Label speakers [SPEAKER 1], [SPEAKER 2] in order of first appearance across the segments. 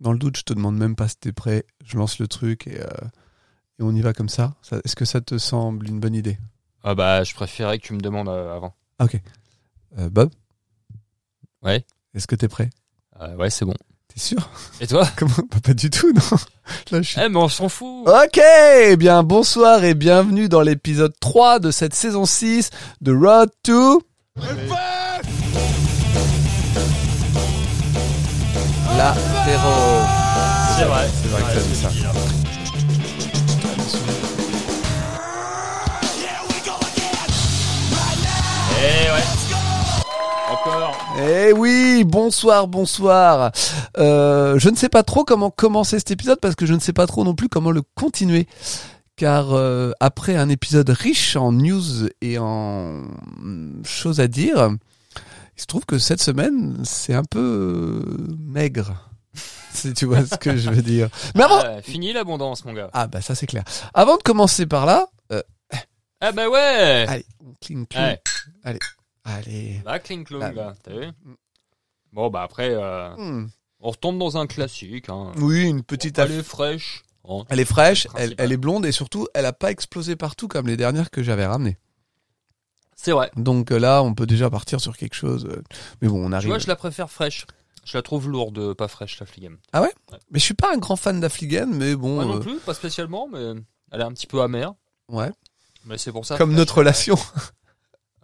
[SPEAKER 1] Dans le doute, je te demande même pas si t'es prêt. Je lance le truc et, euh, et on y va comme ça. Ça- Est-ce que ça te semble une bonne idée
[SPEAKER 2] Ah bah, je préférais que tu me demandes euh, avant.
[SPEAKER 1] Ah, Ok. Euh, Bob
[SPEAKER 2] Ouais.
[SPEAKER 1] Est-ce que t'es prêt
[SPEAKER 2] Euh, ouais, c'est bon.
[SPEAKER 1] T'es sûr
[SPEAKER 2] Et toi
[SPEAKER 1] Comment Bah, Pas du tout, non. Là, je suis
[SPEAKER 2] Eh, mais on s'en fout
[SPEAKER 1] Ok, eh bien bonsoir et bienvenue dans l'épisode 3 de cette saison 6 de Road to... La terreau.
[SPEAKER 2] C'est vrai, c'est
[SPEAKER 1] vrai que t'as dit ça.
[SPEAKER 2] Eh ouais Encore
[SPEAKER 1] Eh oui, bonsoir, bonsoir. Euh, je ne sais pas trop comment commencer cet épisode parce que je ne sais pas trop non plus comment le continuer. Car euh, après un épisode riche en news et en mm, choses à dire, il se trouve que cette semaine, c'est un peu euh, maigre. Si tu vois ce que je veux dire. Mais avant...
[SPEAKER 2] Ah, Fini l'abondance, mon gars
[SPEAKER 1] Ah bah ça c'est clair. Avant de commencer par là... euh,
[SPEAKER 2] Ah bah ouais
[SPEAKER 1] allez, on cligne, cligne.
[SPEAKER 2] Ouais,
[SPEAKER 1] Allez.
[SPEAKER 2] la cling clong,
[SPEAKER 1] Ah.
[SPEAKER 2] là, t'as vu Bon, bah après, euh,
[SPEAKER 1] Hmm.
[SPEAKER 2] on retombe dans un classique. Hein.
[SPEAKER 1] Oui, une petite
[SPEAKER 2] Elle est fraîche. hein.
[SPEAKER 1] Elle est fraîche,
[SPEAKER 2] Principal.
[SPEAKER 1] elle, elle est blonde et surtout, elle a pas explosé partout comme les dernières que j'avais ramenées.
[SPEAKER 2] C'est vrai.
[SPEAKER 1] Donc euh, là, on peut déjà partir sur quelque chose. euh, Mais bon, on
[SPEAKER 2] Tu
[SPEAKER 1] arrive.
[SPEAKER 2] vois, je la préfère fraîche. Je la trouve lourde, pas fraîche, la fligame.
[SPEAKER 1] Mais je suis pas un grand fan d'Affligan, mais bon,
[SPEAKER 2] Moi non
[SPEAKER 1] euh,
[SPEAKER 2] plus, pas spécialement, mais elle est un petit peu amère.
[SPEAKER 1] ouais.
[SPEAKER 2] Mais c'est pour ça.
[SPEAKER 1] Comme
[SPEAKER 2] que-
[SPEAKER 1] notre relation,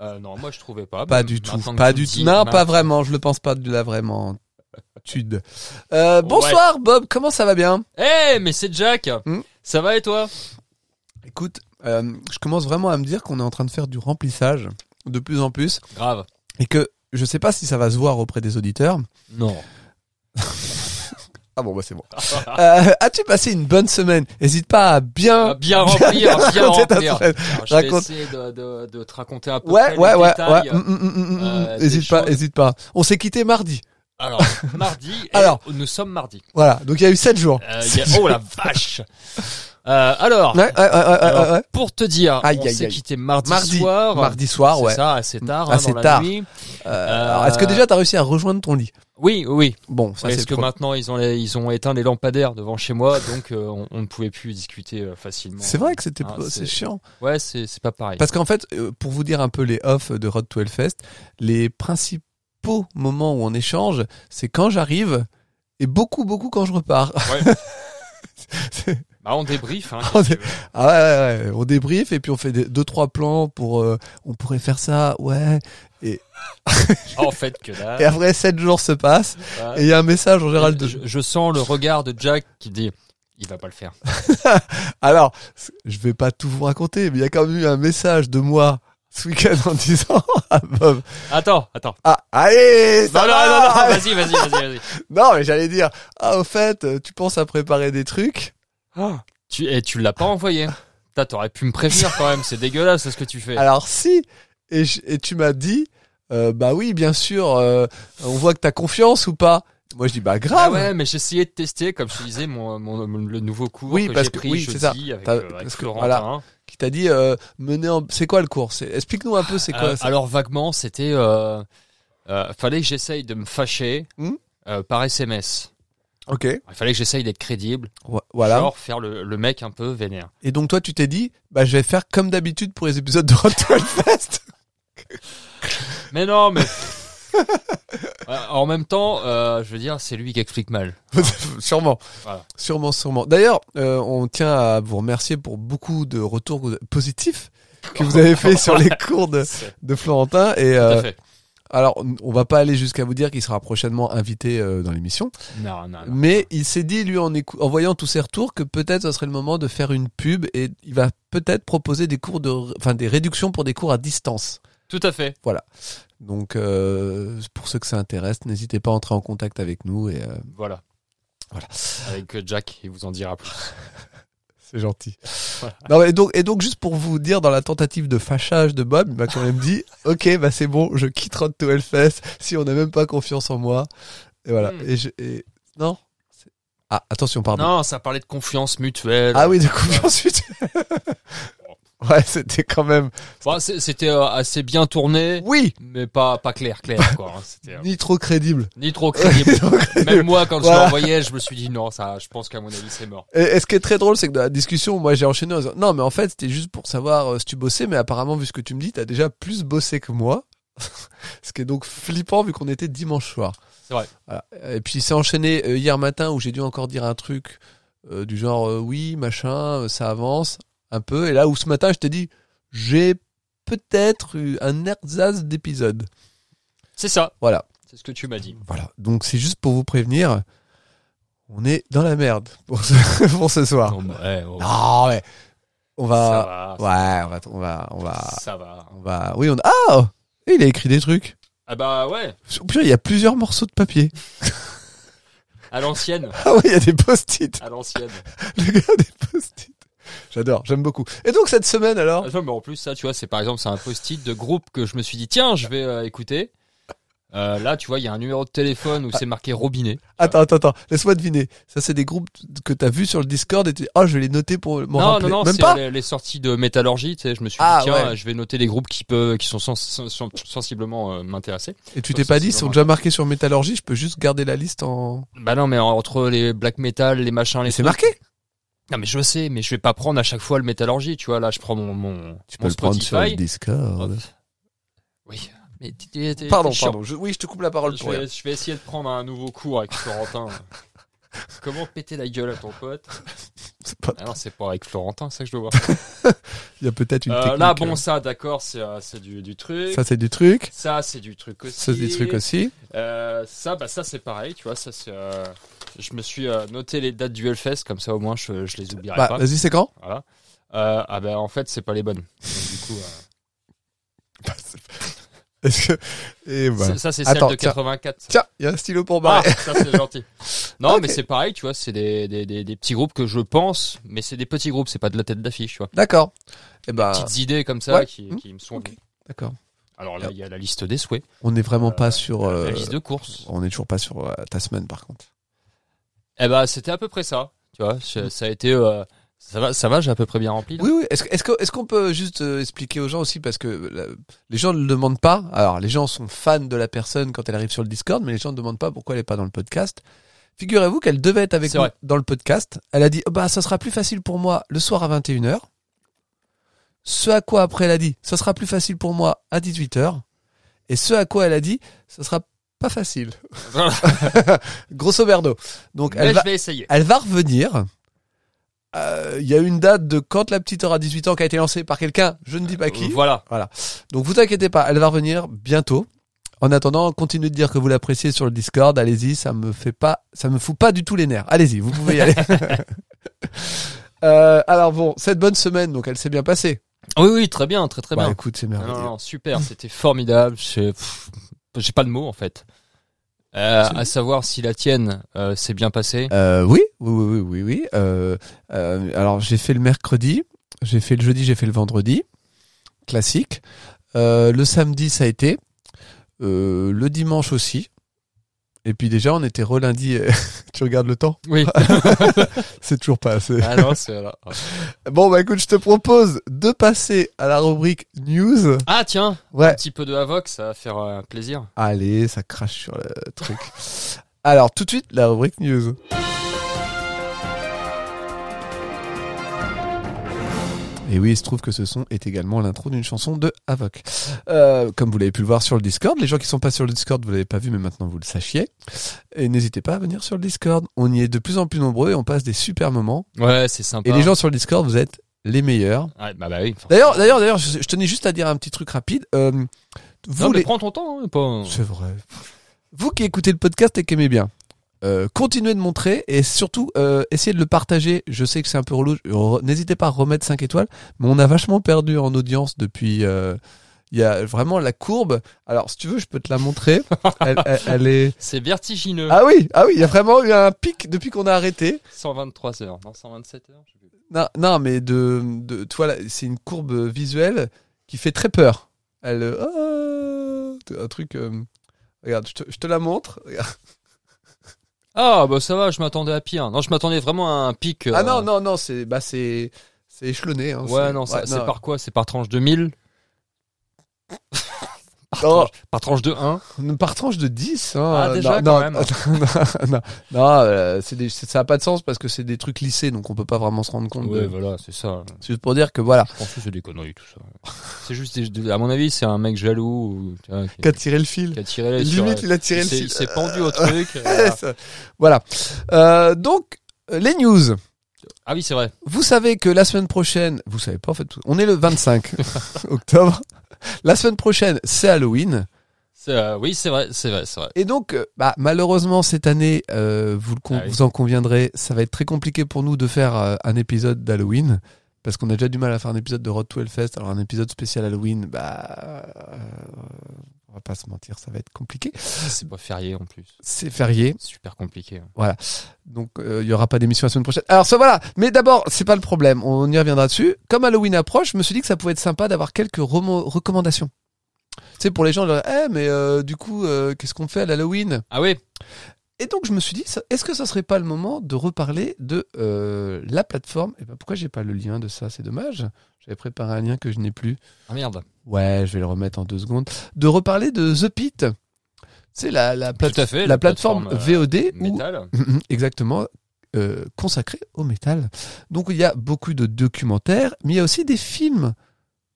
[SPEAKER 2] Euh, non, moi je trouvais pas.
[SPEAKER 1] pas
[SPEAKER 2] mais
[SPEAKER 1] du tout,
[SPEAKER 2] maintenant que
[SPEAKER 1] pas
[SPEAKER 2] tu
[SPEAKER 1] du
[SPEAKER 2] le
[SPEAKER 1] tout.
[SPEAKER 2] dis,
[SPEAKER 1] Non,
[SPEAKER 2] ma-
[SPEAKER 1] pas vraiment. Je le pense pas de là vraiment. Tude. Euh, bonsoir Bob, comment ça va bien
[SPEAKER 2] Eh, mais c'est Jack.
[SPEAKER 1] Hmm
[SPEAKER 2] Ça va et toi
[SPEAKER 1] Écoute, euh, je commence vraiment à me dire qu'on est en train de faire du remplissage de plus en plus
[SPEAKER 2] Grave.
[SPEAKER 1] et que je sais pas si ça va se voir auprès des auditeurs.
[SPEAKER 2] Non.
[SPEAKER 1] Ah bon, bah c'est bon. Euh, As-tu passé une bonne semaine N'hésite pas à Ah, bien,
[SPEAKER 2] Ah, bien remplir, bien
[SPEAKER 1] raconter ta
[SPEAKER 2] remplir.
[SPEAKER 1] semaine.
[SPEAKER 2] Alors, je
[SPEAKER 1] Raconte.
[SPEAKER 2] vais essayer de, de, de te raconter un peu
[SPEAKER 1] Ouais,
[SPEAKER 2] près
[SPEAKER 1] ouais,
[SPEAKER 2] les
[SPEAKER 1] ouais,
[SPEAKER 2] détails.
[SPEAKER 1] ouais. Mm, mm, mm, mm,
[SPEAKER 2] euh,
[SPEAKER 1] mm.
[SPEAKER 2] des
[SPEAKER 1] Hésite pas,
[SPEAKER 2] choses.
[SPEAKER 1] hésite pas. On s'est quitté mardi.
[SPEAKER 2] Alors, mardi. et
[SPEAKER 1] Alors.
[SPEAKER 2] Nous sommes mardi.
[SPEAKER 1] Voilà. Donc il y a eu 7 jours.
[SPEAKER 2] Euh, il y a- Oh la vache. Euh, alors,
[SPEAKER 1] Ouais, ouais, ouais, ouais,
[SPEAKER 2] alors,
[SPEAKER 1] ouais, ouais.
[SPEAKER 2] pour te dire,
[SPEAKER 1] Aïe,
[SPEAKER 2] on
[SPEAKER 1] aïe,
[SPEAKER 2] s'est
[SPEAKER 1] aïe.
[SPEAKER 2] quitté mardi,
[SPEAKER 1] Mardi,
[SPEAKER 2] soir.
[SPEAKER 1] mardi soir,
[SPEAKER 2] C'est
[SPEAKER 1] ouais. Mm.
[SPEAKER 2] ça, assez tard, hein,
[SPEAKER 1] Assez
[SPEAKER 2] dans
[SPEAKER 1] tard.
[SPEAKER 2] la nuit.
[SPEAKER 1] Euh, alors, Est-ce que déjà t'as réussi à rejoindre ton lit
[SPEAKER 2] Oui, oui.
[SPEAKER 1] Bon, ça
[SPEAKER 2] Ouais,
[SPEAKER 1] c'est
[SPEAKER 2] parce que
[SPEAKER 1] trop.
[SPEAKER 2] maintenant ils ont les- ils ont éteint les lampadaires devant chez moi, donc euh, on, on ne pouvait plus discuter euh, facilement.
[SPEAKER 1] C'est vrai que c'était
[SPEAKER 2] Ah,
[SPEAKER 1] pas-
[SPEAKER 2] c'est-
[SPEAKER 1] c'est chiant.
[SPEAKER 2] Ouais, c'est c'est pas pareil.
[SPEAKER 1] Parce qu'en fait, euh, pour vous dire un peu les off de Road to Hellfest, les principaux moments où on échange, c'est quand j'arrive et beaucoup, beaucoup quand je repars.
[SPEAKER 2] Ouais. Bah, on débrief. Hein,
[SPEAKER 1] On
[SPEAKER 2] qu'est-ce que-
[SPEAKER 1] Ah ouais, ouais, ouais, on débrief et puis on fait des- deux trois plans pour euh, on pourrait faire ça, ouais.
[SPEAKER 2] en fait que
[SPEAKER 1] Et
[SPEAKER 2] là.
[SPEAKER 1] après sept jours se passent
[SPEAKER 2] ah,
[SPEAKER 1] et il y a un message en général de
[SPEAKER 2] je, je sens le regard de Jack qui dit il va pas le faire.
[SPEAKER 1] Alors, c- je vais pas tout vous raconter, mais il y a quand même eu un message de moi ce week-end en disant à Bob
[SPEAKER 2] Attends, attends.
[SPEAKER 1] ah allez ça
[SPEAKER 2] non, non,
[SPEAKER 1] va
[SPEAKER 2] non, non, vas-y, vas-y, vas-y, vas-y.
[SPEAKER 1] Non, mais j'allais dire ah au fait euh, tu penses à préparer des trucs
[SPEAKER 2] Tu et tu l'as pas envoyé. Putain, T'aurais pu me prévenir quand même. C'est dégueulasse ce que tu fais.
[SPEAKER 1] alors si et, je- et tu m'as dit euh, bah oui bien sûr euh, on voit que t'as confiance ou pas moi je dis bah
[SPEAKER 2] Ah
[SPEAKER 1] grave
[SPEAKER 2] ouais, mais j'essayais de tester, comme je te disais, mon, mon- mon- le nouveau cours
[SPEAKER 1] Oui,
[SPEAKER 2] que
[SPEAKER 1] parce
[SPEAKER 2] j'ai
[SPEAKER 1] que-
[SPEAKER 2] pris
[SPEAKER 1] oui, c'est
[SPEAKER 2] jeudi
[SPEAKER 1] ça.
[SPEAKER 2] avec,
[SPEAKER 1] T'as-
[SPEAKER 2] euh, avec
[SPEAKER 1] parce que,
[SPEAKER 2] Florentin.
[SPEAKER 1] voilà. qui t'a dit euh, mener en... c'est quoi le cours C'est- explique-nous un peu c'est quoi
[SPEAKER 2] Euh,
[SPEAKER 1] ça
[SPEAKER 2] alors vaguement, c'était euh, euh, fallait que j'essaye de me fâcher
[SPEAKER 1] Hmm.
[SPEAKER 2] euh, par SMS.
[SPEAKER 1] OK
[SPEAKER 2] Il fallait que j'essaye d'être crédible,
[SPEAKER 1] Vo- voilà
[SPEAKER 2] genre faire le, le mec un peu vénère.
[SPEAKER 1] et donc toi tu t'es dit bah je vais faire comme d'habitude pour les épisodes de Road to Hellfest
[SPEAKER 2] Mais non, mais Ouais, en même temps, euh, je veux dire, c'est lui qui explique mal.
[SPEAKER 1] sûrement
[SPEAKER 2] Voilà.
[SPEAKER 1] sûrement sûrement d'ailleurs euh, on tient à vous remercier pour beaucoup de retours que vous- positifs que vous avez fait sur les cours de,
[SPEAKER 2] C'est-
[SPEAKER 1] de Florentin et
[SPEAKER 2] Tout
[SPEAKER 1] euh,
[SPEAKER 2] à fait.
[SPEAKER 1] alors on- on va pas aller jusqu'à vous dire qu'il sera prochainement invité euh, dans l'émission
[SPEAKER 2] Non, Ah non, non.
[SPEAKER 1] Mais il s'est dit, lui, en, écou- en voyant tous ces retours, que peut-être ce serait le moment de faire une pub et il va peut-être proposer des cours de, enfin, des réductions pour des cours à distance.
[SPEAKER 2] Tout à fait.
[SPEAKER 1] Donc, euh, pour ceux que ça intéresse, n'hésitez pas à entrer en contact avec nous et euh,
[SPEAKER 2] Voilà.
[SPEAKER 1] Voilà.
[SPEAKER 2] Avec euh, Jack, il vous en dira plus.
[SPEAKER 1] c'est gentil. Non, mais donc, et donc, juste pour vous dire, dans la tentative de fâchage de Bob, il m'a quand même dit, ok, bah c'est bon, je quitte Road to Hellfest si on n'a même pas confiance en moi. Et voilà.
[SPEAKER 2] Hmm.
[SPEAKER 1] Et, je, et- non. C'est- Ah, attention, pardon.
[SPEAKER 2] Non, ça parlait de confiance mutuelle.
[SPEAKER 1] Ah oui, de confiance mutuelle. Ouais, c'était quand même.
[SPEAKER 2] Bon, c'est- c'était euh, assez bien tourné,
[SPEAKER 1] Oui,
[SPEAKER 2] mais pas pas clair clair quoi. hein. C'était euh,
[SPEAKER 1] ni trop crédible.
[SPEAKER 2] ni trop crédible. Même moi, quand je
[SPEAKER 1] Voilà.
[SPEAKER 2] l'ai envoyé, je me suis dit non, ça, je pense qu'à mon avis, c'est mort.
[SPEAKER 1] Et, et ce qui est très drôle, c'est que dans la discussion, moi j'ai enchaîné en disant Non, mais en fait, c'était juste pour savoir euh, si tu bossais, mais apparemment, vu ce que tu me dis, t'as déjà plus bossé que moi. ce qui est donc flippant vu qu'on était dimanche soir.
[SPEAKER 2] C'est vrai.
[SPEAKER 1] Voilà. Et puis c'est enchaîné euh, hier matin où j'ai dû encore dire un truc euh, du genre euh, Oui, machin, euh, ça avance un peu. Et là où ce matin, je t'ai dit J'ai peut-être eu un ersatz d'épisode.
[SPEAKER 2] C'est ça.
[SPEAKER 1] Voilà.
[SPEAKER 2] C'est ce que tu m'as dit.
[SPEAKER 1] Voilà. Donc c'est juste pour vous prévenir on est dans la merde pour ce, pour ce soir.
[SPEAKER 2] Non, ouais, ouais.
[SPEAKER 1] Non, mais on va.
[SPEAKER 2] bah, eh, oh. ça va.
[SPEAKER 1] Ouais, on va, on va, on va,
[SPEAKER 2] Ça va.
[SPEAKER 1] on va. Oui, on. Ah, il a écrit des trucs.
[SPEAKER 2] Ah bah ouais,
[SPEAKER 1] Au pire, il y a plusieurs morceaux de papier.
[SPEAKER 2] à l'ancienne,
[SPEAKER 1] Ah oui, il y a des post-it.
[SPEAKER 2] à l'ancienne.
[SPEAKER 1] Le gars a des post-it. J'adore, j'aime beaucoup. Et donc cette semaine alors
[SPEAKER 2] Ah non, mais en plus ça, tu vois, c'est par exemple, c'est un post-it de groupe que je me suis dit tiens, je vais euh, écouter. Euh, là, tu vois, il y a un numéro de téléphone où
[SPEAKER 1] Ah.
[SPEAKER 2] c'est marqué robinet.
[SPEAKER 1] Attends, attends, attends. Laisse-moi deviner. Ça, c'est des groupes que t'as vu sur le Discord et tu ah, je vais les noter pour m'en
[SPEAKER 2] Non,
[SPEAKER 1] rappeler.
[SPEAKER 2] non, non,
[SPEAKER 1] Même
[SPEAKER 2] c'est
[SPEAKER 1] pas.
[SPEAKER 2] les, les sorties de métallurgie. Tu sais, je me suis
[SPEAKER 1] Ah,
[SPEAKER 2] dit tiens,
[SPEAKER 1] ouais.
[SPEAKER 2] je vais noter les groupes qui peuvent, qui sont sens- sens- sens- sensiblement euh, m'intéresser.
[SPEAKER 1] Et tu t'es pas dit, ils sont déjà marqués sur Métallurgie. Je peux juste garder la liste en.
[SPEAKER 2] Bah non, mais entre les black metal, les machins, les.
[SPEAKER 1] Mais c'est
[SPEAKER 2] trucs-
[SPEAKER 1] marqué.
[SPEAKER 2] Non, mais je sais, mais je vais pas prendre à chaque fois le métallurgie. Tu vois, là, je prends mon mon.
[SPEAKER 1] Tu
[SPEAKER 2] mon
[SPEAKER 1] peux le prendre sur le
[SPEAKER 2] Spotify.
[SPEAKER 1] Discord.
[SPEAKER 2] Oui. Mais t'es- t'es- t'es-
[SPEAKER 1] Pardon,
[SPEAKER 2] t'es chiant.
[SPEAKER 1] pardon. Je- oui, je te coupe la parole
[SPEAKER 2] Je
[SPEAKER 1] pour rien.
[SPEAKER 2] vais, je vais essayer de prendre un nouveau cours avec Florentin. Comment péter la gueule à ton pote
[SPEAKER 1] C'est pas-
[SPEAKER 2] Ah non, c'est pas avec Florentin, ça que je dois voir.
[SPEAKER 1] Il y a peut-être une
[SPEAKER 2] Euh,
[SPEAKER 1] technique. hein.
[SPEAKER 2] là, bon, ça, d'accord, c'est euh, c'est du, du truc.
[SPEAKER 1] Ça, c'est du truc.
[SPEAKER 2] Ça, c'est du truc aussi.
[SPEAKER 1] Ça, c'est des trucs aussi.
[SPEAKER 2] Euh, ça, bah, ça c'est pareil, tu vois. Ça, c'est. euh, je me suis euh, noté les dates du Hellfest, comme ça au moins je, je les oublierai
[SPEAKER 1] Bah,
[SPEAKER 2] pas.
[SPEAKER 1] vas-y, c'est quand
[SPEAKER 2] Voilà. Euh, ah bah en fait, c'est pas les bonnes. Donc, du coup, euh,
[SPEAKER 1] Est-ce que. Et voilà.
[SPEAKER 2] Bah, c'est- ça, c'est celle
[SPEAKER 1] Attends,
[SPEAKER 2] de
[SPEAKER 1] tiens.
[SPEAKER 2] 84. ça.
[SPEAKER 1] Tiens, il y a un stylo pour
[SPEAKER 2] Ah,
[SPEAKER 1] barrer.
[SPEAKER 2] ça c'est gentil. Non,
[SPEAKER 1] Ok.
[SPEAKER 2] mais c'est pareil, tu vois, c'est des, des, des, des petits groupes que je pense, mais c'est des petits groupes, c'est pas de la tête d'affiche, tu vois.
[SPEAKER 1] D'accord. Et ben,
[SPEAKER 2] Petites idées comme ça
[SPEAKER 1] ouais.
[SPEAKER 2] qui,
[SPEAKER 1] Mmh.
[SPEAKER 2] qui me sont
[SPEAKER 1] Ok.
[SPEAKER 2] venues.
[SPEAKER 1] d'accord.
[SPEAKER 2] Alors là, il y a la liste des souhaits,
[SPEAKER 1] On n'est vraiment
[SPEAKER 2] Euh,
[SPEAKER 1] pas sur. euh,
[SPEAKER 2] la liste de courses.
[SPEAKER 1] On n'est toujours pas sur euh, ta semaine, par contre.
[SPEAKER 2] Eh ben, c'était à peu près ça, tu vois. c'est- Ça a été, euh, ça va, ça va, j'ai à peu près bien rempli. là.
[SPEAKER 1] Mmh. Oui, oui. Est-ce, que- est-ce, que- est-ce qu'on peut juste euh, expliquer aux gens aussi parce que euh, les gens ne le demandent pas. Alors, les gens sont fans de la personne quand elle arrive sur le Discord, mais les gens ne demandent pas pourquoi elle n'est pas dans le podcast. Figurez-vous qu'elle devait être avec
[SPEAKER 2] C'est
[SPEAKER 1] nous
[SPEAKER 2] vrai.
[SPEAKER 1] dans le podcast. Elle a dit Oh, bah ça sera plus facile pour moi le soir à 21h. Ce à quoi après elle a dit ça sera plus facile pour moi à 18h. Et ce à quoi elle a dit ça sera pas facile.
[SPEAKER 2] Voilà.
[SPEAKER 1] Grosso merdo. Donc
[SPEAKER 2] Mais
[SPEAKER 1] elle va,
[SPEAKER 2] je vais essayer.
[SPEAKER 1] elle va revenir. Euh, Il y a une date de quand la petite aura 18 ans qui a été lancée par quelqu'un, je ne dis pas qui.
[SPEAKER 2] Euh, Voilà.
[SPEAKER 1] Donc vous inquiétez pas, elle va revenir bientôt. En attendant, continuez de dire que vous l'appréciez sur le Discord. Allez-y, ça me fait pas, ça me fout pas du tout les nerfs. Allez-y, vous pouvez y aller. Euh, alors bon, cette bonne semaine, donc elle s'est bien passée.
[SPEAKER 2] Oui, oui, très bien, très très
[SPEAKER 1] bah
[SPEAKER 2] bien.
[SPEAKER 1] écoute, c'est
[SPEAKER 2] Non, non,
[SPEAKER 1] merveilleux.
[SPEAKER 2] non, super, c'était formidable. J'ai pff, j'ai pas de mots en fait. Euh,
[SPEAKER 1] C'est-
[SPEAKER 2] à savoir si la tienne euh, s'est bien passée.
[SPEAKER 1] Euh, oui, oui, oui, oui, oui. oui. Euh, euh, alors j'ai fait le mercredi, j'ai fait le jeudi, j'ai fait le vendredi, classique. Euh, le samedi, ça a été. Euh, le dimanche aussi. Et puis déjà, on était relundi. tu regardes le temps
[SPEAKER 2] Oui.
[SPEAKER 1] C'est toujours pas assez.
[SPEAKER 2] ah non, c'est voilà.
[SPEAKER 1] Bon, bah écoute, je te propose de passer à la rubrique news.
[SPEAKER 2] Ah tiens, un
[SPEAKER 1] Ouais.
[SPEAKER 2] petit peu de Havoc, ça va faire euh, plaisir.
[SPEAKER 1] Allez, ça crache sur le truc. Alors tout de suite, la rubrique news. Et oui, il se trouve que ce son est également l'intro d'une chanson de Havoc. Euh, comme vous l'avez pu le voir sur le Discord, les gens qui sont pas sur le Discord, vous l'avez pas vu, mais maintenant vous le sachiez. Et n'hésitez pas à venir sur le Discord. On y est de plus en plus nombreux et on passe des super moments.
[SPEAKER 2] Ouais, c'est sympa.
[SPEAKER 1] Et les gens sur le Discord, vous êtes les meilleurs.
[SPEAKER 2] Ouais, bah, bah oui. forcément.
[SPEAKER 1] D'ailleurs, d'ailleurs, d'ailleurs, je, je tenais juste à dire un petit truc rapide. Euh, vous
[SPEAKER 2] Non, mais
[SPEAKER 1] les-
[SPEAKER 2] prends ton temps, hein, pas.
[SPEAKER 1] c'est vrai. Vous qui écoutez le podcast et qui aimez bien, euh, continuez de montrer et surtout euh, essayez de le partager. Je sais que c'est un peu relou. Re- N'hésitez pas à remettre 5 étoiles, mais on a vachement perdu en audience depuis. euh, Il y a vraiment la courbe. Alors, si tu veux, je peux te la montrer. Elle, elle- elle est.
[SPEAKER 2] C'est vertigineux.
[SPEAKER 1] Ah oui, ah oui, il y a vraiment eu un pic depuis qu'on a arrêté.
[SPEAKER 2] 123 heures, non 127 heures. je sais plus.
[SPEAKER 1] Non, non, mais de, de toi, là, c'est une courbe visuelle qui fait très peur. Elle, euh, ah, un truc. euh, regarde, je te, je te la montre.
[SPEAKER 2] Ah bah ça va, je m'attendais à pire. Non, je m'attendais vraiment à un pic. euh,
[SPEAKER 1] Ah non, non, non, c'est bah, c'est c'est C'est échelonné. Hein,
[SPEAKER 2] Ouais, non, ça- c'est
[SPEAKER 1] non.
[SPEAKER 2] par quoi C'est par tranche de 1000 par,
[SPEAKER 1] Non.
[SPEAKER 2] tranche, par tranche de 1
[SPEAKER 1] Par tranche de 10. hein,
[SPEAKER 2] Ah,
[SPEAKER 1] euh,
[SPEAKER 2] déjà,
[SPEAKER 1] non,
[SPEAKER 2] quand
[SPEAKER 1] non,
[SPEAKER 2] même.
[SPEAKER 1] non, non, non, euh, c'est des- c'est- ça n'a pas de sens parce que c'est des trucs lissés, donc on peut pas vraiment se rendre compte. de-
[SPEAKER 2] Ouais, voilà, c'est ça.
[SPEAKER 1] C'est juste pour dire que voilà.
[SPEAKER 2] Je pense que c'est des conneries, tout ça. C'est juste, des- à mon avis, c'est un mec jaloux ou, tu vois, qui,
[SPEAKER 1] Qu'a tiré le fil.
[SPEAKER 2] qui a tiré les sur-
[SPEAKER 1] Limite, il a tiré
[SPEAKER 2] il
[SPEAKER 1] le
[SPEAKER 2] s'est-
[SPEAKER 1] fil.
[SPEAKER 2] il s'est pendu au truc. euh,
[SPEAKER 1] Ouais,
[SPEAKER 2] voilà.
[SPEAKER 1] ça- Voilà. Euh, donc, euh, les news.
[SPEAKER 2] Ah oui, c'est vrai.
[SPEAKER 1] Vous savez que la semaine prochaine, vous savez pas en fait, on est le 25 octobre. La semaine prochaine, c'est Halloween.
[SPEAKER 2] C'est, euh, oui, c'est vrai, c'est vrai, c'est vrai.
[SPEAKER 1] Et donc, euh, bah, malheureusement, cette année, euh, vous, le con-
[SPEAKER 2] Ah oui.
[SPEAKER 1] vous en conviendrez, ça va être très compliqué pour nous de faire euh, un épisode d'Halloween. Parce qu'on a déjà du mal à faire un épisode de Road to Hellfest. Alors, un épisode spécial Halloween, bah. euh, on va pas se mentir, ça va être compliqué.
[SPEAKER 2] C'est pas férié en plus.
[SPEAKER 1] C'est férié.
[SPEAKER 2] C'est super compliqué. hein.
[SPEAKER 1] Donc euh, il y aura pas d'émission la semaine prochaine. Alors ça voilà, mais d'abord, c'est pas le problème, on y reviendra dessus. Comme Halloween approche, je me suis dit que ça pouvait être sympa d'avoir quelques remo- recommandations. C'est pour les gens, leur- eh mais euh, du coup, euh, qu'est-ce qu'on fait à l'Halloween
[SPEAKER 2] Ah oui,
[SPEAKER 1] Et donc je me suis dit, ça- est-ce que ça serait pas le moment de reparler de euh, la plateforme Et ben pourquoi j'ai pas le lien de ça C'est dommage. J'avais préparé un lien que je n'ai plus.
[SPEAKER 2] ah merde.
[SPEAKER 1] Ouais, je vais le remettre en deux secondes. De reparler de The Pit. C'est la, la, plate-
[SPEAKER 2] Tout à fait,
[SPEAKER 1] la,
[SPEAKER 2] la
[SPEAKER 1] plateforme,
[SPEAKER 2] plateforme, euh,
[SPEAKER 1] VOD où
[SPEAKER 2] Métal.
[SPEAKER 1] Mhm, Exactement. euh, consacré au métal. Donc il y a beaucoup de documentaires, mais il y a aussi des films.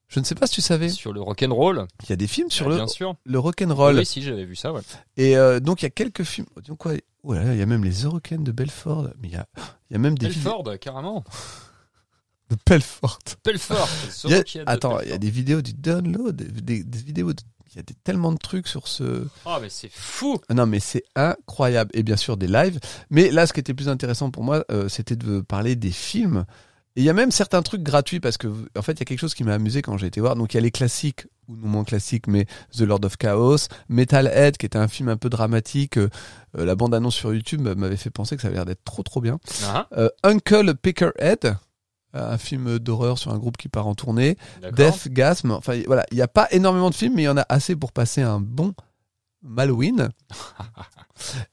[SPEAKER 1] Je ne sais pas si tu savais.
[SPEAKER 2] Sur le rock'n'roll.
[SPEAKER 1] Il y a des films sur
[SPEAKER 2] Ah,
[SPEAKER 1] le,
[SPEAKER 2] Bien sûr.
[SPEAKER 1] le rock'n'roll.
[SPEAKER 2] Oui, si, j'avais vu ça, ouais.
[SPEAKER 1] Et euh, donc il y a quelques films. Oh, dis donc, quoi Oh là là, il y a même les Eurocaines de Belfort. Mais il y a, il y a même des vidéos
[SPEAKER 2] Belford, carrément.
[SPEAKER 1] de Belfort.
[SPEAKER 2] Belfort. le
[SPEAKER 1] Il y a-
[SPEAKER 2] Sorokin de
[SPEAKER 1] attends, il y a
[SPEAKER 2] Belfort.
[SPEAKER 1] des vidéos du download, des, des vidéos. de- Il y a des- tellement de trucs sur ce.
[SPEAKER 2] Ah, mais c'est fou.
[SPEAKER 1] Ah Non, mais c'est incroyable. Et bien sûr, des lives. Mais là, ce qui était plus intéressant pour moi, euh, c'était de parler des films. Et il y a même certains trucs gratuits parce que, en fait, il y a quelque chose qui m'a amusé quand j'ai été voir. Donc, il y a les classiques, ou non moins classiques, mais The Lord of Chaos, Metalhead, qui était un film un peu dramatique. Euh, euh, la bande-annonce sur YouTube m'avait fait penser que ça avait l'air d'être trop, trop bien.
[SPEAKER 2] Ah,
[SPEAKER 1] Euh, Uncle Pickerhead, un film d'horreur sur un groupe qui part en tournée.
[SPEAKER 2] d'accord.
[SPEAKER 1] Death, Gasm, enfin y- voilà, il n'y a pas énormément de films, mais il y en a assez pour passer un bon Halloween.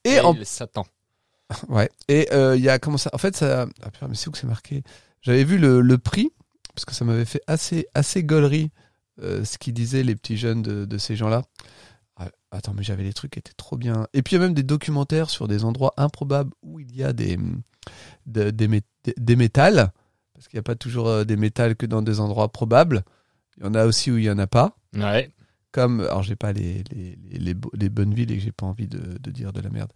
[SPEAKER 1] et
[SPEAKER 2] Et
[SPEAKER 1] en,
[SPEAKER 2] le Satan.
[SPEAKER 1] ouais, et euh, il y a comment ça En fait, ça. Ah putain, mais c'est où que c'est marqué J'avais vu le, le prix parce que ça m'avait fait assez assez gaulerie euh, ce qu'ils disaient les petits jeunes de, de ces gens-là. Ah, Attends, mais j'avais les trucs qui étaient trop bien. Et puis il y a même des documentaires sur des endroits improbables où il y a des hum, de- des, mé- des- des métals, parce qu'il n'y a pas toujours euh, des métals que dans des endroits probables. Il y en a aussi où il n'y en a pas.
[SPEAKER 2] Ouais.
[SPEAKER 1] Comme, alors j'ai pas les, les, les, les bo- les bonnes villes et que j'ai pas envie de, de dire de la merde.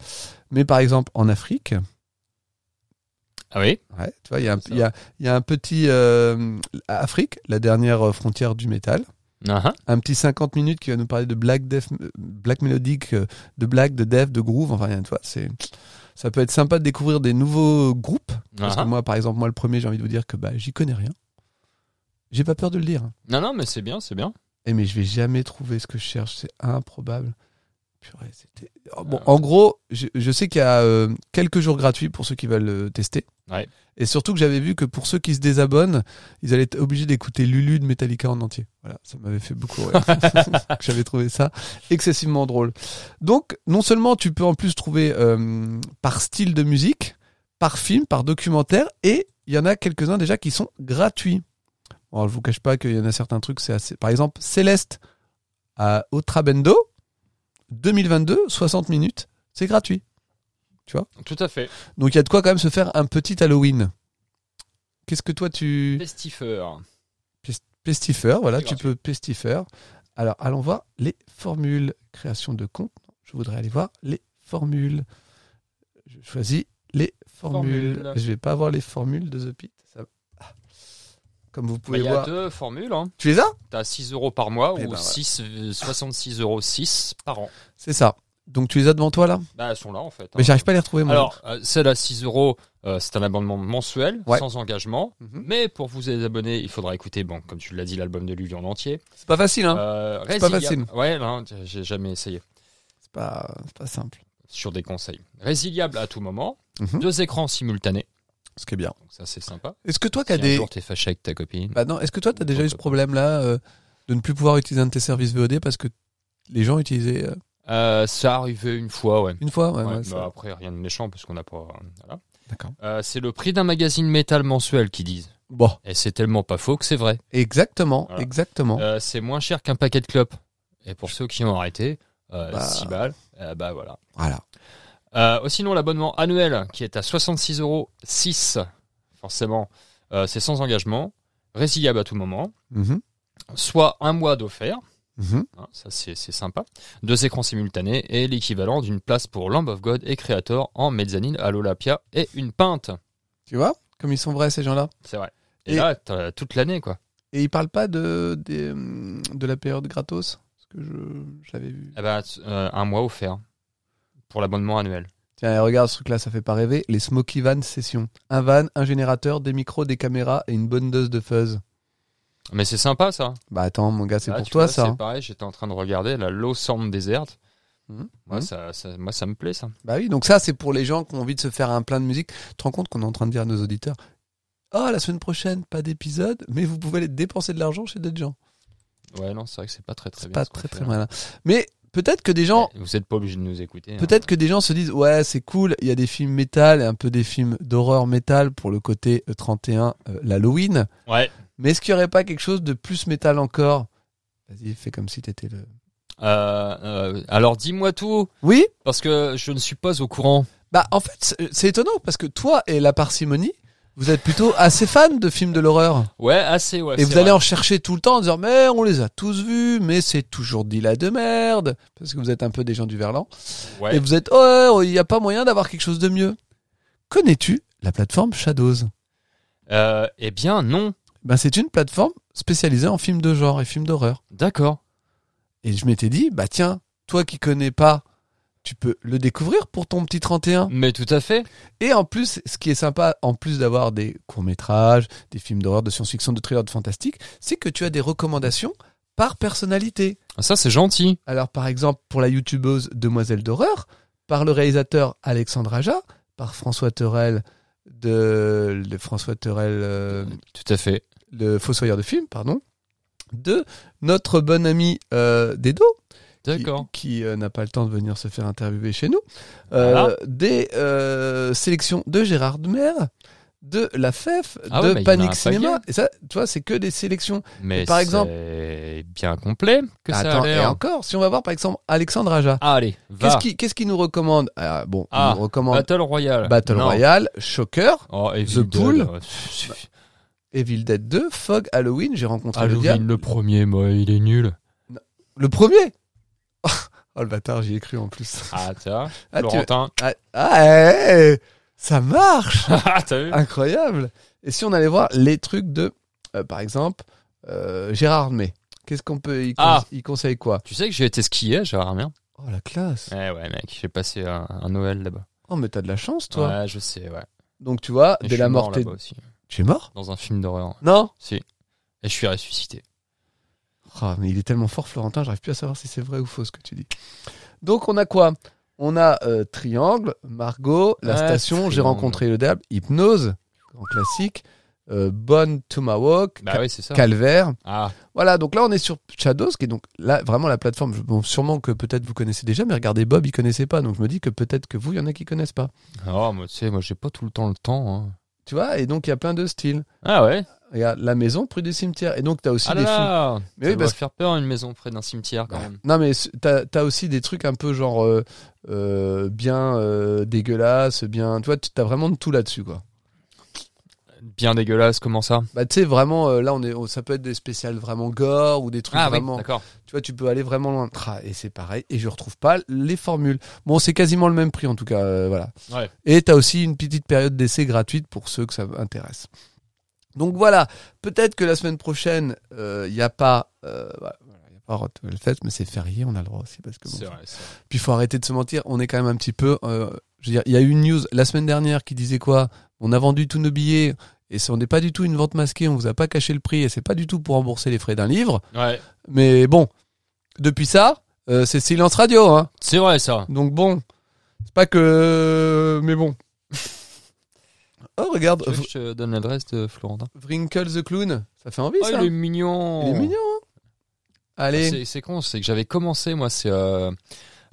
[SPEAKER 1] Mais par exemple, en Afrique,
[SPEAKER 2] Ah oui.
[SPEAKER 1] ouais, tu vois, il y a un,
[SPEAKER 2] C'est ça.
[SPEAKER 1] il y a- il y a un petit euh, Afrique, la dernière euh, frontière du métal.
[SPEAKER 2] Ah,
[SPEAKER 1] Un petit 50 minutes qui va nous parler de black, death, euh, black mélodique, euh, de black, de death, de groove. Enfin, rien, tu vois, c'est, ça peut être sympa de découvrir des nouveaux groupes. Parce
[SPEAKER 2] ah.
[SPEAKER 1] que moi, par exemple, moi, le premier, j'ai envie de vous dire que bah, j'y connais rien. J'ai pas peur de le dire. hein.
[SPEAKER 2] Non, non, mais c'est bien, c'est bien.
[SPEAKER 1] Eh, mais je vais jamais trouver ce que je cherche, c'est improbable. Purée, c'était. Oh, bon,
[SPEAKER 2] Ah.
[SPEAKER 1] en gros, je, je sais qu'il y a euh, quelques jours gratuits pour ceux qui veulent euh, tester.
[SPEAKER 2] Ouais.
[SPEAKER 1] Et surtout que j'avais vu que pour ceux qui se désabonnent, ils allaient être obligés d'écouter Lulu de Metallica en entier. Voilà, ça m'avait fait beaucoup rire. j'avais trouvé ça excessivement drôle. Donc, non seulement tu peux en plus trouver euh, par style de musique, par film, par documentaire, et il y en a quelques-uns déjà qui sont gratuits. Bon, je vous cache pas qu'il y en a certains trucs, c'est assez. Par exemple, Céleste à Otrabendo, 2022, 60 minutes, c'est gratuit.
[SPEAKER 2] Tout à fait.
[SPEAKER 1] Donc il y a de quoi quand même se faire un petit Halloween. Qu'est-ce que toi tu.
[SPEAKER 2] Pestifeur.
[SPEAKER 1] Pestifeur, voilà,
[SPEAKER 2] C'est
[SPEAKER 1] tu
[SPEAKER 2] gratuit.
[SPEAKER 1] peux pestifeur. Alors allons voir les formules. Création de compte, je voudrais aller voir les formules. Je choisis les formules.
[SPEAKER 2] Formule.
[SPEAKER 1] Je vais pas avoir les formules de The Pit. ça- Ah. Comme vous
[SPEAKER 2] Bah,
[SPEAKER 1] pouvez
[SPEAKER 2] Il y a
[SPEAKER 1] voir.
[SPEAKER 2] deux formules. Hein.
[SPEAKER 1] Tu les as
[SPEAKER 2] T'as 6 euros par mois
[SPEAKER 1] Eh ben,
[SPEAKER 2] ou
[SPEAKER 1] voilà.
[SPEAKER 2] 6, euh, 66 euros 6 par an.
[SPEAKER 1] C'est ça. Donc tu les as devant toi là
[SPEAKER 2] Bah, elles sont là en fait.
[SPEAKER 1] Mais
[SPEAKER 2] hein.
[SPEAKER 1] j'arrive pas à les retrouver moi.
[SPEAKER 2] Alors, euh, celle à 6 euros, euh, c'est un abonnement mensuel,
[SPEAKER 1] Ouais.
[SPEAKER 2] sans engagement.
[SPEAKER 1] Mhm.
[SPEAKER 2] Mais pour vous abonner, il faudra écouter, bon, comme tu l'as dit, l'album de Lulu en entier.
[SPEAKER 1] C'est pas facile hein.
[SPEAKER 2] Euh,
[SPEAKER 1] C'est pas
[SPEAKER 2] Résilience-
[SPEAKER 1] facile.
[SPEAKER 2] Ouais, non, j'ai jamais essayé.
[SPEAKER 1] C'est pas, c'est pas simple.
[SPEAKER 2] Sur des conseils. Résiliable à tout moment.
[SPEAKER 1] Mhm.
[SPEAKER 2] Deux écrans simultanés.
[SPEAKER 1] Ce qui est bien.
[SPEAKER 2] Donc ça, c'est sympa.
[SPEAKER 1] Est-ce que toi
[SPEAKER 2] Si
[SPEAKER 1] t'as
[SPEAKER 2] un
[SPEAKER 1] des.
[SPEAKER 2] jour t'es fâché avec ta copine.
[SPEAKER 1] Bah non, est-ce que toi t'as déjà eu ce problème là de ne plus pouvoir utiliser un de tes services VOD parce que les gens utilisaient euh,
[SPEAKER 2] Euh, ça arrivait une fois, ouais.
[SPEAKER 1] une fois ouais, ouais,
[SPEAKER 2] Ouais, bah
[SPEAKER 1] ça-
[SPEAKER 2] après, rien de méchant parce qu'on n'a pas. euh, voilà.
[SPEAKER 1] D'accord.
[SPEAKER 2] Euh, c'est le prix d'un magazine métal mensuel qu'ils disent.
[SPEAKER 1] Bon,
[SPEAKER 2] Et c'est tellement pas faux que c'est vrai.
[SPEAKER 1] exactement,
[SPEAKER 2] Voilà.
[SPEAKER 1] exactement.
[SPEAKER 2] Euh, c'est moins cher qu'un paquet de clopes. Et pour ceux qui ont arrêté, euh,
[SPEAKER 1] Bah.
[SPEAKER 2] 6 balles, euh, bah voilà.
[SPEAKER 1] Voilà.
[SPEAKER 2] Euh, oh, sinon, l'abonnement annuel qui est à 66,6 euros, forcément, euh, c'est sans engagement, résiliable à tout moment,
[SPEAKER 1] Mhm,
[SPEAKER 2] soit un mois d'offert,
[SPEAKER 1] mhm.
[SPEAKER 2] hein, ça c'est c'est sympa, deux écrans simultanés et l'équivalent d'une place pour Lamb of God et Creator en mezzanine à l'Olympia et une pinte.
[SPEAKER 1] Tu vois Comme ils sont vrais, ces gens-là.
[SPEAKER 2] C'est vrai. Et,
[SPEAKER 1] Et-
[SPEAKER 2] là, t'as toute l'année quoi.
[SPEAKER 1] Et ils parlent pas de, des, hum, de la période gratos Parce que je, je l'avais vu.
[SPEAKER 2] Eh ben, euh, un mois offert pour l'abonnement annuel.
[SPEAKER 1] Tiens, et regarde ce truc-là, ça fait pas rêver. Les Smoky Van Session. Un van, un générateur, des micros, des caméras et une bonne dose de fuzz.
[SPEAKER 2] Mais c'est sympa ça.
[SPEAKER 1] Bah attends, mon gars, c'est
[SPEAKER 2] Ah,
[SPEAKER 1] pour
[SPEAKER 2] tu
[SPEAKER 1] toi,
[SPEAKER 2] vois,
[SPEAKER 1] ça. hein.
[SPEAKER 2] C'est pareil, j'étais en train de regarder la Low Sound Desert.
[SPEAKER 1] Mhm.
[SPEAKER 2] Moi,
[SPEAKER 1] Mhm.
[SPEAKER 2] ça, ça- moi, ça me plaît ça.
[SPEAKER 1] Bah oui, donc ça, c'est pour les gens qui ont envie de se faire un plein de musique. Tu te rends compte qu'on est en train de dire à nos auditeurs Oh, la semaine prochaine, pas d'épisode, mais vous pouvez aller dépenser de l'argent chez d'autres gens.
[SPEAKER 2] Ouais, non, c'est vrai que c'est pas très très
[SPEAKER 1] C'est
[SPEAKER 2] bien.
[SPEAKER 1] pas
[SPEAKER 2] ce qu'on
[SPEAKER 1] très très
[SPEAKER 2] fait. hein.
[SPEAKER 1] malin. Mais peut-être que des gens.
[SPEAKER 2] Eh, Vous êtes pas obligé de nous écouter. hein.
[SPEAKER 1] Peut-être que des gens se disent ouais c'est cool il y a des films métal et un peu des films d'horreur métal pour le côté euh, 31 euh, l'Halloween
[SPEAKER 2] Ouais.
[SPEAKER 1] mais est-ce qu'il y aurait pas quelque chose de plus métal encore vas-y fais comme si t'étais le
[SPEAKER 2] Euh, euh, alors dis-moi tout
[SPEAKER 1] oui
[SPEAKER 2] parce que je ne suis pas au courant.
[SPEAKER 1] bah en fait c'est- c'est étonnant parce que toi et la parcimonie vous êtes plutôt assez fan de films de l'horreur
[SPEAKER 2] Ouais, assez. Ouais.
[SPEAKER 1] Et
[SPEAKER 2] c'est
[SPEAKER 1] vous
[SPEAKER 2] vrai.
[SPEAKER 1] allez en chercher tout le temps en disant mais on les a tous vus, mais c'est toujours dit là de merde parce que vous êtes un peu des gens du Verlan
[SPEAKER 2] Ouais.
[SPEAKER 1] et vous êtes oh il n'y a pas moyen d'avoir quelque chose de mieux. Connais-tu la plateforme Shadows
[SPEAKER 2] Euh, eh bien, non.
[SPEAKER 1] Ben c'est une plateforme spécialisée en films de genre et films d'horreur.
[SPEAKER 2] D'accord.
[SPEAKER 1] Et je m'étais dit bah tiens toi qui connais pas tu peux le découvrir pour ton petit 31.
[SPEAKER 2] Mais tout à fait.
[SPEAKER 1] Et en plus, ce qui est sympa, en plus d'avoir des courts-métrages, des films d'horreur, de science-fiction, de thriller, de fantastique, c'est que tu as des recommandations par personnalité.
[SPEAKER 2] Ça, c'est gentil.
[SPEAKER 1] Alors, par exemple, pour la youtubeuse Demoiselle d'Horreur, par le réalisateur Alexandre Aja, par François Terrel de, le François Terrel, euh,
[SPEAKER 2] Tout à fait.
[SPEAKER 1] le fossoyeur de films, pardon, de notre bon ami euh, Dedo, qui,
[SPEAKER 2] D'accord.
[SPEAKER 1] qui, euh, n'a pas le temps de venir se faire interviewer chez nous, euh,
[SPEAKER 2] Voilà.
[SPEAKER 1] des euh, sélections de Gérard Demer, de La FEF,
[SPEAKER 2] Ah
[SPEAKER 1] de
[SPEAKER 2] ouais, mais il y en a un
[SPEAKER 1] Panic
[SPEAKER 2] paquet.
[SPEAKER 1] Cinéma. Et ça, tu vois, c'est que des sélections.
[SPEAKER 2] Mais
[SPEAKER 1] par exemple-
[SPEAKER 2] c'est bien complet que ça
[SPEAKER 1] Attends,
[SPEAKER 2] a
[SPEAKER 1] et
[SPEAKER 2] l'air.
[SPEAKER 1] encore, si on va voir par exemple Alexandre Aja.
[SPEAKER 2] Ah, allez, va.
[SPEAKER 1] Qu'est-ce qui, qu'est-ce qui nous recommande Ah, Bon,
[SPEAKER 2] Ah,
[SPEAKER 1] il nous recommande
[SPEAKER 2] Battle Royale.
[SPEAKER 1] Battle
[SPEAKER 2] Non.
[SPEAKER 1] Royale, Shocker,
[SPEAKER 2] Oh, et
[SPEAKER 1] The Pool.
[SPEAKER 2] Pff,
[SPEAKER 1] Evil Dead 2, Fog, Halloween. J'ai rencontré le
[SPEAKER 2] Halloween,
[SPEAKER 1] diable.
[SPEAKER 2] Ah, le premier, moi, il est nul.
[SPEAKER 1] Le premier Oh le bâtard, j'y ai cru en plus.
[SPEAKER 2] Ah, tiens,
[SPEAKER 1] Ah, tu-
[SPEAKER 2] Laurentin.
[SPEAKER 1] ah, ah, hey, ça marche
[SPEAKER 2] Ah, t'as vu
[SPEAKER 1] Incroyable Et si on allait voir les trucs de, euh, par exemple, euh, Gérard May Qu'est-ce qu'on peut. Il, conse-
[SPEAKER 2] Ah.
[SPEAKER 1] il conseille quoi
[SPEAKER 2] Tu sais que j'ai été skier, Gérard Mien
[SPEAKER 1] Oh la classe
[SPEAKER 2] Ouais, Eh ouais, mec, j'ai passé un, un Noël là-bas.
[SPEAKER 1] Oh mais t'as de la chance toi
[SPEAKER 2] Ouais, je sais, ouais.
[SPEAKER 1] Donc tu vois,
[SPEAKER 2] Et je
[SPEAKER 1] dès
[SPEAKER 2] suis
[SPEAKER 1] la
[SPEAKER 2] mort
[SPEAKER 1] mort. t'es-
[SPEAKER 2] là-bas aussi,
[SPEAKER 1] Tu es mort
[SPEAKER 2] dans un film d'horreur.
[SPEAKER 1] Non
[SPEAKER 2] Si. Et je suis ressuscité.
[SPEAKER 1] Ah, mais il est tellement fort, Florentin, j'arrive plus à savoir si c'est vrai ou faux ce que tu dis. Donc, on a quoi On a euh, Triangle, Margot, La
[SPEAKER 2] Ah,
[SPEAKER 1] Station, J'ai
[SPEAKER 2] Triangle.
[SPEAKER 1] rencontré le diable, Hypnose, en classique, euh, Bonne to my walk,
[SPEAKER 2] Bah
[SPEAKER 1] Ca-
[SPEAKER 2] ouais, c'est ça.
[SPEAKER 1] Calvaire.
[SPEAKER 2] Ah,
[SPEAKER 1] Voilà, donc là, on est sur Shadows, qui est donc là, vraiment la plateforme. Je- Bon, sûrement que peut-être vous connaissez déjà, mais regardez, Bob, il connaissait pas. Donc, je me dis que peut-être que vous, il y en a qui connaissent pas.
[SPEAKER 2] oh, moi, tu sais, moi, j'ai pas tout le temps le temps. hein.
[SPEAKER 1] Tu vois, et donc, il y a plein de styles.
[SPEAKER 2] Ah ouais
[SPEAKER 1] Regarde, La Maison, Prix du Cimetière. Et donc, tu as aussi
[SPEAKER 2] Ah
[SPEAKER 1] des
[SPEAKER 2] là
[SPEAKER 1] films.
[SPEAKER 2] là
[SPEAKER 1] Mais
[SPEAKER 2] Ça
[SPEAKER 1] oui,
[SPEAKER 2] doit
[SPEAKER 1] parce-
[SPEAKER 2] faire peur une maison près d'un cimetière quand même.
[SPEAKER 1] Non, mais c- t'as as aussi des trucs un peu genre euh, euh, bien euh, dégueulasse, bien. Tu vois, t- t'as vraiment de tout là-dessus, quoi.
[SPEAKER 2] Bien dégueulasse, comment ça
[SPEAKER 1] Bah, tu sais, vraiment, euh, là, on est, on- ça peut être des spéciales vraiment gore ou des trucs
[SPEAKER 2] Ah oui,
[SPEAKER 1] vraiment.
[SPEAKER 2] d'accord.
[SPEAKER 1] tu vois, tu peux aller vraiment loin. Ah, et c'est pareil, et je retrouve pas les formules. Bon, c'est quasiment le même prix, en tout cas, euh, voilà.
[SPEAKER 2] Ouais.
[SPEAKER 1] Et t'as aussi une petite période d'essai gratuite pour ceux que ça intéresse. Donc voilà, peut-être que la semaine prochaine, il n'y a pas. Euh, voilà, y a pas Roth Fest, mais c'est férié, on a le droit aussi. Parce que bon,
[SPEAKER 2] C'est vrai, c'est vrai.
[SPEAKER 1] puis il faut arrêter de se mentir, on est quand même un petit peu. euh, je veux dire, il y a eu une news la semaine dernière qui disait quoi On a vendu tous nos billets et ce n'est pas du tout une vente masquée, on vous a pas caché le prix et c'est pas du tout pour rembourser les frais d'un livre.
[SPEAKER 2] Ouais,
[SPEAKER 1] Mais bon, depuis ça, euh, c'est silence radio. Hein.
[SPEAKER 2] c'est vrai ça.
[SPEAKER 1] Donc bon, c'est pas que. Mais bon. Oh, regarde,
[SPEAKER 2] Tu veux que je te donne l'adresse de Florentin
[SPEAKER 1] Wrinkle the Clown, ça fait envie
[SPEAKER 2] Oh,
[SPEAKER 1] ça
[SPEAKER 2] il est mignon.
[SPEAKER 1] Il est Ah, mignon, hein
[SPEAKER 2] Ah,
[SPEAKER 1] Allez,
[SPEAKER 2] c'est- C'est con, c'est que j'avais commencé, moi, c'est euh,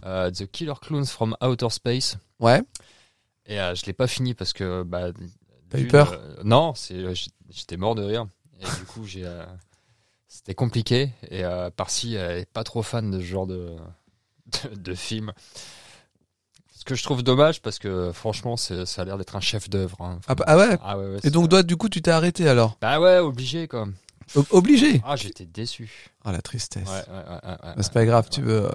[SPEAKER 2] euh, The Killer Clowns from Outer Space.
[SPEAKER 1] ouais,
[SPEAKER 2] Et euh, je l'ai pas fini parce que bah,
[SPEAKER 1] T'as eu
[SPEAKER 2] d'une-
[SPEAKER 1] peur
[SPEAKER 2] euh, Non, c'est, euh, j'- j'étais mort de rire. Et du coup, j'ai, euh, c'était compliqué. Et euh, Parsi euh, est pas trop fan de ce genre de, de, de film. Ce que je trouve dommage parce que franchement, c'est- ça a l'air d'être un chef d'œuvre. hein.
[SPEAKER 1] Ah, bah- ah ouais
[SPEAKER 2] Ah ouais, ouais,
[SPEAKER 1] Et
[SPEAKER 2] c'est-
[SPEAKER 1] donc, toi, du coup, tu t'es arrêté alors
[SPEAKER 2] Bah ouais, obligé quoi.
[SPEAKER 1] O- Obligé
[SPEAKER 2] Ah, j'étais déçu.
[SPEAKER 1] Ah, la tristesse.
[SPEAKER 2] Ouais, ouais, ouais, ouais, ouais,
[SPEAKER 1] Bah, c'est pas grave,
[SPEAKER 2] ouais,
[SPEAKER 1] tu
[SPEAKER 2] ouais,
[SPEAKER 1] veux.
[SPEAKER 2] ouais,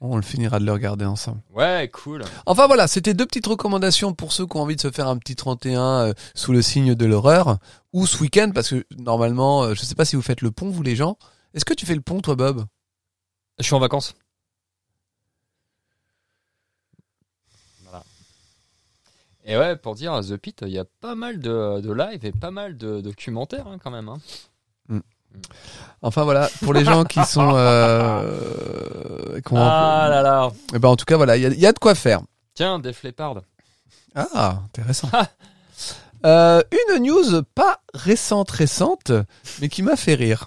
[SPEAKER 1] On le finira de le regarder ensemble.
[SPEAKER 2] ouais, ouais. Ouais, cool.
[SPEAKER 1] Enfin voilà, c'était deux petites recommandations pour ceux qui ont envie de se faire un petit 31 euh, sous le signe de l'horreur ou ce week-end parce que normalement, euh, je sais pas si vous faites le pont vous les gens. Est-ce que tu fais le pont toi Bob
[SPEAKER 2] Je suis en vacances. Voilà. Et ouais, pour dire, à The Pit, il y a pas mal de, de live et pas mal de documentaires hein, quand même. hein.
[SPEAKER 1] Enfin voilà, pour les gens qui sont euh, comment
[SPEAKER 2] Ah là là
[SPEAKER 1] Eh ben en tout cas voilà, il y a- il y, a de quoi faire.
[SPEAKER 2] Tiens, Def Leppard.
[SPEAKER 1] Ah, intéressant. Euh, une news pas récente récente mais qui m'a fait rire.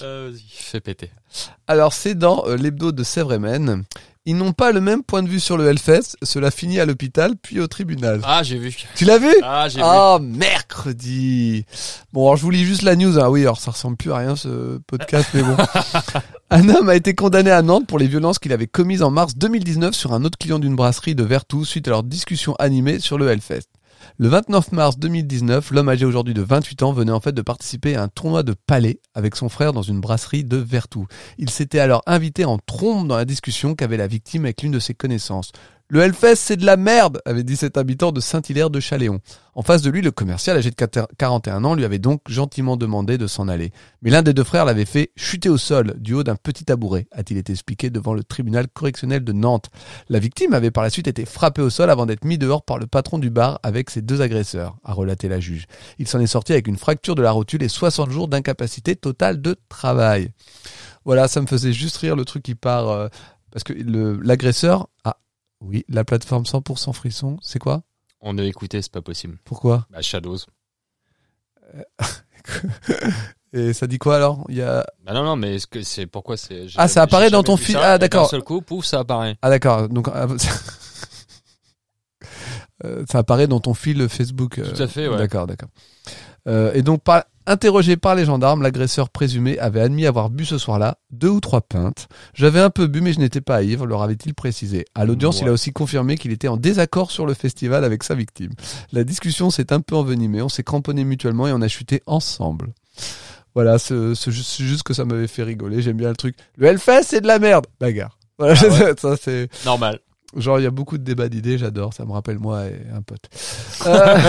[SPEAKER 2] Euh, Vas-y, fais péter.
[SPEAKER 1] Alors, c'est dans euh, l'hebdo de Sèvres et Maine. Ils n'ont pas le même point de vue sur le Hellfest. Cela finit à l'hôpital, puis au tribunal.
[SPEAKER 2] Ah, j'ai vu.
[SPEAKER 1] Tu l'as vu
[SPEAKER 2] Ah, j'ai vu.
[SPEAKER 1] Ah, mercredi Bon, alors je vous lis juste la news. Ah oui, alors ça ressemble plus à rien ce podcast, mais bon. Un homme a été condamné à Nantes pour les violences qu'il avait commises en mars 2019 sur un autre client d'une brasserie de Vertou suite à leur discussion animée sur le Hellfest. Le 29 mars 2019, l'homme âgé aujourd'hui de 28 ans venait en fait de participer à un tournoi de palais avec son frère dans une brasserie de Vertou. Il s'était alors invité en trompe dans la discussion qu'avait la victime avec l'une de ses connaissances. Le Hellfest, c'est de la merde, avait dit cet habitant de Saint-Hilaire de Chaléon. En face de lui, le commercial, âgé de 4 41 ans, lui avait donc gentiment demandé de s'en aller. Mais l'un des deux frères l'avait fait chuter au sol du haut d'un petit tabouret, a-t-il été expliqué devant le tribunal correctionnel de Nantes. La victime avait par la suite été frappée au sol avant d'être mis dehors par le patron du bar avec ses deux agresseurs, a relaté la juge. Il s'en est sorti avec une fracture de la rotule et 60 jours d'incapacité totale de travail. Voilà, ça me faisait juste rire le truc qui part. euh, parce que le- l'agresseur. Ah, oui, la plateforme 100% frisson, c'est quoi
[SPEAKER 2] On a écouté, c'est pas possible.
[SPEAKER 1] Pourquoi
[SPEAKER 2] Bah, Shadows.
[SPEAKER 1] Et ça dit quoi alors Il y a...
[SPEAKER 2] Bah non, non, mais est-ce que c'est pourquoi c'est. j'ai
[SPEAKER 1] Ah, ça
[SPEAKER 2] jamais-
[SPEAKER 1] apparaît
[SPEAKER 2] j'ai
[SPEAKER 1] dans
[SPEAKER 2] jamais
[SPEAKER 1] ton
[SPEAKER 2] vu
[SPEAKER 1] fil-
[SPEAKER 2] ça,
[SPEAKER 1] ah,
[SPEAKER 2] et
[SPEAKER 1] d'accord.
[SPEAKER 2] D'un seul coup, pouf, ça apparaît.
[SPEAKER 1] Ah d'accord, donc euh, euh, ça apparaît dans ton fil Facebook. euh,
[SPEAKER 2] Tout à fait, ouais.
[SPEAKER 1] D'accord, d'accord. Euh, et donc, par- interrogé par les gendarmes, l'agresseur présumé avait admis avoir bu ce soir-là deux ou trois pintes. J'avais un peu bu, mais je n'étais pas ivre, leur avait-il précisé. À l'audience,
[SPEAKER 2] Ouais.
[SPEAKER 1] il a aussi confirmé qu'il était en désaccord sur le festival avec sa victime. La discussion s'est un peu envenimée, on s'est cramponnés mutuellement et on a chuté ensemble. Voilà, c'est c'est juste, c'est juste que ça m'avait fait rigoler, j'aime bien le truc. Le Hellfest, c'est de la merde Bagarre. Voilà,
[SPEAKER 2] Ah ouais.
[SPEAKER 1] ça c'est...
[SPEAKER 2] Normal.
[SPEAKER 1] Euh, Genre, il y a beaucoup de débats d'idées, j'adore, ça me rappelle moi et un pote. Euh,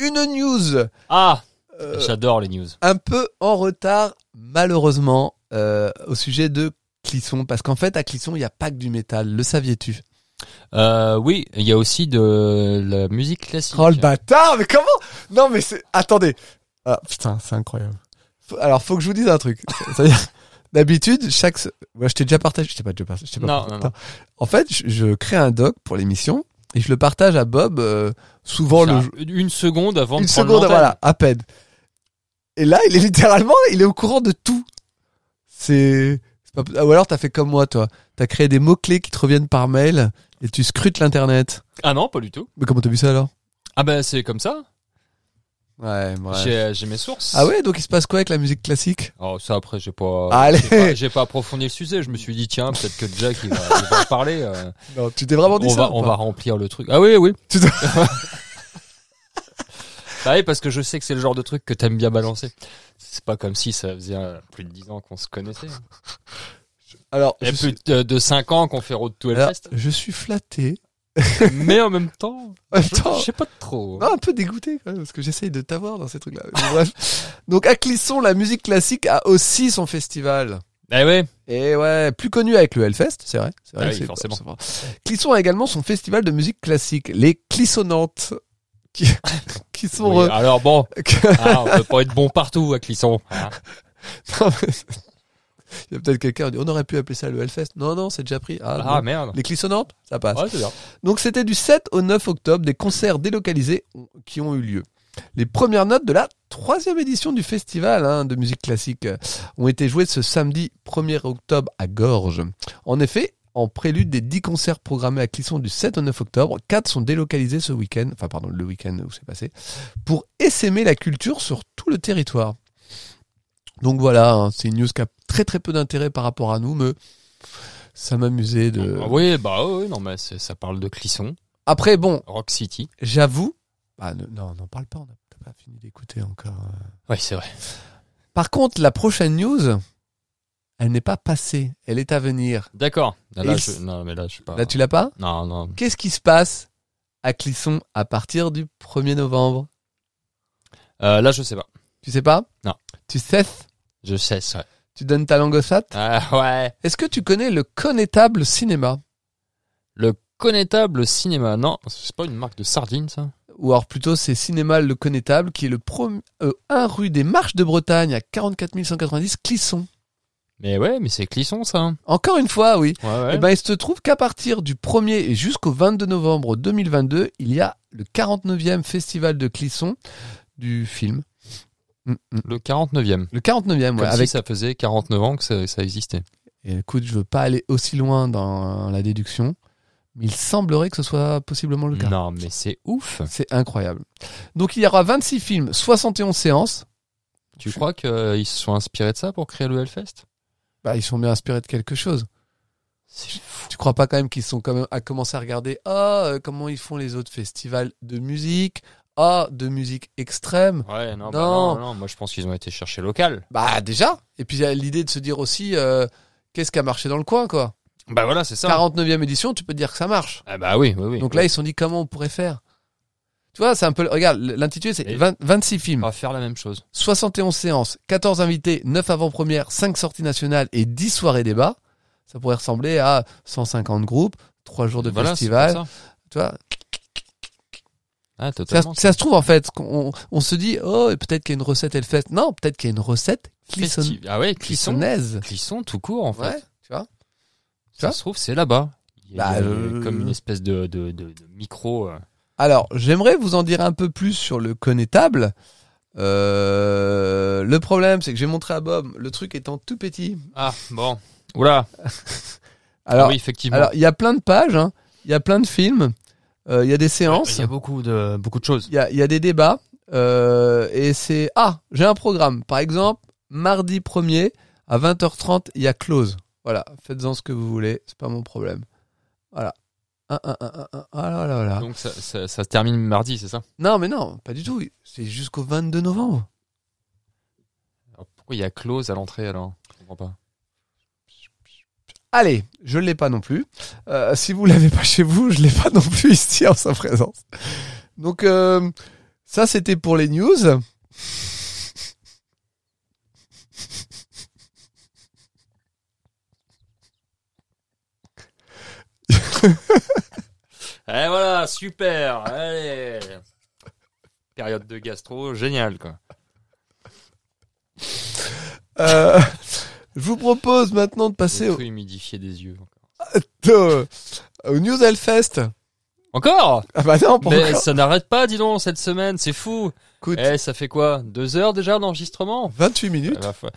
[SPEAKER 1] une news
[SPEAKER 2] Ah,
[SPEAKER 1] euh,
[SPEAKER 2] j'adore les news.
[SPEAKER 1] un peu en retard, malheureusement, euh, au sujet de Clisson. Parce qu'en fait, à Clisson, il n'y a pas que du métal, le saviez-tu
[SPEAKER 2] Euh, oui, il y a aussi de la musique classique.
[SPEAKER 1] Oh le bâtard, mais comment Non, mais c'est. Attendez. Ah putain, c'est incroyable. Faut- Alors, faut que je vous dise un truc. C'est-à-dire, D'habitude, chaque. se- Ouais, je t'ai déjà partagé. Je t'ai pas déjà partagé. je t'ai pas
[SPEAKER 2] Non,
[SPEAKER 1] partagé.
[SPEAKER 2] non, non.
[SPEAKER 1] Putain. En fait, je, je crée un doc pour l'émission et je le partage à Bob euh, souvent le,
[SPEAKER 2] Ça, Une seconde avant
[SPEAKER 1] une
[SPEAKER 2] de prendre
[SPEAKER 1] seconde,
[SPEAKER 2] l'antenne.
[SPEAKER 1] voilà, à peine. Et là, il est littéralement, il est au courant de tout. C'est. c'est pas- ah, Ou alors, t'as fait comme moi, toi. T'as créé des mots-clés qui te reviennent par mail et tu scrutes l'internet.
[SPEAKER 2] Ah non, pas du tout.
[SPEAKER 1] Mais comment t'as vu ça alors
[SPEAKER 2] Ah ben c'est comme ça.
[SPEAKER 1] Ouais, ouais.
[SPEAKER 2] J'ai- J'ai mes sources.
[SPEAKER 1] Ah ouais, donc il se passe quoi avec la musique classique
[SPEAKER 2] Oh ça après j'ai pas.
[SPEAKER 1] Allez.
[SPEAKER 2] j'ai pas- J'ai pas approfondi le sujet. Je me suis dit tiens peut-être que Jack il va, il va en parler. euh,
[SPEAKER 1] Non, tu t'es vraiment dit
[SPEAKER 2] on
[SPEAKER 1] ça
[SPEAKER 2] va
[SPEAKER 1] ou
[SPEAKER 2] on
[SPEAKER 1] pas
[SPEAKER 2] va remplir le truc. Ah oui oui.
[SPEAKER 1] Tu
[SPEAKER 2] bah oui parce que je sais que c'est le genre de truc que t'aimes bien balancer. C'est pas comme si ça faisait euh, plus de 10 ans qu'on se connaissait.
[SPEAKER 1] Alors,
[SPEAKER 2] Et
[SPEAKER 1] je suis...
[SPEAKER 2] plus de- de 5 ans qu'on fait Road to
[SPEAKER 1] alors,
[SPEAKER 2] Hellfest.
[SPEAKER 1] je suis flatté.
[SPEAKER 2] Mais en même temps,
[SPEAKER 1] Attends.
[SPEAKER 2] je sais pas trop.
[SPEAKER 1] Ah. Non, un peu dégoûté quand même, parce que j'essaye de t'avoir dans ces trucs-là. Mais Bref. Donc à Clisson, la musique classique a aussi son festival.
[SPEAKER 2] Eh ouais.
[SPEAKER 1] Et ouais, plus connu avec le Hellfest, c'est vrai. C'est vrai
[SPEAKER 2] Ah
[SPEAKER 1] que
[SPEAKER 2] oui,
[SPEAKER 1] c'est-
[SPEAKER 2] forcément.
[SPEAKER 1] c'est vrai. Clisson a également son festival de musique classique, les Clissonnantes, qui, qui sont...
[SPEAKER 2] Oui,
[SPEAKER 1] re-
[SPEAKER 2] Alors bon,
[SPEAKER 1] que-
[SPEAKER 2] ah, on peut pas être bon partout à Clisson.
[SPEAKER 1] Ah,
[SPEAKER 2] hein.
[SPEAKER 1] Non, mais- Il y a peut-être quelqu'un qui dit, on aurait pu appeler ça le Hellfest. Non, non, c'est déjà pris. Ah,
[SPEAKER 2] Ah
[SPEAKER 1] non.
[SPEAKER 2] merde.
[SPEAKER 1] Les Clissonnantes, ça passe.
[SPEAKER 2] Ouais, Ah, c'est bien.
[SPEAKER 1] Donc c'était du 7 au 9 octobre, des concerts délocalisés ont- qui ont eu lieu. Les premières notes de la troisième édition du festival hein, de musique classique euh, ont été jouées ce samedi 1er octobre à Gorge. En effet, en prélude des 10 concerts programmés à Clisson du 7 au 9 octobre. 4 sont délocalisés ce week-end, enfin pardon, le week-end où c'est passé, pour essaimer la culture sur tout le territoire. Donc voilà, hein, c'est une news qui a très très peu d'intérêt par rapport à nous, mais ça m'amusait de...
[SPEAKER 2] Ah oui, bah oui, non, mais c'est- ça parle de Clisson,
[SPEAKER 1] Après, bon,
[SPEAKER 2] Rock City.
[SPEAKER 1] j'avoue... Ah, ne- non, n'en parle pas, on n'a t'as pas fini d'écouter encore. euh.
[SPEAKER 2] Oui, c'est vrai.
[SPEAKER 1] Par contre, la prochaine news, elle n'est pas passée, elle est à venir.
[SPEAKER 2] D'accord. Ah, Là,
[SPEAKER 1] Et
[SPEAKER 2] je-
[SPEAKER 1] il-
[SPEAKER 2] Non, mais là, je suis pas.
[SPEAKER 1] Là, tu l'as pas
[SPEAKER 2] Non, non.
[SPEAKER 1] Qu'est-ce qui se passe à Clisson à partir du 1er novembre
[SPEAKER 2] Euh, là, je sais pas.
[SPEAKER 1] Tu sais pas
[SPEAKER 2] Non.
[SPEAKER 1] Tu sais
[SPEAKER 2] Je sais, ça.
[SPEAKER 1] Tu donnes ta langue au chat
[SPEAKER 2] Ah ouais.
[SPEAKER 1] Est-ce que tu connais le connétable cinéma
[SPEAKER 2] Le connétable cinéma. Non, c'est pas une marque de sardines, ça.
[SPEAKER 1] Ou alors plutôt c'est Cinéma le connétable qui est le 1 rue des Marches de Bretagne à 44 190 Clisson.
[SPEAKER 2] Mais ouais, mais c'est Clisson, ça.
[SPEAKER 1] Encore une fois, oui.
[SPEAKER 2] Ouais, ouais.
[SPEAKER 1] Eh ben, il se trouve qu'à partir du 1er et jusqu'au 22 novembre 2022, il y a le 49e festival de Clisson du film. Mm, mm.
[SPEAKER 2] Le 49e.
[SPEAKER 1] Le 49e, ouais,
[SPEAKER 2] Comme
[SPEAKER 1] avec
[SPEAKER 2] si ça faisait 49 ans que ça, ça existait.
[SPEAKER 1] Et écoute, je veux pas aller aussi loin dans la déduction, mais il semblerait que ce soit possiblement le cas.
[SPEAKER 2] Non, mais c'est ouf.
[SPEAKER 1] C'est incroyable. Donc il y aura 26 films, 71 séances.
[SPEAKER 2] Tu crois qu'ils se sont inspirés de ça pour créer le Hellfest
[SPEAKER 1] Bah, ils sont bien inspirés de quelque chose.
[SPEAKER 2] C'est fou.
[SPEAKER 1] Tu crois pas quand même qu'ils sont quand même à commencer à regarder ah euh, comment ils font les autres festivals de musique, ah de musique extrême.
[SPEAKER 2] Ouais, non, bah
[SPEAKER 1] Non.
[SPEAKER 2] non, non, moi je pense qu'ils ont été chercher local.
[SPEAKER 1] Bah déjà. Et puis il y a l'idée de se dire aussi euh, qu'est-ce qui a marché dans le coin quoi.
[SPEAKER 2] Bah voilà, c'est ça.
[SPEAKER 1] 49e édition, tu peux te dire que ça marche.
[SPEAKER 2] Ah bah oui, oui, oui.
[SPEAKER 1] Donc là, ils se sont dit comment on pourrait faire. Tu vois, c'est un peu. Regarde, l'intitulé, c'est
[SPEAKER 2] Mais-
[SPEAKER 1] 20 26
[SPEAKER 2] on
[SPEAKER 1] films,
[SPEAKER 2] va faire la même chose.
[SPEAKER 1] 71 séances, 14 invités, 9 avant-premières, 5 sorties nationales et 10 soirées débats. Ça pourrait ressembler à 150 groupes, 3 jours de
[SPEAKER 2] Voilà, c'est
[SPEAKER 1] festival.
[SPEAKER 2] pour ça.
[SPEAKER 1] Tu vois,
[SPEAKER 2] Ah,
[SPEAKER 1] ça,
[SPEAKER 2] totalement.
[SPEAKER 1] ça se trouve en fait. qu'on- On, on se dit, oh, et peut-être qu'il y a une recette Hellfest. Non, peut-être qu'il y a une recette clisson-
[SPEAKER 2] Festi- Ah ouais, Clisson.
[SPEAKER 1] clissonnaise.
[SPEAKER 2] Clisson tout court, en fait.
[SPEAKER 1] Ouais, tu vois.
[SPEAKER 2] Ça se trouve, c'est là-bas. Il y a
[SPEAKER 1] Bah,
[SPEAKER 2] une-
[SPEAKER 1] euh,
[SPEAKER 2] comme une espèce de, de, de- de micro. euh.
[SPEAKER 1] Alors, j'aimerais vous en dire un peu plus sur le connétable. Euh, le problème, c'est que j'ai montré à Bob le truc étant tout petit.
[SPEAKER 2] Ah, bon. Oula. Ah
[SPEAKER 1] Alors,
[SPEAKER 2] oui, effectivement.
[SPEAKER 1] alors il y a plein de pages, hein. il y a plein de films, euh, il y a des
[SPEAKER 2] il
[SPEAKER 1] séances,
[SPEAKER 2] y a beaucoup de, beaucoup de choses.
[SPEAKER 1] il y a, il y a des débats. euh, et c'est ah, j'ai un programme. Par exemple, mardi 1er à 20h30, il y a close. Voilà, faites-en ce que vous voulez, c'est pas mon problème. Voilà. Un, un, un, un, un. Ah là là là.
[SPEAKER 2] Donc ça, ça, ça se termine mardi, c'est ça
[SPEAKER 1] Non, mais non, pas du tout. C'est jusqu'au 22 novembre.
[SPEAKER 2] Alors, Pourquoi il y a close à l'entrée alors Je comprends pas.
[SPEAKER 1] Allez, je ne l'ai pas non plus. Euh, si vous l'avez pas chez vous, je l'ai pas non plus ici en sa présence. Donc euh, ça, c'était pour les news.
[SPEAKER 2] Eh voilà, super. Allez. Période de gastro, génial quoi.
[SPEAKER 1] Euh, je vous propose maintenant de passer
[SPEAKER 2] J'ai
[SPEAKER 1] au,
[SPEAKER 2] cru humidifier des yeux.
[SPEAKER 1] au- au News Hellfest.
[SPEAKER 2] Encore
[SPEAKER 1] Ah bah non, pas
[SPEAKER 2] Mais
[SPEAKER 1] encore.
[SPEAKER 2] ça n'arrête pas, dis donc, cette semaine, c'est fou.
[SPEAKER 1] Écoute,
[SPEAKER 2] Eh, ça fait quoi Deux heures déjà d'enregistrement
[SPEAKER 1] 28 minutes.
[SPEAKER 2] Eh ben, faut-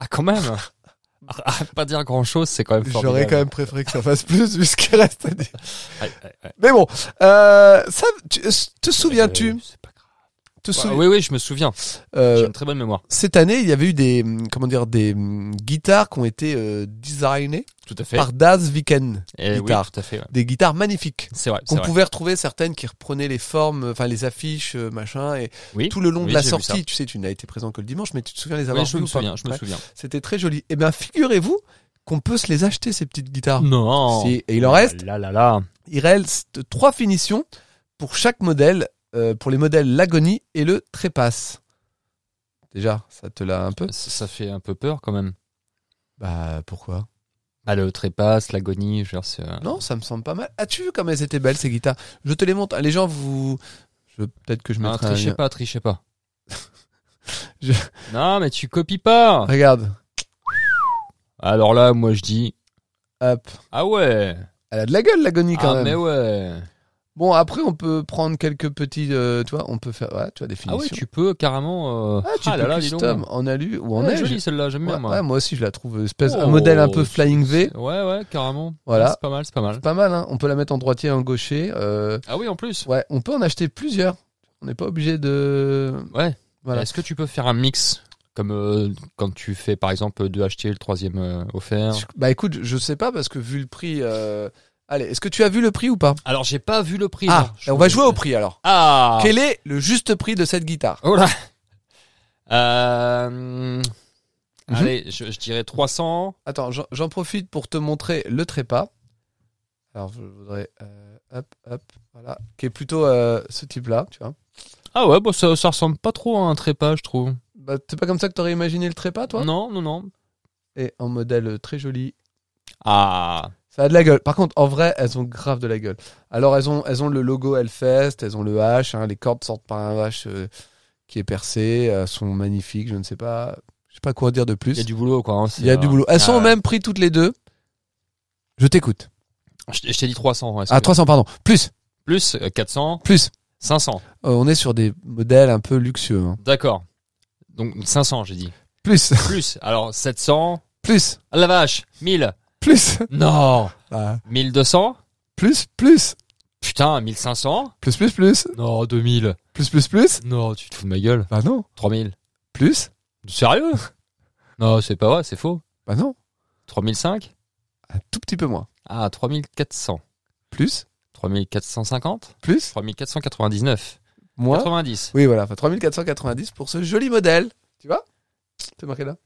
[SPEAKER 2] Ah, quand même Ah, Pas dire grand chose, c'est quand même formidable.
[SPEAKER 1] J'aurais quand même préféré que ça fasse plus vu ce qu'il reste à dire.
[SPEAKER 2] Ouais, ouais, ouais.
[SPEAKER 1] Mais bon, euh, ça, tu- te souviens-tu
[SPEAKER 2] Euh, c'est pas grave.
[SPEAKER 1] Te
[SPEAKER 2] Bah,
[SPEAKER 1] souvi-
[SPEAKER 2] oui, oui, je me souviens. J'ai
[SPEAKER 1] euh,
[SPEAKER 2] une très bonne mémoire.
[SPEAKER 1] Cette année, il y avait eu des hum, comment dire des hum, guitares qui ont été euh, designées
[SPEAKER 2] Tout à fait.
[SPEAKER 1] par Daz Viken.
[SPEAKER 2] Eh oui,
[SPEAKER 1] guitare.
[SPEAKER 2] tout à fait. ouais.
[SPEAKER 1] Des guitares magnifiques.
[SPEAKER 2] C'est vrai, c'est
[SPEAKER 1] Qu'on
[SPEAKER 2] vrai.
[SPEAKER 1] pouvait retrouver certaines qui reprenaient les formes, enfin les affiches, euh, machin, et
[SPEAKER 2] Oui,
[SPEAKER 1] tout le long
[SPEAKER 2] oui,
[SPEAKER 1] de la
[SPEAKER 2] j'ai vu ça.
[SPEAKER 1] sortie. Tu sais, tu n'as été présent que le dimanche, mais tu te souviens les
[SPEAKER 2] Oui,
[SPEAKER 1] avoir
[SPEAKER 2] je
[SPEAKER 1] vues
[SPEAKER 2] me
[SPEAKER 1] ou pas
[SPEAKER 2] souviens, je me
[SPEAKER 1] Ouais.
[SPEAKER 2] souviens.
[SPEAKER 1] C'était très joli. Eh bien, figurez-vous qu'on peut se les acheter, ces petites guitares.
[SPEAKER 2] Non. Ah
[SPEAKER 1] Si, Ah. et il en reste,
[SPEAKER 2] Là, là, là.
[SPEAKER 1] il reste trois finitions pour chaque modèle, euh, pour les modèles l'Agonie et le Trépasse. Déjà, ça te l'a un peu
[SPEAKER 2] Ça, ça fait un peu peur quand même.
[SPEAKER 1] Bah, pourquoi
[SPEAKER 2] Ah, le trépasse, l'agonie, je veux dire, c'est. euh,
[SPEAKER 1] Non, ça me semble pas mal. As-tu vu comme elles étaient belles ces guitares Je te les montre. Les gens, vous. Je... Peut-être que je
[SPEAKER 2] Ah,
[SPEAKER 1] mettrai un
[SPEAKER 2] trichez
[SPEAKER 1] lien.
[SPEAKER 2] pas, trichez pas.
[SPEAKER 1] Je-
[SPEAKER 2] Non, mais tu copies pas.
[SPEAKER 1] Regarde.
[SPEAKER 2] Alors là, moi je dis.
[SPEAKER 1] Hop.
[SPEAKER 2] Ah ouais.
[SPEAKER 1] Elle a de la gueule, l'agonie quand
[SPEAKER 2] Ah,
[SPEAKER 1] même.
[SPEAKER 2] mais ouais.
[SPEAKER 1] Bon, après, on peut prendre quelques petits. euh, tu vois, on peut faire. Ouais, tu vois, des
[SPEAKER 2] Ah oui,
[SPEAKER 1] finitions.
[SPEAKER 2] tu peux carrément. euh,
[SPEAKER 1] Ah, tu peux
[SPEAKER 2] là là, dis donc.
[SPEAKER 1] custom en alu ou en
[SPEAKER 2] Ouais,
[SPEAKER 1] neige.
[SPEAKER 2] jolie celle-là, j'aime bien
[SPEAKER 1] Ouais,
[SPEAKER 2] moi.
[SPEAKER 1] ouais, moi aussi, je la trouve euh, espèce. un
[SPEAKER 2] Oh,
[SPEAKER 1] modèle un peu
[SPEAKER 2] c'est-
[SPEAKER 1] flying V.
[SPEAKER 2] c'est- Ouais, ouais, carrément.
[SPEAKER 1] Voilà.
[SPEAKER 2] C'est pas mal, c'est pas mal.
[SPEAKER 1] C'est pas mal, hein. On peut la mettre en droitier et en gaucher. euh,
[SPEAKER 2] Ah oui, en plus.
[SPEAKER 1] ouais, on peut en acheter plusieurs. On n'est pas obligé de.
[SPEAKER 2] Ouais.
[SPEAKER 1] Voilà.
[SPEAKER 2] Est-ce que tu peux faire un mix comme euh, quand tu fais par exemple deux achetés, le troisième euh, offert
[SPEAKER 1] Je- Bah écoute, je sais pas parce que vu le prix. euh, Allez, est-ce que tu as vu le prix ou pas
[SPEAKER 2] Alors j'ai pas vu le prix.
[SPEAKER 1] Ah,
[SPEAKER 2] non. Je
[SPEAKER 1] on
[SPEAKER 2] voulais-
[SPEAKER 1] va jouer au prix alors.
[SPEAKER 2] Ah
[SPEAKER 1] Quel est le juste prix de cette guitare
[SPEAKER 2] Oh là Euh, Allez, je, je dirais 300.
[SPEAKER 1] Attends, j'en- j'en profite pour te montrer le trépas. Alors, je voudrais. euh, hop, hop, voilà. Qui est plutôt euh, ce type-là, tu vois.
[SPEAKER 2] Ah ouais, bah ça, ça ressemble pas trop à un trépas, je trouve.
[SPEAKER 1] Bah, c'est pas comme ça que t'aurais imaginé le trépas, toi
[SPEAKER 2] non, non, non.
[SPEAKER 1] Et en modèle très joli.
[SPEAKER 2] Ah
[SPEAKER 1] Ça a de la gueule. Par contre, en vrai, elles ont grave de la gueule. Alors, elles ont, elles ont le logo Hellfest, elles ont le H, hein, les cordes sortent par un H euh, qui est percé, elles sont magnifiques, je ne sais pas. Je sais pas quoi dire de
[SPEAKER 2] Il y a
[SPEAKER 1] plus.
[SPEAKER 2] du boulot, quoi. hein, c'est-
[SPEAKER 1] Il y a du boulot. Elles sont
[SPEAKER 2] Ah,
[SPEAKER 1] au même prix toutes les deux. Je t'écoute.
[SPEAKER 2] Je, t'ai- je t'ai dit 300. est-ce
[SPEAKER 1] Ah,
[SPEAKER 2] que-
[SPEAKER 1] 300, pardon. Plus,
[SPEAKER 2] Plus euh, 400,
[SPEAKER 1] plus.
[SPEAKER 2] 500.
[SPEAKER 1] Euh, on est sur des modèles un peu luxueux. hein.
[SPEAKER 2] D'accord. Donc 500, j'ai dit.
[SPEAKER 1] Plus,
[SPEAKER 2] Plus. Alors 700.
[SPEAKER 1] plus,
[SPEAKER 2] Ah la vache 1000.
[SPEAKER 1] plus.
[SPEAKER 2] Non
[SPEAKER 1] Bah,
[SPEAKER 2] 1200.
[SPEAKER 1] plus, plus,
[SPEAKER 2] Putain, 1500.
[SPEAKER 1] plus, plus, plus,
[SPEAKER 2] Non, 2000.
[SPEAKER 1] plus, plus, plus.
[SPEAKER 2] Non, tu te fous de ma gueule.
[SPEAKER 1] Bah non.
[SPEAKER 2] 3000.
[SPEAKER 1] Plus.
[SPEAKER 2] Sérieux Non, c'est pas vrai, c'est faux.
[SPEAKER 1] Bah non.
[SPEAKER 2] 3005.
[SPEAKER 1] Un tout petit peu moins.
[SPEAKER 2] Ah, 3400.
[SPEAKER 1] Plus,
[SPEAKER 2] 3450.
[SPEAKER 1] plus,
[SPEAKER 2] 3499.
[SPEAKER 1] moins.
[SPEAKER 2] 90.
[SPEAKER 1] Oui, voilà. Enfin, 3490 pour ce joli modèle. Tu vois C'est marqué là.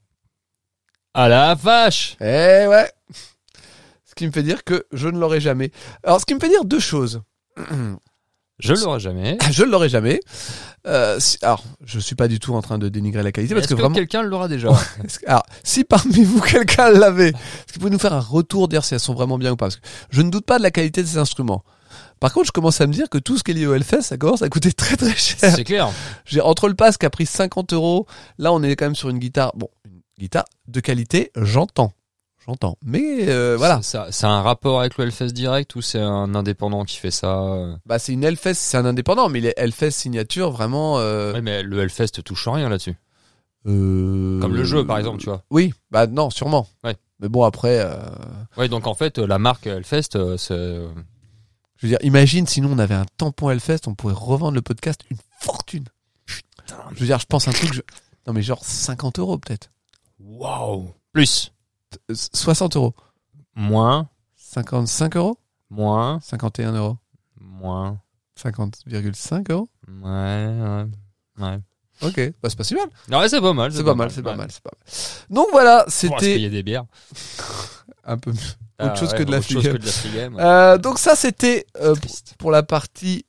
[SPEAKER 2] Ah la vache
[SPEAKER 1] Eh ouais. Ce qui me fait dire que je ne l'aurai jamais. Alors, ce qui me fait dire deux choses.
[SPEAKER 2] Je l'aurai jamais.
[SPEAKER 1] Je ne l'aurai jamais. Euh, si- alors, je suis pas du tout en train de dénigrer la qualité parce
[SPEAKER 2] Est-ce
[SPEAKER 1] que
[SPEAKER 2] que,
[SPEAKER 1] vraiment.
[SPEAKER 2] quelqu'un l'aura déjà
[SPEAKER 1] Est-ce que- Alors, si parmi vous quelqu'un l'avait, est-ce que vous pouvez nous faire un retour, dire si elles sont vraiment bien ou pas Parce que je ne doute pas de la qualité de ces instruments. Par contre, je commence à me dire que tout ce qui est lié au Hellfest, ça commence à coûter très très cher.
[SPEAKER 2] C'est clair.
[SPEAKER 1] J'ai entre le pass qui a pris 50 euros, là on est quand même sur une guitare, bon, une guitare de qualité, j'entends, j'entends. Mais euh, voilà,
[SPEAKER 2] Ça, ça- ça a un rapport avec le Hellfest direct ou c'est un indépendant qui fait ça euh
[SPEAKER 1] bah c'est une Hellfest, c'est un indépendant, mais les Hellfest signature vraiment. euh,
[SPEAKER 2] Ouais, mais le Hellfest touche en rien là-dessus.
[SPEAKER 1] euh,
[SPEAKER 2] Comme le jeu, par exemple, tu vois.
[SPEAKER 1] Oui, bah non, sûrement.
[SPEAKER 2] Ouais.
[SPEAKER 1] Mais bon après. euh,
[SPEAKER 2] Ouais, donc en fait, euh, la marque Hellfest, euh, c'est-
[SPEAKER 1] Je veux dire, imagine sinon on avait un tampon Hellfest, on pourrait revendre le podcast une fortune. Je veux dire, je pense un truc, je- non mais genre 50 euros peut-être,
[SPEAKER 2] Waouh Plus,
[SPEAKER 1] Euh, 60 euros,
[SPEAKER 2] moins,
[SPEAKER 1] 55 euros,
[SPEAKER 2] moins,
[SPEAKER 1] 51 euros,
[SPEAKER 2] moins.
[SPEAKER 1] 50,5 euros.
[SPEAKER 2] Ouais, ouais. ouais.
[SPEAKER 1] Ok, bah, c'est pas si mal.
[SPEAKER 2] Non, ouais, c'est pas mal.
[SPEAKER 1] C'est pas mal, c'est pas mal, c'est pas mal. Donc voilà,
[SPEAKER 2] C'était.
[SPEAKER 1] c'était
[SPEAKER 2] payer des bières.
[SPEAKER 1] un peu. mieux.
[SPEAKER 2] Ah,
[SPEAKER 1] chose que de la
[SPEAKER 2] autre chose
[SPEAKER 1] free
[SPEAKER 2] que de la free game, ouais.
[SPEAKER 1] Euh, donc ça c'était euh, pour-
[SPEAKER 2] Triste.
[SPEAKER 1] pour la partie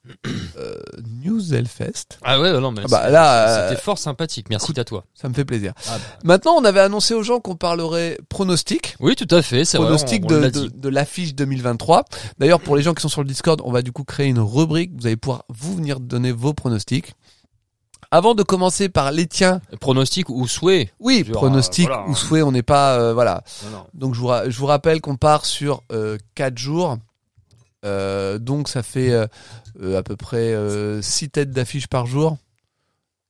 [SPEAKER 1] euh, News Hellfest.
[SPEAKER 2] Ah ouais, non, mais.
[SPEAKER 1] Ah bah
[SPEAKER 2] c'est-
[SPEAKER 1] là, euh,
[SPEAKER 2] C'était fort sympathique, merci à toi.
[SPEAKER 1] ça me fait plaisir.
[SPEAKER 2] Ah bah.
[SPEAKER 1] Maintenant, on avait annoncé aux gens qu'on parlerait pronostic.
[SPEAKER 2] Oui, tout à fait, c'est vrai.
[SPEAKER 1] pronostic
[SPEAKER 2] on- on l'a
[SPEAKER 1] de, de-
[SPEAKER 2] dit.
[SPEAKER 1] de l'affiche 2023. D'ailleurs, pour les gens qui sont sur le Discord, on va du coup créer une rubrique. Vous allez pouvoir vous venir donner vos pronostics. Avant de commencer par les tiens,
[SPEAKER 2] Pronostic ou souhait
[SPEAKER 1] oui,
[SPEAKER 2] Genre,
[SPEAKER 1] pronostics
[SPEAKER 2] euh, voilà.
[SPEAKER 1] ou souhaits, on n'est pas euh, voilà.
[SPEAKER 2] Non, non.
[SPEAKER 1] Donc je vous, ra- je vous rappelle qu'on part sur 4 jours. Euh, donc ça fait euh, euh, à peu près 6 têtes d'affiche par jour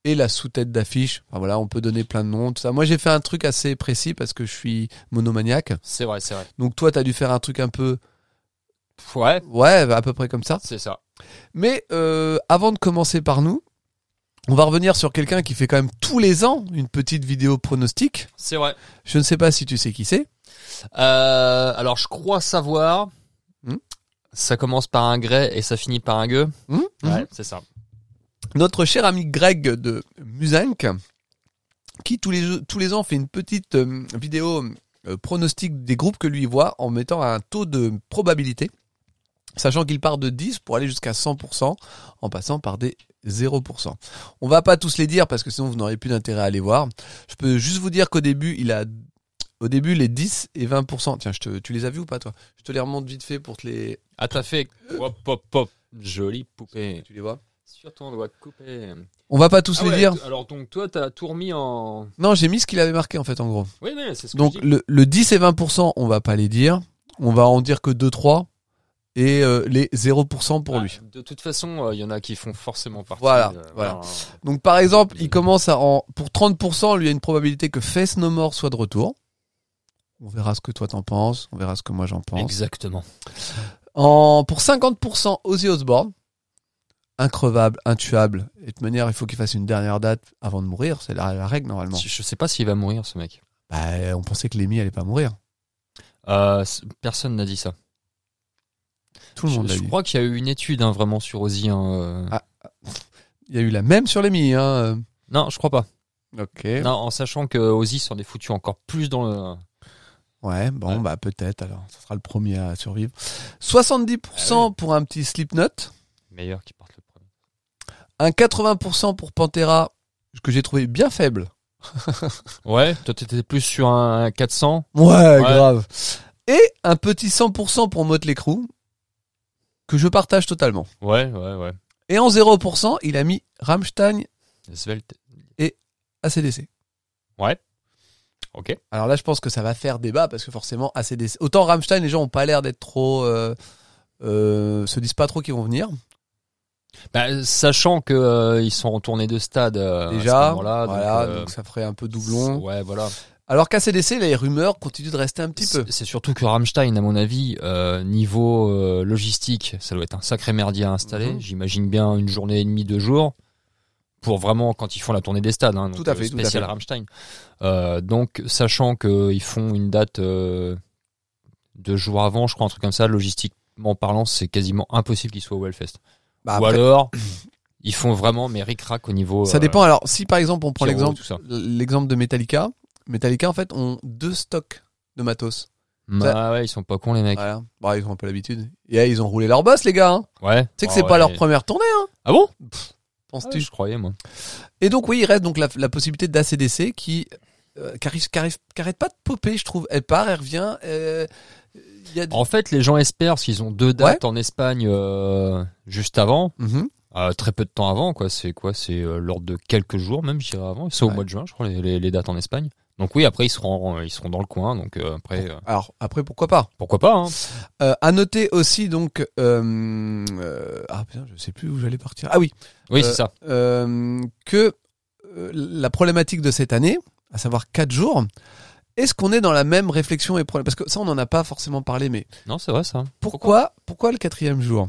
[SPEAKER 1] et la sous-tête d'affiche. Enfin, voilà, on peut donner plein de noms, tout ça. Moi j'ai fait un truc assez précis parce que je suis monomaniaque.
[SPEAKER 2] C'est vrai, c'est vrai.
[SPEAKER 1] Donc toi t'as dû faire un truc un peu
[SPEAKER 2] Ouais,
[SPEAKER 1] Ouais, bah, à peu près comme ça.
[SPEAKER 2] c'est ça.
[SPEAKER 1] Mais euh, avant de commencer par nous, on va revenir sur quelqu'un qui fait quand même tous les ans une petite vidéo pronostic.
[SPEAKER 2] C'est vrai.
[SPEAKER 1] Je ne sais pas si tu sais qui c'est.
[SPEAKER 2] Euh, alors, je crois savoir.
[SPEAKER 1] Hmm.
[SPEAKER 2] Ça commence par un grès et ça finit par un gueux.
[SPEAKER 1] Hmm Mhm.
[SPEAKER 2] Ouais, c'est ça.
[SPEAKER 1] Notre cher ami Greg de Musank, qui tous les, tous les ans fait une petite euh, vidéo euh, pronostic des groupes que lui voit en mettant un taux de probabilité, sachant qu'il part de 10 pour aller jusqu'à 100% en passant par des 0%. On va pas tous les dire parce que sinon vous n'aurez plus d'intérêt à les voir. Je peux juste vous dire qu'au début, il a au début les 10 et 20%. Tiens, je te, tu les as vus ou pas toi Je te les remonte vite fait pour te les
[SPEAKER 2] Ah, t'as fait. Hop, hop, hop. Jolie poupée.
[SPEAKER 1] tu les vois.
[SPEAKER 2] Sur ton doigt coupé.
[SPEAKER 1] On va pas tous
[SPEAKER 2] Ah
[SPEAKER 1] les
[SPEAKER 2] ouais,
[SPEAKER 1] dire.
[SPEAKER 2] t- Alors, donc, toi, t'as tout remis en.
[SPEAKER 1] Non, j'ai mis ce qu'il avait marqué en fait en gros.
[SPEAKER 2] Oui, mais c'est ce que
[SPEAKER 1] Donc
[SPEAKER 2] je dis.
[SPEAKER 1] le, le 10 et 20%, on va pas les dire. On va en dire que 2-3. et euh, les 0% pour
[SPEAKER 2] Ah,
[SPEAKER 1] lui.
[SPEAKER 2] De toute façon, euh, il y en a qui font forcément partie.
[SPEAKER 1] Voilà,
[SPEAKER 2] euh,
[SPEAKER 1] voilà.
[SPEAKER 2] ben,
[SPEAKER 1] Donc par exemple, il commence à en pour 30%, lui il y a une probabilité que Face No More soit de retour. On verra ce que toi t'en penses, on verra ce que moi j'en pense.
[SPEAKER 2] Exactement.
[SPEAKER 1] En, pour 50%, Ozzy Osbourne. Increvable, intuable. Et de toute manière, il faut qu'il fasse une dernière date avant de mourir. C'est la, la règle normalement.
[SPEAKER 2] Je, je sais pas s'il va mourir, ce mec.
[SPEAKER 1] Bah, on pensait que Lemmy allait pas mourir.
[SPEAKER 2] Euh, c- personne n'a dit ça.
[SPEAKER 1] Tout le
[SPEAKER 2] Je-
[SPEAKER 1] monde l'a
[SPEAKER 2] je,
[SPEAKER 1] dit.
[SPEAKER 2] crois qu'il y a eu une étude hein, vraiment sur Ozzy. hein, euh.
[SPEAKER 1] Ah. Il y a eu la même sur Lemmy. Hein.
[SPEAKER 2] Non, je crois pas.
[SPEAKER 1] Ok.
[SPEAKER 2] Non, en sachant que Ozzy s'en est foutu encore plus dans le.
[SPEAKER 1] Ouais, bon,
[SPEAKER 2] Ouais.
[SPEAKER 1] bah peut-être. Alors, ça sera le premier à survivre. 70%
[SPEAKER 2] Ah
[SPEAKER 1] pour un petit Slipknot.
[SPEAKER 2] Meilleur qui porte le premier.
[SPEAKER 1] Un 80% pour Pantera, que j'ai trouvé bien faible.
[SPEAKER 2] Ouais, toi t'étais plus sur un 400.
[SPEAKER 1] Ouais, grave. Et un petit 100% pour Motley Crue, que je partage totalement.
[SPEAKER 2] Ouais, ouais, ouais.
[SPEAKER 1] Et en 0%, il a mis Rammstein
[SPEAKER 2] Svelte.
[SPEAKER 1] ACDC.
[SPEAKER 2] Ouais. Ok.
[SPEAKER 1] Alors là, je pense que ça va faire débat parce que forcément, ACDC. Autant Rammstein, les gens ont pas l'air d'être trop. Euh, euh, se disent pas trop qu'ils vont venir.
[SPEAKER 2] Bah, sachant que euh, ils sont en tournée de stade euh, à ce
[SPEAKER 1] déjà.
[SPEAKER 2] moment-là. donc,
[SPEAKER 1] voilà,
[SPEAKER 2] euh,
[SPEAKER 1] donc ça ferait un peu doublon.
[SPEAKER 2] Ouais, voilà.
[SPEAKER 1] Alors qu'ACDC, les rumeurs continuent de rester un petit peu.
[SPEAKER 2] C'est c'est surtout que Rammstein, à mon avis, euh, niveau euh, logistique, ça doit être un sacré merdier à installer.
[SPEAKER 1] Mhm.
[SPEAKER 2] J'imagine bien une journée et demie, deux jours, pour vraiment quand ils font la tournée des stades. hein, donc,
[SPEAKER 1] Tout à fait,
[SPEAKER 2] euh,
[SPEAKER 1] tout à
[SPEAKER 2] spécial
[SPEAKER 1] fait.
[SPEAKER 2] Rammstein. Euh, donc, sachant qu'ils font une date euh, deux jours avant, je crois, un truc comme ça, logistiquement parlant, c'est quasiment impossible qu'ils soient au Hellfest.
[SPEAKER 1] Bah,
[SPEAKER 2] Ou
[SPEAKER 1] après,
[SPEAKER 2] alors, ils font vraiment mais ric-rac au niveau.
[SPEAKER 1] ça
[SPEAKER 2] euh,
[SPEAKER 1] dépend. Alors, si par exemple on prend
[SPEAKER 2] Pierrot,
[SPEAKER 1] l'exemple,
[SPEAKER 2] tout ça.
[SPEAKER 1] l'exemple de Metallica, Metallica en fait ont deux stocks de matos.
[SPEAKER 2] Ah ouais, ils sont pas cons, les mecs.
[SPEAKER 1] Voilà. Bah, ils ont un peu l'habitude. Et eh, ils ont roulé leur boss, les gars. hein.
[SPEAKER 2] Ouais.
[SPEAKER 1] Tu sais que
[SPEAKER 2] Ah
[SPEAKER 1] c'est pas
[SPEAKER 2] ouais.
[SPEAKER 1] leur première tournée, hein,
[SPEAKER 2] Ah bon
[SPEAKER 1] penses-tu
[SPEAKER 2] Je croyais, moi.
[SPEAKER 1] Et donc oui, il reste donc la, la possibilité d'ACDC qui euh, qu'arrive- qu'arrive- qu'arrête pas de popper, je trouve. Elle part, elle revient. euh, il y a...
[SPEAKER 2] En fait, les gens espèrent, parce qu'ils ont deux dates en Espagne euh, juste avant,
[SPEAKER 1] Mhm.
[SPEAKER 2] euh, très peu de temps avant, quoi. C'est quoi C'est euh, l'ordre de quelques jours, même, je dirais avant. C'est au
[SPEAKER 1] Ouais.
[SPEAKER 2] mois de juin, je crois, les, les- les dates en Espagne. Donc oui, après, ils seront, ils seront dans le coin. Donc euh, après, euh,
[SPEAKER 1] Alors après, pourquoi pas
[SPEAKER 2] pourquoi pas hein.
[SPEAKER 1] Euh, À noter aussi donc euh, euh, ah putain, je sais plus où j'allais partir. Ah oui, Euh,
[SPEAKER 2] Oui, c'est ça.
[SPEAKER 1] euh, que euh, la problématique de cette année, à savoir 4 jours. Est-ce qu'on est dans la même réflexion et problème Parce que ça, on n'en a pas forcément parlé, mais
[SPEAKER 2] Non, c'est vrai, ça.
[SPEAKER 1] Pourquoi, pourquoi le quatrième jour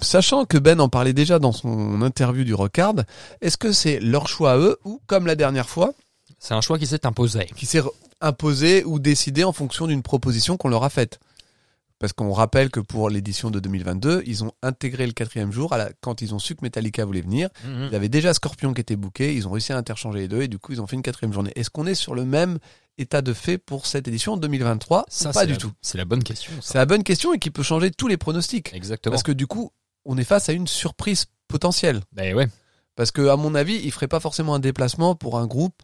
[SPEAKER 1] Sachant que Ben en parlait déjà dans son interview du Rocard, est-ce que c'est leur choix à eux ou, comme la dernière fois,
[SPEAKER 2] C'est un choix qui s'est imposé.
[SPEAKER 1] qui s'est re- imposé ou décidé en fonction d'une proposition qu'on leur a faite Parce qu'on rappelle que pour l'édition de 2022, ils ont intégré le quatrième jour à la- quand ils ont su que Metallica voulait venir.
[SPEAKER 2] Mm.
[SPEAKER 1] Ils avaient déjà Scorpion qui était booké, ils ont réussi à interchanger les deux et du coup ils ont fait une quatrième journée. Est-ce qu'on est sur le même état de fait pour cette édition 2023
[SPEAKER 2] Ça,
[SPEAKER 1] Pas
[SPEAKER 2] c'est
[SPEAKER 1] du
[SPEAKER 2] la-
[SPEAKER 1] tout.
[SPEAKER 2] C'est la bonne question. ça.
[SPEAKER 1] C'est la bonne question et qui peut changer tous les pronostics.
[SPEAKER 2] Exactement.
[SPEAKER 1] Parce que du coup, on est face à une surprise potentielle.
[SPEAKER 2] Ben ouais.
[SPEAKER 1] Parce que, à mon avis, ils feraient pas forcément un déplacement pour un groupe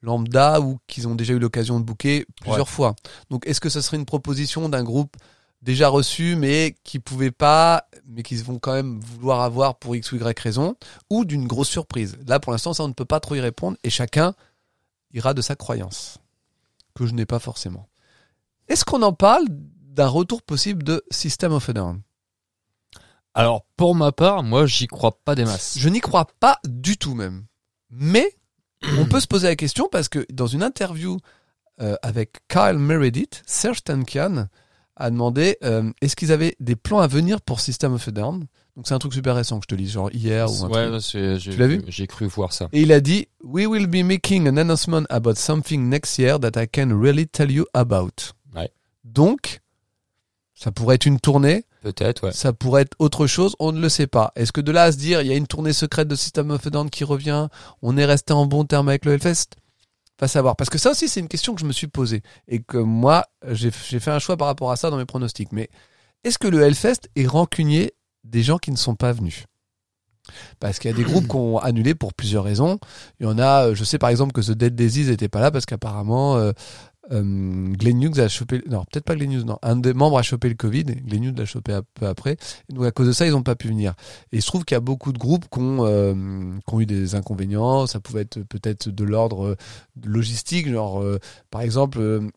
[SPEAKER 1] lambda ou qu'ils ont déjà eu l'occasion de booker plusieurs fois. Donc, est-ce que ce serait une proposition d'un groupe déjà reçu mais qui pouvait pas, mais qu'ils vont quand même vouloir avoir pour x ou y raison, ou d'une grosse surprise Là, pour l'instant, ça on ne peut pas trop y répondre et chacun ira de sa croyance que je n'ai pas forcément. Est-ce qu'on en parle d'un retour possible de System of a Down
[SPEAKER 2] Alors, pour ma part, moi, j'y crois pas des masses.
[SPEAKER 1] Je n'y crois pas du tout même. Mais on peut se poser la question parce que dans une interview euh, avec Kyle Meredith, Serge Tankian a demandé euh, est-ce qu'ils avaient des plans à venir pour System of a Down Donc c'est un truc super récent que je te lis, genre hier Ah, ou un
[SPEAKER 2] Ouais,
[SPEAKER 1] truc.
[SPEAKER 2] c'est- j'ai-
[SPEAKER 1] Tu l'as vu
[SPEAKER 2] J'ai cru voir ça.
[SPEAKER 1] Et il a dit We will be making an announcement about something next year that I can really tell you about.
[SPEAKER 2] Ouais.
[SPEAKER 1] Donc, ça pourrait être une tournée.
[SPEAKER 2] Peut-être, ouais.
[SPEAKER 1] Ça pourrait être autre chose, on ne le sait pas. Est-ce que de là à se dire, il y a une tournée secrète de System of a Down qui revient, on est resté en bon terme avec le Hellfest Pas savoir. Parce que ça aussi, c'est une question que je me suis posée. Et que moi, j'ai j'ai fait un choix par rapport à ça dans mes pronostics. Mais est-ce que le Hellfest est rancunier des gens qui ne sont pas venus parce qu'il y a des groupes qui ont annulé pour plusieurs raisons. Il y en a, euh, je sais par exemple que The Dead Disease n'était pas là parce qu'apparemment euh, euh, Glenn Hughes a chopé, le- non peut-être pas Glenn Hughes, non, un des membres a chopé le Covid, Glenn Hughes l'a chopé un peu après. Et donc à cause de ça, ils n'ont pas pu venir. Et il se trouve qu'il y a beaucoup de groupes qui ont, euh, qui ont eu des inconvénients. Ça pouvait être peut-être de l'ordre euh, logistique, genre euh, par exemple. euh,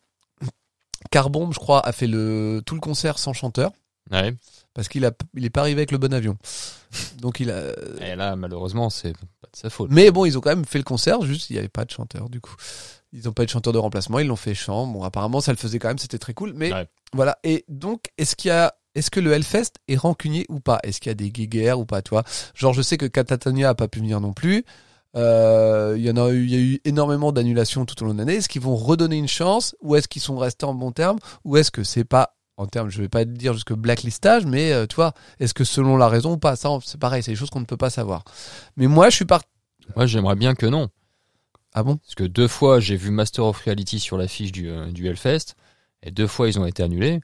[SPEAKER 1] Carbombe, je crois, a fait le, tout le concert sans chanteur
[SPEAKER 2] Ouais.
[SPEAKER 1] parce qu'il a, il est pas arrivé avec le bon avion. Donc il a.
[SPEAKER 2] Et là, malheureusement, c'est pas de sa faute.
[SPEAKER 1] Mais bon, ils ont quand même fait le concert, juste il n'y avait pas de chanteur du coup. Ils n'ont pas eu de chanteur de remplacement, ils l'ont fait chant. Bon, apparemment, ça le faisait quand même, c'était très cool. Mais
[SPEAKER 2] Ouais.
[SPEAKER 1] voilà. Et donc, est-ce qu'il y a. Est-ce que le Hellfest est rancunier ou pas Est-ce qu'il y a des guéguerres ou pas Toi, genre, je sais que Catatonia a pas pu venir non plus. Euh, Il y en a eu, il y a eu énormément d'annulations tout au long de l'année. Est-ce qu'ils vont redonner une chance ou est-ce qu'ils sont restés en bon terme ou est-ce que c'est pas en termes, je vais pas dire jusque blacklistage, mais euh, tu vois, est-ce que selon la raison ou pas Ça, on- c'est pareil, c'est des choses qu'on ne peut pas savoir. Mais moi, je suis parti.
[SPEAKER 2] Moi, j'aimerais bien que non.
[SPEAKER 1] Ah bon
[SPEAKER 2] Parce que deux fois, j'ai vu Master of Reality sur l'affiche du, euh, du Hellfest. Et deux fois, ils ont été annulés.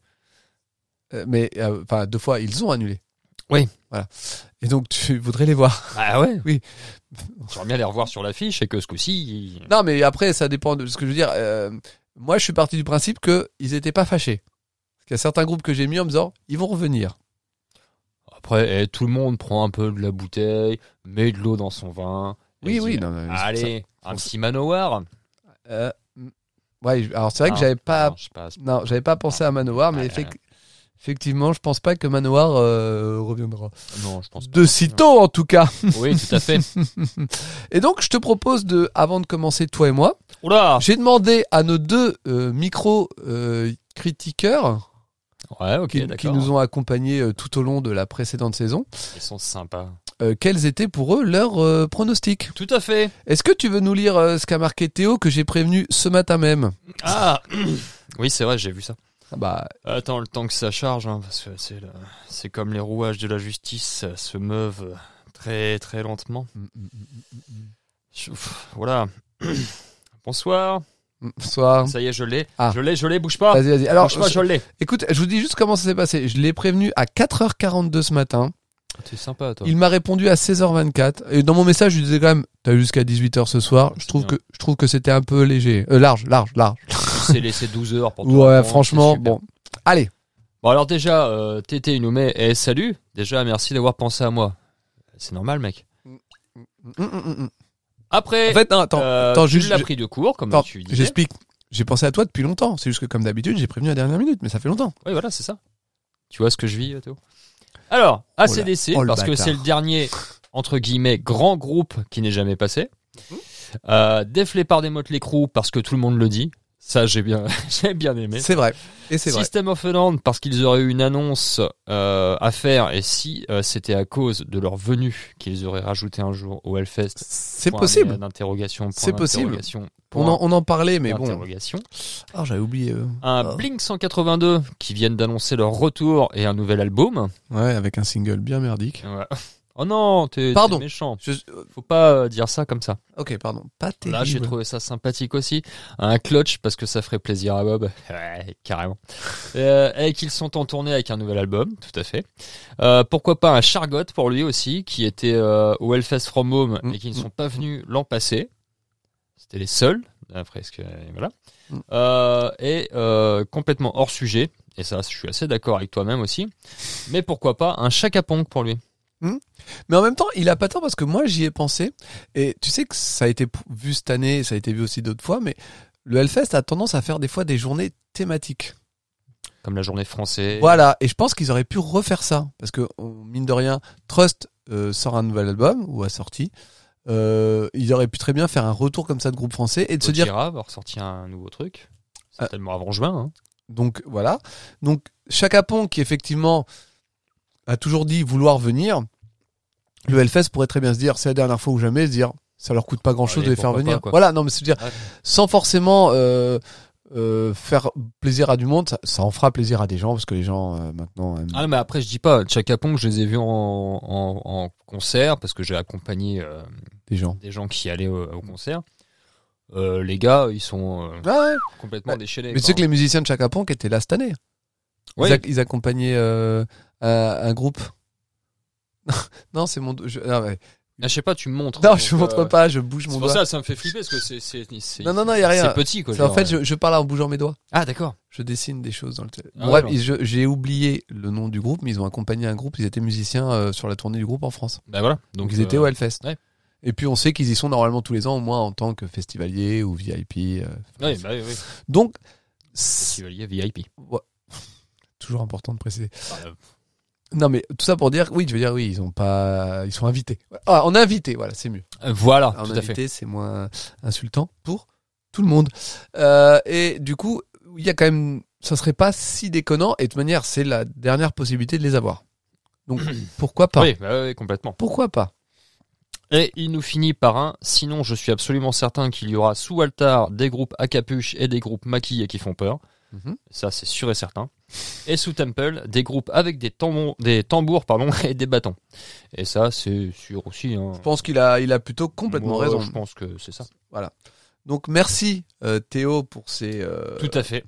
[SPEAKER 1] Euh, Mais euh, enfin, deux fois, ils ont annulé.
[SPEAKER 2] Oui.
[SPEAKER 1] Voilà. Et donc, tu voudrais les voir.
[SPEAKER 2] Ah ouais
[SPEAKER 1] Oui.
[SPEAKER 2] J'aimerais bien les revoir sur l'affiche et que ce coup-ci. ils-
[SPEAKER 1] Non, mais après, ça dépend de ce que je veux dire. Euh, moi, je suis parti du principe que ils étaient pas fâchés. Parce qu'il y a certains groupes que j'ai mis en me disant, ils vont revenir.
[SPEAKER 2] Après, eh, tout le monde prend un peu de la bouteille, met de l'eau dans son vin. et
[SPEAKER 1] Oui,
[SPEAKER 2] se
[SPEAKER 1] oui.
[SPEAKER 2] dit,
[SPEAKER 1] non, non,
[SPEAKER 2] Allez, un petit manoir.
[SPEAKER 1] ça- ah, euh, mm. ouais, je- alors c'est vrai que
[SPEAKER 2] Non,
[SPEAKER 1] j'avais pas,
[SPEAKER 2] Non, Ah, je sais pas, c'est-
[SPEAKER 1] non, j'avais pas pensé à Manowar, mais
[SPEAKER 2] Ouais,
[SPEAKER 1] effec- effectivement, je pense pas que Manowar euh, reviendra.
[SPEAKER 2] non, je pense pas.
[SPEAKER 1] De sitôt, en tout cas.
[SPEAKER 2] Oui, tout à fait.
[SPEAKER 1] Et donc, je te propose de, avant de commencer, toi et moi,
[SPEAKER 2] Oula
[SPEAKER 1] J'ai demandé à nos deux euh, micro euh, critiqueurs
[SPEAKER 2] Ouais, ok,
[SPEAKER 1] qui, qui
[SPEAKER 2] d'accord.
[SPEAKER 1] nous ont accompagnés euh, tout au long de la précédente saison,
[SPEAKER 2] Ils sont sympas.
[SPEAKER 1] euh, quels étaient pour eux leurs euh, pronostics.
[SPEAKER 2] Tout à fait.
[SPEAKER 1] Est-ce que tu veux nous lire euh, ce qu'a marqué Théo que j'ai prévenu ce matin même
[SPEAKER 2] Ah Oui, c'est vrai, j'ai vu ça.
[SPEAKER 1] Ah Bah,
[SPEAKER 2] Attends, le temps que ça charge, hein, parce que c'est le- c'est comme les rouages de la justice, ça se meuvent euh, très très lentement.
[SPEAKER 1] Mm,
[SPEAKER 2] Je- pff, Voilà. Bonsoir.
[SPEAKER 1] bonsoir.
[SPEAKER 2] Ça y est, je l'ai.
[SPEAKER 1] Ah.
[SPEAKER 2] Je l'ai, je l'ai, bouge pas.
[SPEAKER 1] mm. Vas-y, vas-y. Alors, euh,
[SPEAKER 2] bouge pas, je l'ai.
[SPEAKER 1] écoute, je vous dis juste comment ça s'est passé. Je l'ai prévenu à 4h42 ce matin.
[SPEAKER 2] T'es sympa, toi.
[SPEAKER 1] Il m'a répondu à 16h24. Et dans mon message, je lui disais quand même, t'as jusqu'à 18h ce soir. Je trouve
[SPEAKER 2] bien.
[SPEAKER 1] que, je trouve que c'était un peu léger. Euh, large, large, large.
[SPEAKER 2] s'est laissé 12 heures pour toi.
[SPEAKER 1] Ouais, franchement, bon. Allez.
[SPEAKER 2] Bon, alors déjà, euh, Tété, il nous met eh, salut. Déjà, merci d'avoir pensé à moi. C'est normal, mec.
[SPEAKER 1] Mm, mm, mm, mm.
[SPEAKER 2] Après,
[SPEAKER 1] En fait, non, attends,
[SPEAKER 2] euh,
[SPEAKER 1] attends,
[SPEAKER 2] tu
[SPEAKER 1] juste-
[SPEAKER 2] l'as
[SPEAKER 1] je-
[SPEAKER 2] pris de court, comme
[SPEAKER 1] attends,
[SPEAKER 2] tu disais.
[SPEAKER 1] j'explique. J'ai pensé à toi depuis longtemps. C'est juste que, comme d'habitude, j'ai prévenu à la dernière minute, mais ça fait longtemps.
[SPEAKER 2] Oui, voilà, c'est ça. Tu vois ce que je vis, euh, Théo Alors, ACDC,
[SPEAKER 1] Oh le
[SPEAKER 2] parce que
[SPEAKER 1] bâtard.
[SPEAKER 2] c'est le dernier, entre guillemets, grand groupe qui n'est jamais passé.
[SPEAKER 1] Mhm.
[SPEAKER 2] Euh, Def Leppard et Motley Crue, parce que tout le monde le dit. Ça, j'ai bien, j'ai bien aimé.
[SPEAKER 1] C'est vrai. Et c'est vrai.
[SPEAKER 2] System of a Down, parce qu'ils auraient eu une annonce euh, à faire, et si euh, c'était à cause de leur venue qu'ils auraient rajouté un jour au Hellfest.
[SPEAKER 1] C'est
[SPEAKER 2] point
[SPEAKER 1] possible.
[SPEAKER 2] d'interrogation, point
[SPEAKER 1] C'est possible.
[SPEAKER 2] d'interrogation,
[SPEAKER 1] On en,
[SPEAKER 2] point
[SPEAKER 1] on en parlait, mais bon.
[SPEAKER 2] d'interrogation.
[SPEAKER 1] Ah, j'avais oublié. euh.
[SPEAKER 2] Un
[SPEAKER 1] Ah.
[SPEAKER 2] Blink 182 qui viennent d'annoncer leur retour et un nouvel album.
[SPEAKER 1] Ouais, avec un single bien merdique.
[SPEAKER 2] Ouais. Oh non, t'es
[SPEAKER 1] Pardon.
[SPEAKER 2] t'es méchant.
[SPEAKER 1] Je- euh,
[SPEAKER 2] Faut pas euh, dire ça comme ça.
[SPEAKER 1] Ok, pardon. Pas terrible.
[SPEAKER 2] Là, j'ai trouvé ça sympathique aussi. Un clutch parce que ça ferait plaisir à Bob. Ouais, carrément. Euh, et qu'ils sont en tournée avec un nouvel album, tout à fait. Euh, pourquoi pas un Chargot pour lui aussi, qui était euh, au Hellfest From Home
[SPEAKER 1] Mm.
[SPEAKER 2] et qui ne sont pas venus l'an passé. C'était les seuls, après ce que. Voilà.
[SPEAKER 1] Mm.
[SPEAKER 2] Euh, et euh, complètement hors sujet. Et ça, je suis assez d'accord avec toi-même aussi. Mais pourquoi pas un Chacapong pour lui
[SPEAKER 1] Mais en même temps, il a pas tort parce que moi, j'y ai pensé. Et tu sais que ça a été p- vu cette année, ça a été vu aussi d'autres fois, mais le Hellfest a tendance à faire des fois des journées thématiques.
[SPEAKER 2] Comme la journée française.
[SPEAKER 1] Voilà, et je pense qu'ils auraient pu refaire ça. Parce que, on- mine de rien, Trust euh, sort un nouvel album, ou a sorti. Euh, ils auraient pu très bien faire un retour comme ça de groupe français et de se dire. Euh,
[SPEAKER 2] Gojira va ressortir un nouveau truc. Certainement avant juin. hein.
[SPEAKER 1] Donc voilà. Donc Chaka Pong, qui effectivement a toujours dit vouloir venir, le Hellfest pourrait très bien se dire c'est la dernière fois ou jamais, se dire ça leur coûte pas grand chose de
[SPEAKER 2] Allez,
[SPEAKER 1] les faire
[SPEAKER 2] pourquoi
[SPEAKER 1] venir.
[SPEAKER 2] pas, quoi.
[SPEAKER 1] voilà, non mais c'est dire
[SPEAKER 2] Ouais.
[SPEAKER 1] sans forcément euh, euh, faire plaisir à du monde, ça, ça en fera plaisir à des gens parce que les gens euh, maintenant aiment
[SPEAKER 2] Ah non, mais après je dis pas, Chaka Pong, je les ai vus en, en- en concert parce que j'ai accompagné euh,
[SPEAKER 1] des gens.
[SPEAKER 2] des gens qui allaient au, au concert. Euh, les gars, ils sont euh,
[SPEAKER 1] Ah ouais,
[SPEAKER 2] complètement
[SPEAKER 1] Ouais.
[SPEAKER 2] déchaînés.
[SPEAKER 1] Mais tu sais que les musiciens de Chaka Punk étaient là cette année.
[SPEAKER 2] Oui.
[SPEAKER 1] Ils, ac- ils accompagnaient euh, un, un groupe. non, c'est mon. Je, non, ouais.
[SPEAKER 2] Ah, je sais pas, tu me montres.
[SPEAKER 1] Non,
[SPEAKER 2] donc,
[SPEAKER 1] je
[SPEAKER 2] euh,
[SPEAKER 1] montre pas, je bouge mon
[SPEAKER 2] C'est pour
[SPEAKER 1] doigt.
[SPEAKER 2] ça, ça me fait flipper parce que c'est c'est c'est-
[SPEAKER 1] non, non, non, il n'y a rien.
[SPEAKER 2] c'est petit quoi.
[SPEAKER 1] C'est- En
[SPEAKER 2] genre,
[SPEAKER 1] fait,
[SPEAKER 2] euh.
[SPEAKER 1] je, je parle en bougeant mes doigts.
[SPEAKER 2] Ah d'accord.
[SPEAKER 1] Je dessine des choses dans le.
[SPEAKER 2] Ah,
[SPEAKER 1] Bref,
[SPEAKER 2] ouais,
[SPEAKER 1] ils- je- j'ai oublié le nom du groupe, mais ils ont accompagné un groupe. Ils étaient musiciens euh, sur la tournée du groupe en France.
[SPEAKER 2] Bah voilà.
[SPEAKER 1] Donc,
[SPEAKER 2] Donc
[SPEAKER 1] ils étaient
[SPEAKER 2] euh,
[SPEAKER 1] au Hellfest.
[SPEAKER 2] ouais.
[SPEAKER 1] Et puis on sait qu'ils y sont normalement tous les ans, au moins en tant que festivalier ou VIP. euh.
[SPEAKER 2] ouais, bah oui, oui.
[SPEAKER 1] Donc
[SPEAKER 2] Festivalier VIP.
[SPEAKER 1] Toujours important de préciser.
[SPEAKER 2] Enfin,
[SPEAKER 1] Non, mais tout ça pour dire, oui, je veux dire, oui, ils ont pas, ils sont invités. Ah, on est invité, voilà, c'est mieux.
[SPEAKER 2] euh, voilà,
[SPEAKER 1] Alors,
[SPEAKER 2] tout
[SPEAKER 1] on est
[SPEAKER 2] à fait.
[SPEAKER 1] Ah, invité, c'est moins insultant pour tout le monde. Euh, et du coup, il y a quand même, ça serait pas si déconnant. Et de toute manière, c'est la dernière possibilité de les avoir. Donc pourquoi pas
[SPEAKER 2] Oui, bah oui, complètement.
[SPEAKER 1] Pourquoi pas
[SPEAKER 2] Et il nous finit par un sinon je suis absolument certain qu'il y aura sous altar des groupes à capuche et des groupes maquillés qui font peur.
[SPEAKER 1] Mhm.
[SPEAKER 2] Ça c'est sûr et certain. Et sous Temple, des groupes avec des tambours, des tambours pardon, et des bâtons. Et ça c'est sûr aussi. hein.
[SPEAKER 1] Je pense qu'il a, il a plutôt complètement
[SPEAKER 2] Moi,
[SPEAKER 1] raison.
[SPEAKER 2] Je pense que c'est ça.
[SPEAKER 1] Donc merci euh, Théo pour ces. euh,
[SPEAKER 2] Tout à fait.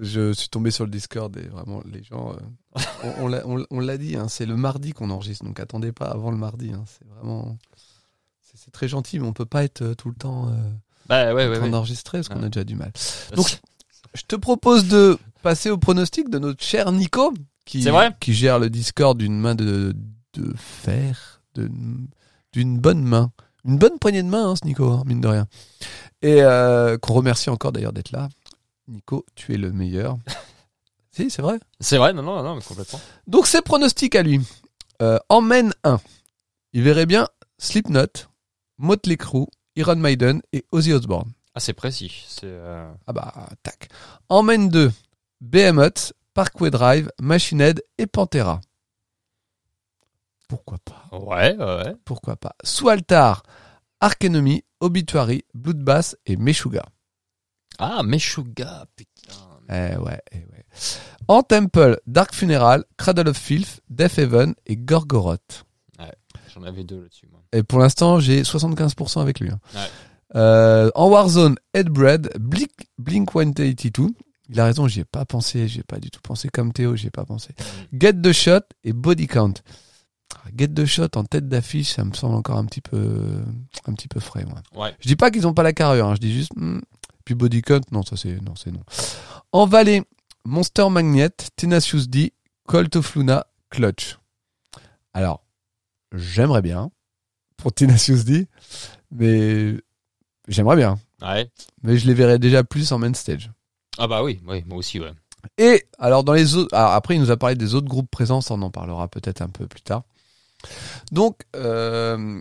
[SPEAKER 1] Je suis tombé sur le Discord et vraiment les gens. euh, on- on l'a- on on l'a dit, hein, c'est le mardi qu'on enregistre, donc attendez pas avant le mardi. hein, c'est vraiment. c'est- C'est très gentil, mais on peut pas être euh, tout le temps euh,
[SPEAKER 2] Bah ouais,
[SPEAKER 1] en
[SPEAKER 2] ouais,
[SPEAKER 1] train
[SPEAKER 2] ouais.
[SPEAKER 1] d'enregistrer parce qu'on
[SPEAKER 2] Ouais.
[SPEAKER 1] a déjà du mal. Donc- Je te propose de passer au pronostic de notre cher Nico, qui,
[SPEAKER 2] C'est vrai
[SPEAKER 1] qui gère le Discord d'une main de, de fer, de- d'une bonne main. Une bonne poignée de main, hein, ce Nico, hein, mine de rien. Et euh, qu'on remercie encore d'ailleurs d'être là. Nico, tu es le meilleur. si, c'est vrai.
[SPEAKER 2] c'est vrai, non, non, non, mais complètement.
[SPEAKER 1] Donc ses pronostics à lui. Euh, emmène 1. Il verrait bien Slipknot, Motley Crue, Iron Maiden et Ozzy Osbourne.
[SPEAKER 2] Ah, c'est précis. C'est euh,
[SPEAKER 1] Ah bah, tac. Emmène 2. Behemoth, Parkway Drive, Machine Head et Pantera. Pourquoi pas
[SPEAKER 2] ouais, ouais.
[SPEAKER 1] Pourquoi pas Swaltar, Ark Enemy, Obituary, Bloodbath et Meshuga.
[SPEAKER 2] Ah, Meshuga, putain.
[SPEAKER 1] Eh ouais, eh ouais. En Temple, Dark Funeral, Cradle of Filth, Death Heaven et Gorgoroth.
[SPEAKER 2] J'en avais deux là-dessus. moi.
[SPEAKER 1] Et pour l'instant, j'ai 75% avec lui. hein.
[SPEAKER 2] Ouais.
[SPEAKER 1] Euh, en Warzone, Headbread, Blink, Blink 182. Il a raison, j'y ai pas pensé, j'y ai pas du tout pensé comme Théo, j'y ai pas pensé. Get the Shot et Body Count. Ah, Get the Shot en tête d'affiche, ça me semble encore un petit peu, un petit peu frais, moi.
[SPEAKER 2] Ouais.
[SPEAKER 1] Je dis pas qu'ils ont pas la carrure, hein, je dis juste. hmm. Puis Body Count, non, ça c'est, non, c'est non. En Vallée, Monster Magnet, Tenacious D, Colt of Luna, Clutch. Alors, j'aimerais bien pour Tenacious D, mais j'aimerais bien.
[SPEAKER 2] Ouais.
[SPEAKER 1] Mais je les verrais déjà plus en main stage.
[SPEAKER 2] Ah bah oui, oui, moi aussi, ouais.
[SPEAKER 1] Et alors dans les autres, alors après il nous a parlé des autres groupes présents, ça, on en parlera peut-être un peu plus tard. Donc euh,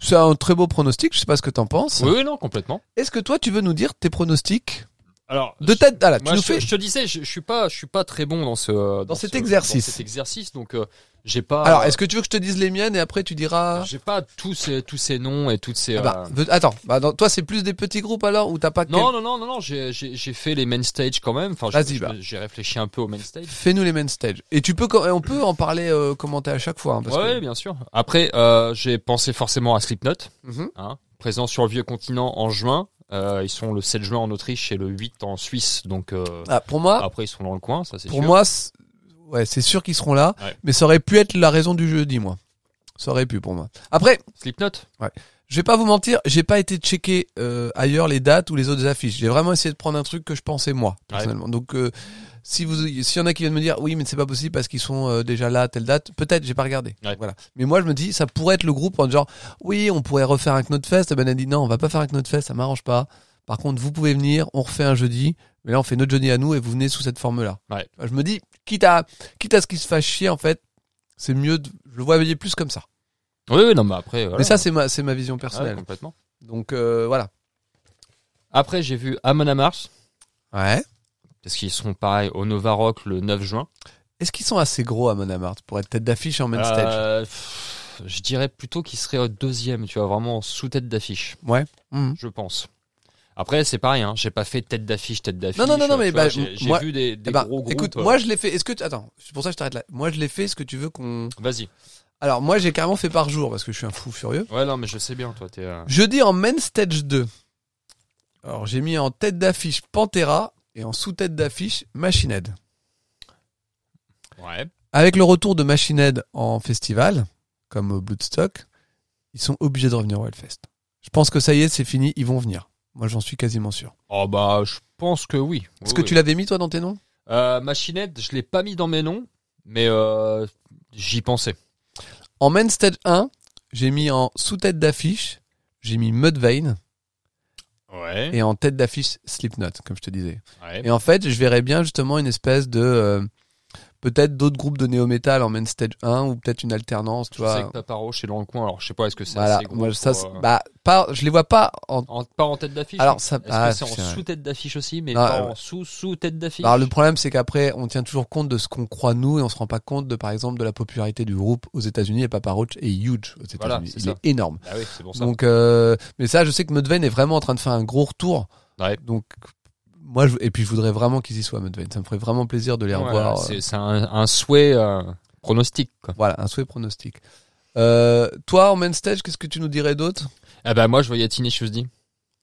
[SPEAKER 1] c'est un très beau pronostic. Je sais pas ce que t'en penses.
[SPEAKER 2] Oui, oui, non, complètement.
[SPEAKER 1] Est-ce que toi tu veux nous dire tes pronostics
[SPEAKER 2] Alors,
[SPEAKER 1] de tête Ah là, tu
[SPEAKER 2] Moi,
[SPEAKER 1] nous
[SPEAKER 2] je,
[SPEAKER 1] fais.
[SPEAKER 2] je te disais, je, je suis pas, je suis pas très bon dans ce dans,
[SPEAKER 1] cet
[SPEAKER 2] ce-
[SPEAKER 1] exercice.
[SPEAKER 2] dans cet exercice, donc euh, j'ai pas.
[SPEAKER 1] Alors est-ce que tu veux que je te dise les miennes et après tu diras.
[SPEAKER 2] j'ai pas tous ces tous ces noms et toutes ces.
[SPEAKER 1] Ah bah,
[SPEAKER 2] euh,
[SPEAKER 1] veux- Attends, bah, dans- toi c'est plus des petits groupes alors ou t'as pas.
[SPEAKER 2] Non, non, non, non, non, j'ai- j'ai j'ai fait les main stage quand même. Enfin, j'ai-
[SPEAKER 1] Vas-y, bah.
[SPEAKER 2] j'ai réfléchi un peu aux main stage.
[SPEAKER 1] Fais-nous les main stage. Et tu peux, co- on peut en parler, euh, commenter à chaque fois. hein, parce
[SPEAKER 2] Ouais,
[SPEAKER 1] que...
[SPEAKER 2] bien sûr. Après, euh, j'ai pensé forcément à Slipknot,
[SPEAKER 1] Mhm.
[SPEAKER 2] hein, présent sur le vieux continent en juin. Euh, ils sont le 7 juin en Autriche et le 8 en Suisse, donc euh,
[SPEAKER 1] Ah, pour moi,
[SPEAKER 2] après ils sont dans le coin, ça c'est
[SPEAKER 1] pour
[SPEAKER 2] sûr.
[SPEAKER 1] moi, c'est- ouais, c'est sûr qu'ils seront là,
[SPEAKER 2] Ouais.
[SPEAKER 1] mais ça aurait pu être la raison du jeudi, moi. Ça aurait pu pour moi. Après,
[SPEAKER 2] Slipknot,
[SPEAKER 1] je vais pas vous mentir, j'ai pas été checker euh, ailleurs les dates ou les autres affiches. J'ai vraiment essayé de prendre un truc que je pensais moi personnellement. Donc euh, si vous, s'il y en a qui viennent me dire oui, mais c'est pas possible parce qu'ils sont euh, déjà là à telle date, peut-être j'ai pas regardé.
[SPEAKER 2] Ouais.
[SPEAKER 1] Voilà. Mais moi je me dis ça pourrait être le groupe en genre oui, on pourrait refaire un Knotfest. Et ben elle a dit non, on va pas faire un Knotfest, ça m'arrange pas. Par contre, vous pouvez venir, on refait un jeudi, mais là on fait notre jeudi à nous et vous venez sous cette forme-là.
[SPEAKER 2] Ouais.
[SPEAKER 1] Je me dis quitte à quitte à ce qu'ils se fassent chier en fait, c'est mieux. de- je le voyais plus comme ça.
[SPEAKER 2] oui, oui, non, mais après, voilà.
[SPEAKER 1] Mais ça c'est ma c'est ma vision
[SPEAKER 2] Ah, ouais,
[SPEAKER 1] personnelle.
[SPEAKER 2] complètement.
[SPEAKER 1] Donc euh, voilà.
[SPEAKER 2] Après, j'ai vu Amon Amars,
[SPEAKER 1] Ouais.
[SPEAKER 2] parce qu'ils seront pareil au Nova Rock le 9 juin.
[SPEAKER 1] Est-ce qu'ils sont assez gros à Monamart pour être tête d'affiche en main stage
[SPEAKER 2] Euh, pff, je dirais plutôt qu'ils seraient au deuxième, tu vois, vraiment sous tête d'affiche,
[SPEAKER 1] Mhm.
[SPEAKER 2] je pense. Après, c'est pareil, hein, j'ai pas fait tête d'affiche, tête d'affiche. euh,
[SPEAKER 1] Non, non, non, non,
[SPEAKER 2] tu
[SPEAKER 1] mais
[SPEAKER 2] vois,
[SPEAKER 1] bah,
[SPEAKER 2] j'ai j'ai
[SPEAKER 1] moi-
[SPEAKER 2] vu des, des
[SPEAKER 1] Eh ben,
[SPEAKER 2] gros groupes.
[SPEAKER 1] écoute,
[SPEAKER 2] euh,
[SPEAKER 1] moi je l'ai fait. Est-ce que tu... attends, c'est pour ça que je t'arrête là. Moi je l'ai fait. Est-ce que tu veux qu'on
[SPEAKER 2] Vas-y.
[SPEAKER 1] Alors moi j'ai carrément fait par jour parce que je suis un fou furieux.
[SPEAKER 2] Ouais, non, mais je sais bien, toi, t'es. euh,
[SPEAKER 1] Jeudi en main stage 2. Alors j'ai mis en tête d'affiche Pantera et en sous-tête d'affiche Machine Head.
[SPEAKER 2] Ouais.
[SPEAKER 1] Avec le retour de Machine Head en festival, comme au Bloodstock, ils sont obligés de revenir au Hellfest. Je pense que ça y est, c'est fini, ils vont venir. Moi j'en suis quasiment sûr.
[SPEAKER 2] Oh, bah, je pense que oui.
[SPEAKER 1] Est-ce
[SPEAKER 2] Oui,
[SPEAKER 1] que
[SPEAKER 2] oui.
[SPEAKER 1] tu l'avais mis toi dans tes noms
[SPEAKER 2] Euh, Machinette, je l'ai pas mis dans mes noms, mais euh, j'y pensais.
[SPEAKER 1] En main stage 1, j'ai mis en sous-tête d'affiche, j'ai mis Mudvayne.
[SPEAKER 2] Ouais.
[SPEAKER 1] et en tête d'affiche Slipknot, comme je te disais.
[SPEAKER 2] ouais.
[SPEAKER 1] Et en fait, je verrais bien justement une espèce de euh, peut-être d'autres groupes de néo-metal en main stage 1 ou peut-être une alternance, tu
[SPEAKER 2] Je sais que
[SPEAKER 1] vois.
[SPEAKER 2] Papa Roach est dans le coin, alors je sais pas, est-ce que c'est
[SPEAKER 1] Voilà,
[SPEAKER 2] assez gros
[SPEAKER 1] moi ça,
[SPEAKER 2] pour,
[SPEAKER 1] c'est-
[SPEAKER 2] euh,
[SPEAKER 1] bah, pas, je les vois pas en.
[SPEAKER 2] en- pas en tête d'affiche hein,
[SPEAKER 1] Alors ça,
[SPEAKER 2] Est-ce
[SPEAKER 1] ah,
[SPEAKER 2] que c'est
[SPEAKER 1] c'est
[SPEAKER 2] en
[SPEAKER 1] vrai.
[SPEAKER 2] sous-tête d'affiche aussi, mais
[SPEAKER 1] Ah,
[SPEAKER 2] pas
[SPEAKER 1] ouais.
[SPEAKER 2] en sous-sous-tête d'affiche
[SPEAKER 1] Alors bah, le problème c'est qu'après on tient toujours compte de ce qu'on croit nous et on se rend pas compte de par exemple de la popularité du groupe aux États-Unis et Papa Roach est huge aux États-Unis,
[SPEAKER 2] Voilà, c'est
[SPEAKER 1] il
[SPEAKER 2] ça.
[SPEAKER 1] est énorme.
[SPEAKER 2] Ah oui, c'est pour ça.
[SPEAKER 1] Donc euh, mais ça je sais que Mudvayne est vraiment en train de faire un gros retour.
[SPEAKER 2] Ouais.
[SPEAKER 1] Donc moi je, et puis je voudrais vraiment qu'ils y soient Mudvayne, ça me ferait vraiment plaisir de les
[SPEAKER 2] Voilà,
[SPEAKER 1] revoir. euh,
[SPEAKER 2] c'est c'est un, un souhait euh, pronostic. Quoi.
[SPEAKER 1] Voilà, un souhait pronostic. Euh, toi, en main stage, qu'est-ce que tu nous dirais d'autre
[SPEAKER 2] Ah bah moi je voyais Teenage Tuesday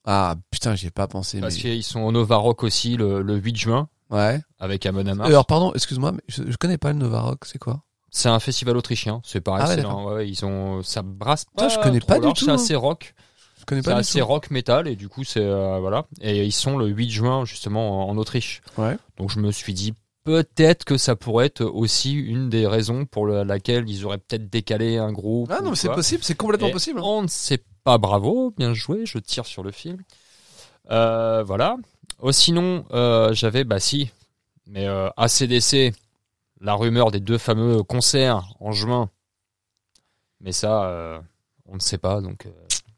[SPEAKER 1] Ah putain, j'y ai pas pensé.
[SPEAKER 2] parce
[SPEAKER 1] mais-
[SPEAKER 2] qu'ils sont au Nova Rock aussi le, le 8 juin
[SPEAKER 1] Ouais. Euh,
[SPEAKER 2] avec Amon Amarth.
[SPEAKER 1] Alors pardon, excuse-moi, mais je, je connais pas le Novarock, c'est quoi
[SPEAKER 2] C'est un festival autrichien, c'est pareil.
[SPEAKER 1] Ah ouais,
[SPEAKER 2] c'est
[SPEAKER 1] d'accord.
[SPEAKER 2] dans- ouais, ils ont ça brasse
[SPEAKER 1] Putain,
[SPEAKER 2] pas.
[SPEAKER 1] je connais
[SPEAKER 2] trop
[SPEAKER 1] pas du
[SPEAKER 2] large,
[SPEAKER 1] tout,
[SPEAKER 2] C'est
[SPEAKER 1] hein.
[SPEAKER 2] assez rock,
[SPEAKER 1] Je connais
[SPEAKER 2] c'est
[SPEAKER 1] pas
[SPEAKER 2] assez
[SPEAKER 1] du tout.
[SPEAKER 2] rock metal et du coup c'est euh, voilà et ils sont le 8 juin justement en, en Autriche.
[SPEAKER 1] Ouais.
[SPEAKER 2] Donc je me suis dit peut-être que ça pourrait être aussi une des raisons pour le- laquelle ils auraient peut-être décalé un groupe.
[SPEAKER 1] Ah non,
[SPEAKER 2] ou
[SPEAKER 1] mais c'est
[SPEAKER 2] quoi.
[SPEAKER 1] possible, c'est complètement
[SPEAKER 2] Et
[SPEAKER 1] possible. hein.
[SPEAKER 2] On ne sait pas, bravo, bien joué, je tire sur le film. Euh, voilà. Oh, sinon, euh, j'avais, bah si, mais euh, ACDC, la rumeur des deux fameux concerts en juin. Mais ça, euh, on ne sait pas. Donc, euh,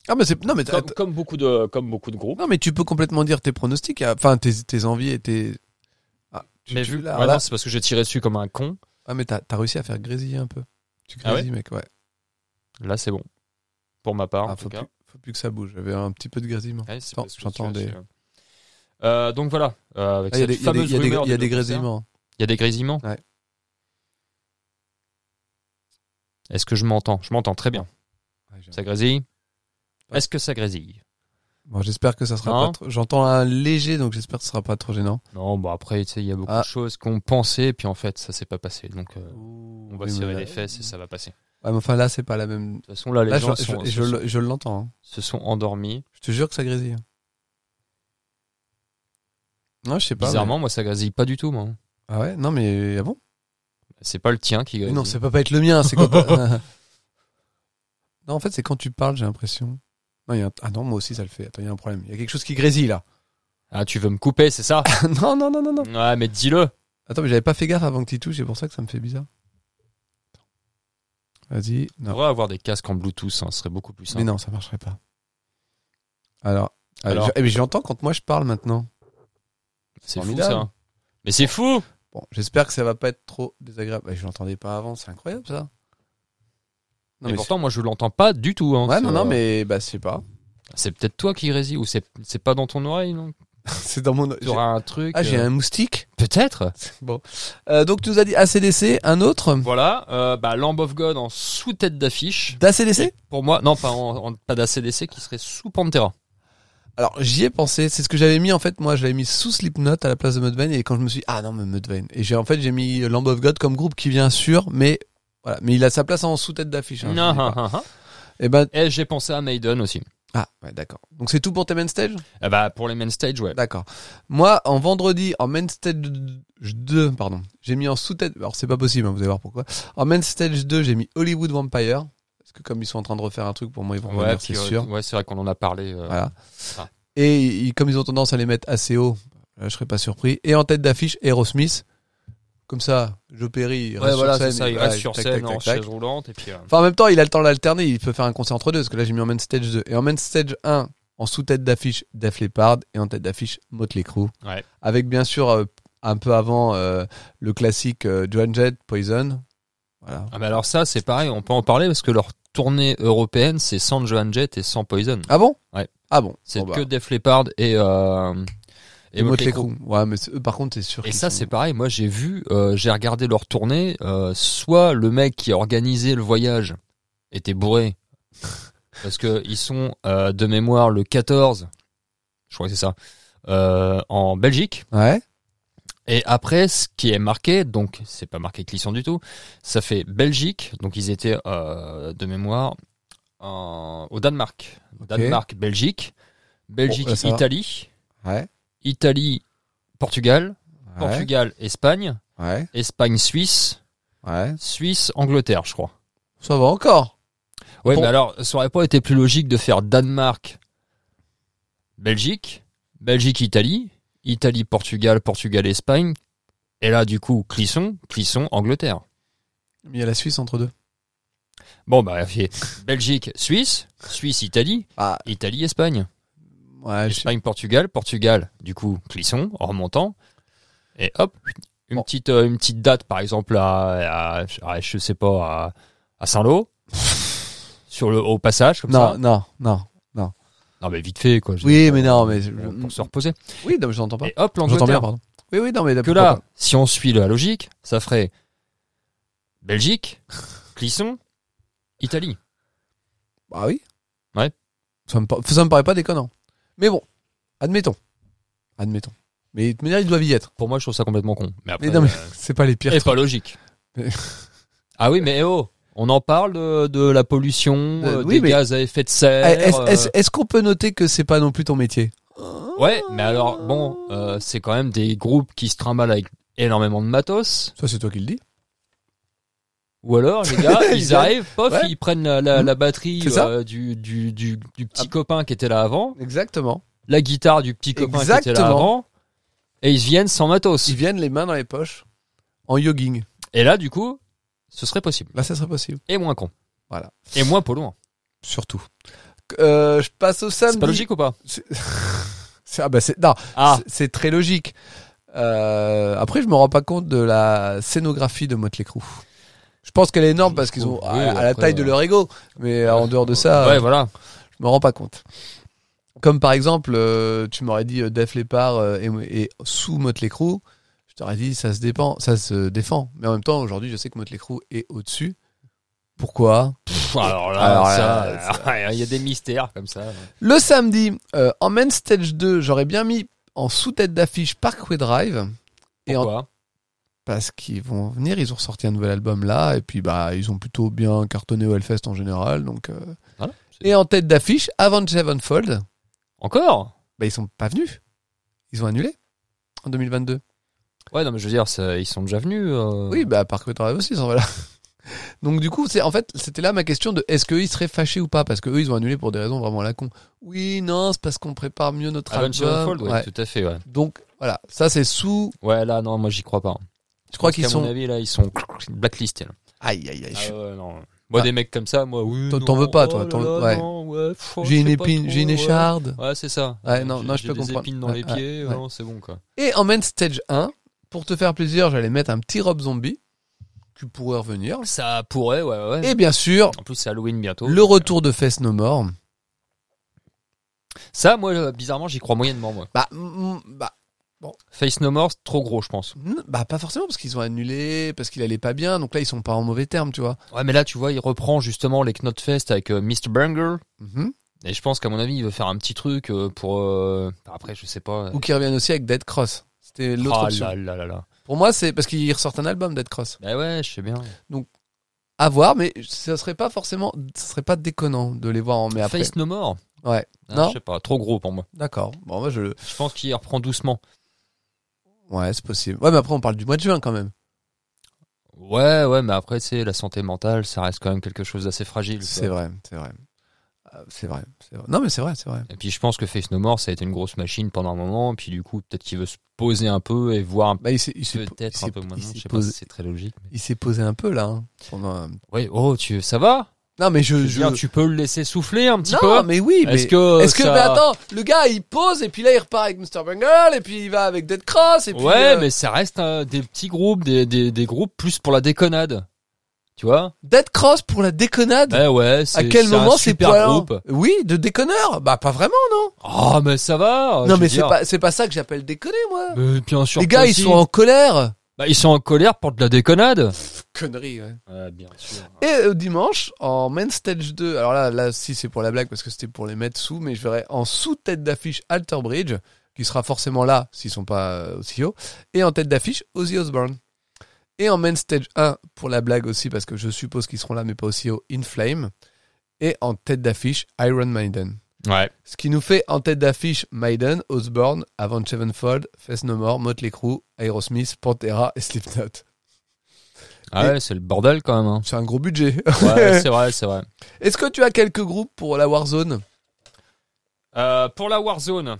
[SPEAKER 1] Ah mais c'est non mais t'as-
[SPEAKER 2] comme, comme beaucoup de, comme beaucoup de groupes.
[SPEAKER 1] non mais tu peux complètement dire tes pronostics, hein. enfin tes, tes envies et tes. Ah, tu-
[SPEAKER 2] Mais
[SPEAKER 1] tu-
[SPEAKER 2] vu,
[SPEAKER 1] là,
[SPEAKER 2] ouais,
[SPEAKER 1] là-
[SPEAKER 2] non, c'est parce que j'ai tiré dessus comme un con.
[SPEAKER 1] ah mais t'as t'as réussi à faire grésiller un peu. Tu
[SPEAKER 2] Ah ouais
[SPEAKER 1] grésilles, mec, ouais.
[SPEAKER 2] Là, c'est bon. Pour ma part, en
[SPEAKER 1] Ah,
[SPEAKER 2] tout
[SPEAKER 1] faut,
[SPEAKER 2] cas. Ah,
[SPEAKER 1] plus, faut plus que ça bouge. J'avais un petit peu de grésillement. Ah,
[SPEAKER 2] Ouais, c'est
[SPEAKER 1] Attends,
[SPEAKER 2] parce que
[SPEAKER 1] j'entends
[SPEAKER 2] tu vois,
[SPEAKER 1] des-
[SPEAKER 2] c'est- Euh, donc voilà. euh, avec
[SPEAKER 1] Ah, Il y a des- il y
[SPEAKER 2] cette
[SPEAKER 1] a des-
[SPEAKER 2] fameuse
[SPEAKER 1] il y a des-
[SPEAKER 2] rumeur
[SPEAKER 1] il y a
[SPEAKER 2] des
[SPEAKER 1] des
[SPEAKER 2] deux concerts.
[SPEAKER 1] grésillements.
[SPEAKER 2] Il y a des grésillements
[SPEAKER 1] Ouais.
[SPEAKER 2] Est-ce que je m'entends Je m'entends très bien. Ça grésille Est-ce que ça grésille
[SPEAKER 1] Bon, j'espère que ça sera
[SPEAKER 2] Non.
[SPEAKER 1] pas trop. J'entends un léger, donc j'espère que ce sera pas trop gênant.
[SPEAKER 2] Non, bon après, tu sais, il y a beaucoup
[SPEAKER 1] Ah.
[SPEAKER 2] de choses qu'on pensait, puis en fait, ça s'est pas passé. Donc, euh, on va
[SPEAKER 1] Oui,
[SPEAKER 2] serrer
[SPEAKER 1] mais-
[SPEAKER 2] les fesses et ça va passer. De
[SPEAKER 1] Ouais, mais enfin là, c'est pas la même.
[SPEAKER 2] toute façon, là, les
[SPEAKER 1] Là, je,
[SPEAKER 2] gens
[SPEAKER 1] je-
[SPEAKER 2] sont-
[SPEAKER 1] je-
[SPEAKER 2] se,
[SPEAKER 1] je l'entends. hein.
[SPEAKER 2] se sont endormis.
[SPEAKER 1] Je te jure que ça grésille. hein. Non, je sais pas.
[SPEAKER 2] Bizarrement, moi, ça grésille pas du tout, moi.
[SPEAKER 1] mais- Ah ouais Non, mais ah bon
[SPEAKER 2] C'est pas le tien qui grésille.
[SPEAKER 1] Non, ça peut pas être le mien. C'est quand... non, en fait, c'est quand tu parles, j'ai l'impression. Non, il y a un- Ah non, moi aussi, ça le fait. Attends, il y a un problème. Il y a quelque chose qui grésille là.
[SPEAKER 2] Ah, tu veux me couper, c'est ça
[SPEAKER 1] non, non, non, non, Ah, non.
[SPEAKER 2] Ouais, mais dis-le.
[SPEAKER 1] Attends, mais j'avais pas fait gaffe avant que tu touches, c'est pour ça que ça me fait bizarre. Vas-y.
[SPEAKER 2] On
[SPEAKER 1] Non.
[SPEAKER 2] devrait avoir des casques en Bluetooth, hein, ce serait beaucoup plus
[SPEAKER 1] Mais
[SPEAKER 2] simple.
[SPEAKER 1] non, ça marcherait pas. Alors, alors...
[SPEAKER 2] Alors
[SPEAKER 1] je, eh, mais je l'entends quand moi je parle maintenant.
[SPEAKER 2] C'est fou,
[SPEAKER 1] formidable.
[SPEAKER 2] ça. Mais c'est fou
[SPEAKER 1] Bon, j'espère que ça va pas être trop désagréable. Bah, je l'entendais pas avant, c'est incroyable ça. Non
[SPEAKER 2] Et pourtant, moi, je l'entends pas du tout. hein,
[SPEAKER 1] c'est- ouais,
[SPEAKER 2] ce-
[SPEAKER 1] non, non, mais bah, je sais pas.
[SPEAKER 2] C'est peut-être toi qui grésille, ou c'est c'est pas dans ton oreille, non
[SPEAKER 1] c'est dans mon.
[SPEAKER 2] Tu auras un truc.
[SPEAKER 1] Ah, j'ai
[SPEAKER 2] euh,
[SPEAKER 1] un moustique.
[SPEAKER 2] Peut-être.
[SPEAKER 1] Bon, Euh, donc tu nous as dit ACDC, un autre
[SPEAKER 2] Voilà, euh, bah, Lamb of God en sous-tête d'affiche.
[SPEAKER 1] d'ACDC.
[SPEAKER 2] Pour moi, non, pas, en, en- pas d'ACDC, qui serait sous Pantera.
[SPEAKER 1] Alors j'y ai pensé, c'est ce que j'avais mis en fait. Moi, je l'avais mis sous Slipknot à la place de Mudvayne et quand je me suis dit, ah non mais Mudvayne et j'ai en fait j'ai mis Lamb of God comme groupe qui vient sûr, mais voilà, mais il a sa place en sous tête d'affiche. hein, je
[SPEAKER 2] Non,
[SPEAKER 1] dis pas.
[SPEAKER 2] hein, hein, hein.
[SPEAKER 1] Et ben
[SPEAKER 2] Et j'ai pensé à Maiden aussi.
[SPEAKER 1] Ah, ouais, d'accord. Donc c'est tout pour tes main stage
[SPEAKER 2] Ah bah, pour les main stage, ouais.
[SPEAKER 1] D'accord. Moi, en vendredi, en main stage 2, pardon, j'ai mis en sous-tête. Alors c'est pas possible, hein, vous allez voir pourquoi. En main stage 2, j'ai mis Hollywood Vampire. Parce que comme ils sont en train de refaire un truc, pour moi, ils vont
[SPEAKER 2] Ouais,
[SPEAKER 1] revenir,
[SPEAKER 2] puis,
[SPEAKER 1] c'est
[SPEAKER 2] euh,
[SPEAKER 1] sûr.
[SPEAKER 2] ouais, c'est vrai qu'on en a parlé. euh,
[SPEAKER 1] Voilà.
[SPEAKER 2] Ah.
[SPEAKER 1] Et ils- comme ils ont tendance à les mettre assez haut, euh, je serais pas surpris. Et en tête d'affiche, Aerosmith. Comme ça, Joe Perry, il
[SPEAKER 2] Ouais,
[SPEAKER 1] reste
[SPEAKER 2] voilà,
[SPEAKER 1] sur scène.
[SPEAKER 2] c'est ça,
[SPEAKER 1] et
[SPEAKER 2] il
[SPEAKER 1] voilà,
[SPEAKER 2] reste sur
[SPEAKER 1] tac,
[SPEAKER 2] scène
[SPEAKER 1] tac, tac,
[SPEAKER 2] en
[SPEAKER 1] tac.
[SPEAKER 2] chaise roulante. Et puis, euh,
[SPEAKER 1] Enfin, en même temps, il a le temps d'alterner. Il peut faire un concert entre deux. Parce que là, j'ai mis en main stage 2. Et en main stage 1, en sous-tête d'affiche, Def Leppard. Et en tête d'affiche, Motley Crue.
[SPEAKER 2] Ouais.
[SPEAKER 1] Avec, bien sûr, euh, un peu avant, euh, le classique euh, Joan Jett, Poison. Voilà.
[SPEAKER 2] Ah bah alors ça, c'est pareil, on peut en parler parce que leur tournée européenne, c'est sans Joan Jett et sans Poison.
[SPEAKER 1] Ah bon
[SPEAKER 2] Ouais.
[SPEAKER 1] Ah bon
[SPEAKER 2] C'est
[SPEAKER 1] Bon, bah,
[SPEAKER 2] que Def Leppard et, euh,
[SPEAKER 1] et Motley Crue. Ouais, mais c'est- eux, par contre, c'est sûr.
[SPEAKER 2] Et
[SPEAKER 1] qu'ils
[SPEAKER 2] ça,
[SPEAKER 1] sont-
[SPEAKER 2] c'est pareil. Moi, j'ai vu, euh, j'ai regardé leur tournée. euh, soit le mec qui a organisé le voyage était bourré, parce que ils sont euh, de mémoire le 14, je crois que c'est ça, euh, en Belgique.
[SPEAKER 1] Ouais.
[SPEAKER 2] Et après, ce qui est marqué, donc c'est pas marqué Clisson du tout, ça fait Belgique. Donc ils étaient euh, de mémoire en- au Danemark, Danemark, Belgique, Belgique,
[SPEAKER 1] Bon, bah, ça va.
[SPEAKER 2] Italie,
[SPEAKER 1] Ouais.
[SPEAKER 2] Italie, Portugal,
[SPEAKER 1] Ouais.
[SPEAKER 2] Portugal, Espagne.
[SPEAKER 1] Ouais.
[SPEAKER 2] Espagne, Suisse,
[SPEAKER 1] Ouais.
[SPEAKER 2] Suisse, Angleterre, je crois.
[SPEAKER 1] Ça va encore.
[SPEAKER 2] Ouais,
[SPEAKER 1] Bon.
[SPEAKER 2] mais alors, ça aurait pas été plus logique de faire Danemark, Belgique, Belgique-Italie, Italie-Portugal, Portugal-Espagne, et là du coup Clisson, Clisson-Angleterre.
[SPEAKER 1] Mais il y a la Suisse entre deux.
[SPEAKER 2] Bon bah fait Belgique, Suisse, Suisse-Italie,
[SPEAKER 1] Ah,
[SPEAKER 2] Italie-Espagne,
[SPEAKER 1] ouais, je-
[SPEAKER 2] Espagne-Portugal, Portugal du coup Clisson en remontant, et hop une
[SPEAKER 1] Bon.
[SPEAKER 2] petite euh, une petite date par exemple à, à- à- je sais pas à, à Saint-Lô sur le au passage comme
[SPEAKER 1] non,
[SPEAKER 2] ça.
[SPEAKER 1] non, non.
[SPEAKER 2] Non mais vite fait quoi. je
[SPEAKER 1] Oui,
[SPEAKER 2] dis,
[SPEAKER 1] mais
[SPEAKER 2] pour-
[SPEAKER 1] non, mais je-
[SPEAKER 2] pour, pour se reposer.
[SPEAKER 1] Oui, non, mais je n'entends pas.
[SPEAKER 2] Et hop
[SPEAKER 1] J'entends bien,
[SPEAKER 2] l'Angleterre.
[SPEAKER 1] pardon. Oui, oui, non, mais
[SPEAKER 2] que là, si on suit la logique, ça ferait Belgique, Clisson, Italie.
[SPEAKER 1] Ah oui.
[SPEAKER 2] Ouais.
[SPEAKER 1] Ça me, par- ça me paraît pas déconnant. Mais bon, admettons, admettons. Mais de toute manière, ils doivent y être. Eh,
[SPEAKER 2] Pour moi, je trouve ça complètement con. Mais après,
[SPEAKER 1] Mais non, mais
[SPEAKER 2] euh,
[SPEAKER 1] c'est pas les pires.
[SPEAKER 2] et pas logique.
[SPEAKER 1] Mais-
[SPEAKER 2] ah oui, mais eh oh, on en parle de, de la pollution,
[SPEAKER 1] Euh,
[SPEAKER 2] euh,
[SPEAKER 1] oui,
[SPEAKER 2] des
[SPEAKER 1] mais-
[SPEAKER 2] gaz à effet de
[SPEAKER 1] Eh,
[SPEAKER 2] serre.
[SPEAKER 1] Est-ce
[SPEAKER 2] euh,
[SPEAKER 1] est-ce- est-ce qu'on peut noter que c'est pas non plus ton métier
[SPEAKER 2] Ouais, mais alors bon, euh, c'est quand même des groupes qui se trimballent avec énormément de matos.
[SPEAKER 1] Ça, c'est toi qui le dis.
[SPEAKER 2] Ou alors, les gars, ils
[SPEAKER 1] Ils
[SPEAKER 2] arrivent, pof,
[SPEAKER 1] Ouais.
[SPEAKER 2] ils prennent la, la-
[SPEAKER 1] Mhm.
[SPEAKER 2] la batterie
[SPEAKER 1] C'est ça.
[SPEAKER 2] euh, du, du, du, du petit
[SPEAKER 1] Ah.
[SPEAKER 2] copain qui était là avant.
[SPEAKER 1] Exactement.
[SPEAKER 2] la guitare du petit copain qui était là
[SPEAKER 1] Exactement.
[SPEAKER 2] avant, et ils viennent sans matos.
[SPEAKER 1] Ils viennent les mains dans les poches en jogging.
[SPEAKER 2] Et là, du coup, ce serait possible.
[SPEAKER 1] Là, ça serait possible.
[SPEAKER 2] Et moins con.
[SPEAKER 1] Voilà.
[SPEAKER 2] Et moins polluant.
[SPEAKER 1] Surtout. Euh, je passe au samedi.
[SPEAKER 2] C'est pas logique ou pas
[SPEAKER 1] C'est- Ah bah c'est non,
[SPEAKER 2] Ah,
[SPEAKER 1] c'est- c'est très logique. Euh, après, je me rends pas compte de la scénographie de Motley Crue. Je pense qu'elle est énorme parce qu'ils ont
[SPEAKER 2] Oui,
[SPEAKER 1] à, à la
[SPEAKER 2] après, euh,
[SPEAKER 1] taille de leur ego, mais euh, en dehors de ça,
[SPEAKER 2] ouais,
[SPEAKER 1] euh,
[SPEAKER 2] voilà.
[SPEAKER 1] je me rends pas compte. Comme par exemple, euh, tu m'aurais dit euh, Def Leppard euh, et, et sous Motley Crue, je t'aurais dit ça se dépend, ça se défend. Mais en même temps, aujourd'hui, je sais que Motley Crue est au-dessus. Pourquoi
[SPEAKER 2] Pff, alors là,
[SPEAKER 1] Alors
[SPEAKER 2] ça,
[SPEAKER 1] là,
[SPEAKER 2] il y a des mystères comme ça.
[SPEAKER 1] Le samedi, euh, en main stage 2, j'aurais bien mis en sous-tête d'affiche Parkway Drive. Et en-
[SPEAKER 2] Pourquoi
[SPEAKER 1] parce qu'ils vont venir, ils ont ressorti un nouvel album là, et puis bah ils ont plutôt bien cartonné au Hellfest en général. Donc, euh.
[SPEAKER 2] Voilà.
[SPEAKER 1] Et en tête d'affiche, avant Sevenfold,
[SPEAKER 2] Encore
[SPEAKER 1] bah, ils sont pas venus. Ils ont annulé en 2022.
[SPEAKER 2] Ouais, non, mais je veux dire, ça- ils sont déjà venus. euh,
[SPEAKER 1] Oui, bah Parkway Drive aussi, ils sont voilà. Donc du coup, c'est en fait, c'était là ma question de est-ce qu'ils seraient fâchés ou pas Parce que eux, ils ont annulé pour des raisons vraiment à la con. Oui, non, c'est parce qu'on prépare mieux notre
[SPEAKER 2] Avenged
[SPEAKER 1] album.
[SPEAKER 2] Sevenfold, ouais,
[SPEAKER 1] Ouais.
[SPEAKER 2] tout à fait, ouais.
[SPEAKER 1] Donc voilà, ça c'est sous.
[SPEAKER 2] Ouais, là, non, moi, j'y crois pas.
[SPEAKER 1] Je crois qu'ils
[SPEAKER 2] À mon
[SPEAKER 1] sont.
[SPEAKER 2] avis, là, ils sont blacklistés. là.
[SPEAKER 1] Aïe aïe aïe. je suis-
[SPEAKER 2] Ah ouais, non.
[SPEAKER 1] Ah.
[SPEAKER 2] Moi, des mecs comme ça, moi, oui.
[SPEAKER 1] T'en- t'en
[SPEAKER 2] non,
[SPEAKER 1] veux pas, toi,
[SPEAKER 2] oh
[SPEAKER 1] t'en-
[SPEAKER 2] là là,
[SPEAKER 1] ouais.
[SPEAKER 2] non, ouais, pff, je
[SPEAKER 1] J'ai une
[SPEAKER 2] sais pas
[SPEAKER 1] épine,
[SPEAKER 2] trop,
[SPEAKER 1] j'ai une
[SPEAKER 2] ouais.
[SPEAKER 1] écharde.
[SPEAKER 2] Ouais, c'est ça.
[SPEAKER 1] Ouais, non,
[SPEAKER 2] J'ai-
[SPEAKER 1] non, je
[SPEAKER 2] j'ai
[SPEAKER 1] peux
[SPEAKER 2] des
[SPEAKER 1] comprendre.
[SPEAKER 2] épines dans
[SPEAKER 1] Ouais,
[SPEAKER 2] les
[SPEAKER 1] ouais,
[SPEAKER 2] pieds,
[SPEAKER 1] ouais.
[SPEAKER 2] non, c'est bon quoi.
[SPEAKER 1] Et en main stage 1, pour te faire plaisir, j'allais mettre un petit Rob Zombie. Tu pourrais revenir.
[SPEAKER 2] Ça pourrait, ouais, ouais.
[SPEAKER 1] Et bien sûr,
[SPEAKER 2] en plus, c'est Halloween bientôt.
[SPEAKER 1] le
[SPEAKER 2] donc,
[SPEAKER 1] retour de Fest No More.
[SPEAKER 2] euh, Ça, moi, euh, bizarrement, j'y crois moyennement, moi.
[SPEAKER 1] Bah, mm, bah,
[SPEAKER 2] Face No More, c'est trop gros, je pense.
[SPEAKER 1] mm, bah pas forcément parce qu'ils ont annulé, parce qu'il allait pas bien. Donc là, ils sont pas en mauvais termes, tu vois.
[SPEAKER 2] Ouais, mais là, tu vois, il reprend justement les Knotfest avec euh, Mr. Banger.
[SPEAKER 1] Mhm.
[SPEAKER 2] Et je pense qu'à mon avis, il veut faire un petit truc euh, pour. euh, Après, je sais pas.
[SPEAKER 1] Ou qu'ils reviennent aussi avec Dead Cross. C'était l'autre
[SPEAKER 2] ah
[SPEAKER 1] option.
[SPEAKER 2] là là là là.
[SPEAKER 1] Pour moi, c'est parce qu'ils ressortent un album Dead Cross.
[SPEAKER 2] Bah ouais, je sais bien.
[SPEAKER 1] À voir, mais ça serait pas forcément, ça serait pas déconnant de les voir en mai après.
[SPEAKER 2] Face No More.
[SPEAKER 1] Ouais.
[SPEAKER 2] Ah,
[SPEAKER 1] Non.
[SPEAKER 2] Je sais pas, trop gros pour moi.
[SPEAKER 1] D'accord. Bon, moi je.
[SPEAKER 2] Je pense qu'il reprend doucement.
[SPEAKER 1] Ouais, c'est possible. Ouais, mais après on parle du mois de juin quand même.
[SPEAKER 2] Ouais, ouais, mais après, tu sais, la santé mentale, ça reste quand même quelque chose d'assez fragile.
[SPEAKER 1] C'est
[SPEAKER 2] quoi.
[SPEAKER 1] vrai, c'est vrai. Euh, C'est vrai, c'est vrai. Non, mais c'est vrai, c'est vrai.
[SPEAKER 2] Et puis je pense que Face No More, ça a été une grosse machine pendant un moment. Puis du coup, peut-être qu'il veut se poser un peu et voir un
[SPEAKER 1] Bah, il s'est il s'est- il
[SPEAKER 2] peut-être
[SPEAKER 1] s'est-
[SPEAKER 2] un peu moins.
[SPEAKER 1] il
[SPEAKER 2] non,
[SPEAKER 1] s'est
[SPEAKER 2] Je sais pas si
[SPEAKER 1] posé,
[SPEAKER 2] c'est très logique. mais-
[SPEAKER 1] il s'est posé un peu là. hein, pendant un-
[SPEAKER 2] Ouais, oh, tu, ça va
[SPEAKER 1] Non, mais je.
[SPEAKER 2] Je veux
[SPEAKER 1] je-
[SPEAKER 2] dire, Tu peux le laisser souffler un petit
[SPEAKER 1] non,
[SPEAKER 2] peu
[SPEAKER 1] mais oui, mais.
[SPEAKER 2] Est-ce que. euh,
[SPEAKER 1] Est-ce que,
[SPEAKER 2] ça-
[SPEAKER 1] mais attends, le gars il pose et puis là il repart avec Mr. Bungle et puis il va avec Dead Cross et puis.
[SPEAKER 2] Ouais,
[SPEAKER 1] euh,
[SPEAKER 2] mais ça reste euh, des petits groupes, des, des, des groupes plus pour la déconnade. Tu vois
[SPEAKER 1] Dead Cross pour la déconnade
[SPEAKER 2] Eh ouais, c'est
[SPEAKER 1] À quel
[SPEAKER 2] c'est un
[SPEAKER 1] moment c'est
[SPEAKER 2] super
[SPEAKER 1] poilant
[SPEAKER 2] groupe.
[SPEAKER 1] Oui, de déconneur Bah, pas vraiment, non
[SPEAKER 2] Oh, mais ça va je
[SPEAKER 1] Non,
[SPEAKER 2] veux
[SPEAKER 1] mais c'est
[SPEAKER 2] dire.
[SPEAKER 1] pas, c'est pas ça que j'appelle déconner, moi
[SPEAKER 2] Mais bien sûr
[SPEAKER 1] Les
[SPEAKER 2] que
[SPEAKER 1] gars, ils
[SPEAKER 2] si.
[SPEAKER 1] sont en colère
[SPEAKER 2] Bah, ils sont en colère pour de la déconnade
[SPEAKER 1] Connerie, ouais.
[SPEAKER 2] Ouais, bien sûr.
[SPEAKER 1] Et au dimanche, en main stage 2, alors là, là si c'est pour la blague parce que c'était pour les mettre sous, mais je verrai en sous-tête d'affiche Alter Bridge, qui sera forcément là s'ils sont pas euh, aussi hauts, et en tête d'affiche Ozzy Osbourne. Et en main stage 1, pour la blague aussi, parce que je suppose qu'ils seront là mais pas aussi hauts, In Flame, et en tête d'affiche Iron Maiden.
[SPEAKER 2] Ouais.
[SPEAKER 1] Ce qui nous fait en tête d'affiche Maiden, Osbourne, Avant Sevenfold, Fest No More, Motley Crue, Aerosmith, Pantera et Slipknot.
[SPEAKER 2] Ah ouais, c'est le bordel quand même. hein.
[SPEAKER 1] C'est un gros budget.
[SPEAKER 2] Ouais, c'est vrai, c'est vrai.
[SPEAKER 1] Est-ce que tu as quelques groupes pour la Warzone
[SPEAKER 2] Euh, pour la Warzone.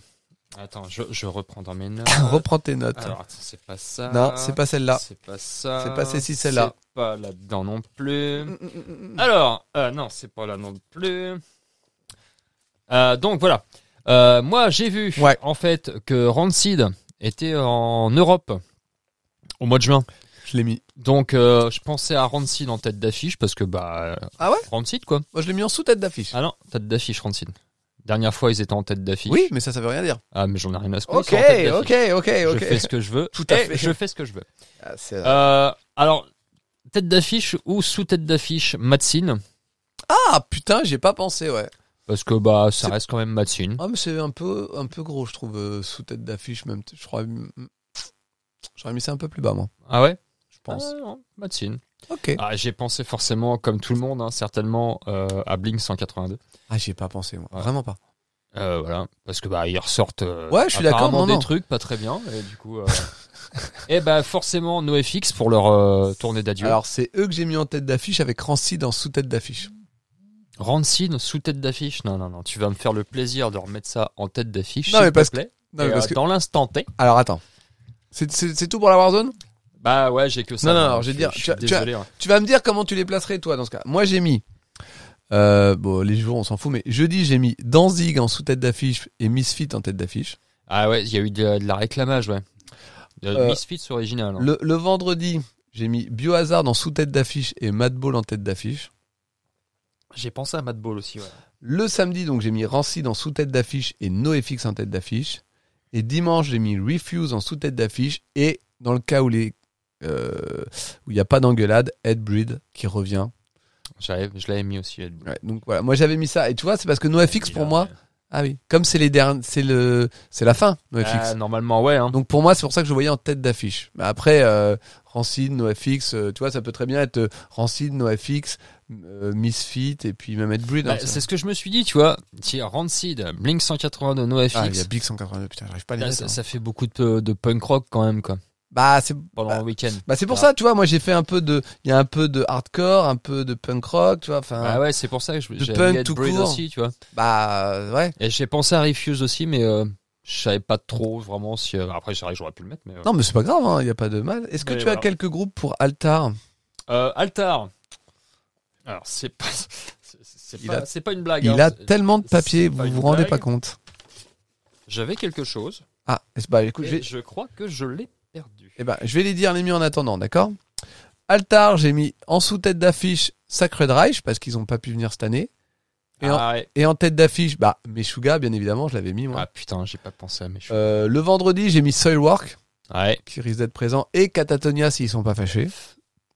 [SPEAKER 2] Attends, je, je reprends dans mes notes.
[SPEAKER 1] Reprends tes notes.
[SPEAKER 2] Alors, attends, c'est pas ça.
[SPEAKER 1] non, c'est pas celle-là.
[SPEAKER 2] C'est pas ça.
[SPEAKER 1] C'est pas celle-ci, celle-là.
[SPEAKER 2] C'est pas là-dedans non plus. Alors, euh, non, c'est pas là non plus. Euh, donc voilà. Euh, moi, j'ai vu
[SPEAKER 1] Ouais.
[SPEAKER 2] en fait que Rancid était en Europe au mois de juin.
[SPEAKER 1] Je l'ai mis.
[SPEAKER 2] Donc, euh, je pensais à Rancid en tête d'affiche parce que bah euh,
[SPEAKER 1] Ah ouais
[SPEAKER 2] Rancid quoi.
[SPEAKER 1] Moi, je l'ai mis en sous-tête d'affiche.
[SPEAKER 2] Ah non, tête d'affiche Rancid. Dernière fois, ils étaient en tête d'affiche.
[SPEAKER 1] oui, mais ça, ça veut rien dire.
[SPEAKER 2] Ah, mais j'en ai rien à secouer.
[SPEAKER 1] Ok,
[SPEAKER 2] c'est en tête d'affiche.
[SPEAKER 1] ok, ok, ok.
[SPEAKER 2] Je fais ce que je veux.
[SPEAKER 1] Tout à
[SPEAKER 2] et
[SPEAKER 1] fait.
[SPEAKER 2] Je fais ce que je veux.
[SPEAKER 1] Ah, c'est-
[SPEAKER 2] Euh, alors, tête d'affiche ou sous tête d'affiche, Matsine.
[SPEAKER 1] Ah, putain, j'ai pas pensé, ouais.
[SPEAKER 2] Parce que bah, ça
[SPEAKER 1] C'est-
[SPEAKER 2] reste quand même Matsine.
[SPEAKER 1] Ah, mais c'est un peu, un peu gros, je trouve, euh, sous-tête d'affiche, même. Je crois. mm, J'aurais mis ça un peu plus bas, moi.
[SPEAKER 2] Ah ouais Je
[SPEAKER 1] pense.
[SPEAKER 2] Ah, non, Matsine.
[SPEAKER 1] Ok.
[SPEAKER 2] Ah, j'ai pensé forcément, comme tout le monde, hein, certainement, euh, à Blink 182.
[SPEAKER 1] Ah, j'ai pas pensé, moi.
[SPEAKER 2] Ouais.
[SPEAKER 1] Vraiment pas.
[SPEAKER 2] Euh, voilà. Parce que bah, ils ressortent euh,
[SPEAKER 1] Ouais, je suis d'accord,
[SPEAKER 2] apparemment
[SPEAKER 1] non,
[SPEAKER 2] des
[SPEAKER 1] non.
[SPEAKER 2] trucs pas très bien. Et du coup. euh, et bah, forcément, NoFX pour leur euh, tournée d'adieu.
[SPEAKER 1] Alors, c'est eux que j'ai mis en tête d'affiche avec Rancid en sous-tête d'affiche.
[SPEAKER 2] Rancid sous tête d'affiche. Non, non, non. Tu vas me faire le plaisir de remettre ça en tête d'affiche.
[SPEAKER 1] Non, mais
[SPEAKER 2] s'il te
[SPEAKER 1] parce que-
[SPEAKER 2] plaît.
[SPEAKER 1] Non, mais
[SPEAKER 2] Et,
[SPEAKER 1] parce
[SPEAKER 2] euh,
[SPEAKER 1] que.
[SPEAKER 2] Dans l'instant T.
[SPEAKER 1] Alors, attends. C'est- C'est c'est tout pour la Warzone
[SPEAKER 2] Bah ouais, j'ai que ça.
[SPEAKER 1] Non, non,
[SPEAKER 2] Hein.
[SPEAKER 1] alors, je vais
[SPEAKER 2] suis-
[SPEAKER 1] dire,
[SPEAKER 2] suis
[SPEAKER 1] tu as- tu as-
[SPEAKER 2] désolé. hein.
[SPEAKER 1] Tu vas me dire comment tu les placerais, toi, dans ce cas. Moi, j'ai mis. euh, bon, les jours, on s'en fout, mais jeudi, j'ai mis Danzig en sous-tête d'affiche et Misfit en tête d'affiche.
[SPEAKER 2] Ah ouais, il y a eu de, de la réclamage, ouais. De
[SPEAKER 1] Euh,
[SPEAKER 2] Misfits original. hein.
[SPEAKER 1] Le, le vendredi, j'ai mis Biohazard en sous-tête d'affiche et Madball en tête d'affiche.
[SPEAKER 2] J'ai pensé à Madball aussi, ouais.
[SPEAKER 1] Le samedi, donc, j'ai mis Rancid en sous-tête d'affiche et NoFX en tête d'affiche. Et dimanche, j'ai mis Refuse en sous-tête d'affiche et dans le cas où les euh, où il n'y a pas d'engueulade, Ed Breed qui revient.
[SPEAKER 2] J'avais- Je l'avais mis aussi. Ed Boon.
[SPEAKER 1] Ouais, donc voilà, moi j'avais mis ça. Et tu vois, c'est parce que NoFX pour
[SPEAKER 2] Il a-
[SPEAKER 1] moi, ah oui, comme c'est les derniers, c'est le, c'est la fin NoFX.
[SPEAKER 2] Ah, normalement, ouais. Hein.
[SPEAKER 1] Donc pour moi, c'est pour ça que je le voyais en tête d'affiche. Mais après, euh, Rancid, NoFX, euh, tu vois, ça peut très bien être euh, Rancid, NoFX, euh, Misfit et puis même Ed Breed. hein,
[SPEAKER 2] Bah,
[SPEAKER 1] ça.
[SPEAKER 2] c'est ce que je me suis dit, tu vois. Si Rancid, Blink 182, NoFX,
[SPEAKER 1] Ah, il y a Big 182, putain, j'arrive pas à les
[SPEAKER 2] là,
[SPEAKER 1] mettre,
[SPEAKER 2] ça,
[SPEAKER 1] hein.
[SPEAKER 2] ça fait beaucoup de, de punk rock quand même, quoi.
[SPEAKER 1] Bah, c'est
[SPEAKER 2] Pendant
[SPEAKER 1] Bah,
[SPEAKER 2] un week-end.
[SPEAKER 1] bah, c'est pour
[SPEAKER 2] Ah.
[SPEAKER 1] ça, tu vois, moi j'ai fait un peu de, il y a un peu de hardcore, un peu de punk rock, tu vois, enfin,
[SPEAKER 2] Ah ouais, c'est pour ça que je-
[SPEAKER 1] de
[SPEAKER 2] j'ai
[SPEAKER 1] punk
[SPEAKER 2] mis Ed
[SPEAKER 1] tout
[SPEAKER 2] Breed
[SPEAKER 1] court.
[SPEAKER 2] aussi, tu vois.
[SPEAKER 1] bah euh, ouais.
[SPEAKER 2] Et j'ai pensé à Refuse aussi, mais euh, je savais pas trop vraiment si. euh, Après, c'est vrai que j'aurais pu le mettre, mais. euh.
[SPEAKER 1] Non, mais c'est pas grave, hein, il y a pas de mal. Est-ce que
[SPEAKER 2] Mais
[SPEAKER 1] tu as
[SPEAKER 2] voilà.
[SPEAKER 1] quelques groupes pour Altar
[SPEAKER 2] Euh, Altar. Alors, c'est pas. c'est- C'est
[SPEAKER 1] Il
[SPEAKER 2] pas,
[SPEAKER 1] a-
[SPEAKER 2] c'est pas une blague.
[SPEAKER 1] Il
[SPEAKER 2] hein.
[SPEAKER 1] a tellement de papier,
[SPEAKER 2] c'est
[SPEAKER 1] vous
[SPEAKER 2] pas une
[SPEAKER 1] vous rendez
[SPEAKER 2] blague.
[SPEAKER 1] pas compte.
[SPEAKER 2] J'avais quelque chose.
[SPEAKER 1] Ah, est-ce- bah écoute, je
[SPEAKER 2] et
[SPEAKER 1] vais,
[SPEAKER 2] Je crois que je l'ai perdu.
[SPEAKER 1] eh ben, je vais les dire les mieux en attendant, d'accord Altar, j'ai mis en sous-tête d'affiche Sacred Reich parce qu'ils n'ont pas pu venir cette année. Et, en,
[SPEAKER 2] Ah, ouais.
[SPEAKER 1] et en tête d'affiche, bah, Meshuga, bien évidemment, je l'avais mis moi.
[SPEAKER 2] Ah, putain, j'ai pas pensé à mes cheveux.
[SPEAKER 1] Euh, le vendredi, j'ai mis Soilwork
[SPEAKER 2] Ouais.
[SPEAKER 1] qui risque d'être présent et Catatonia s'ils sont pas fâchés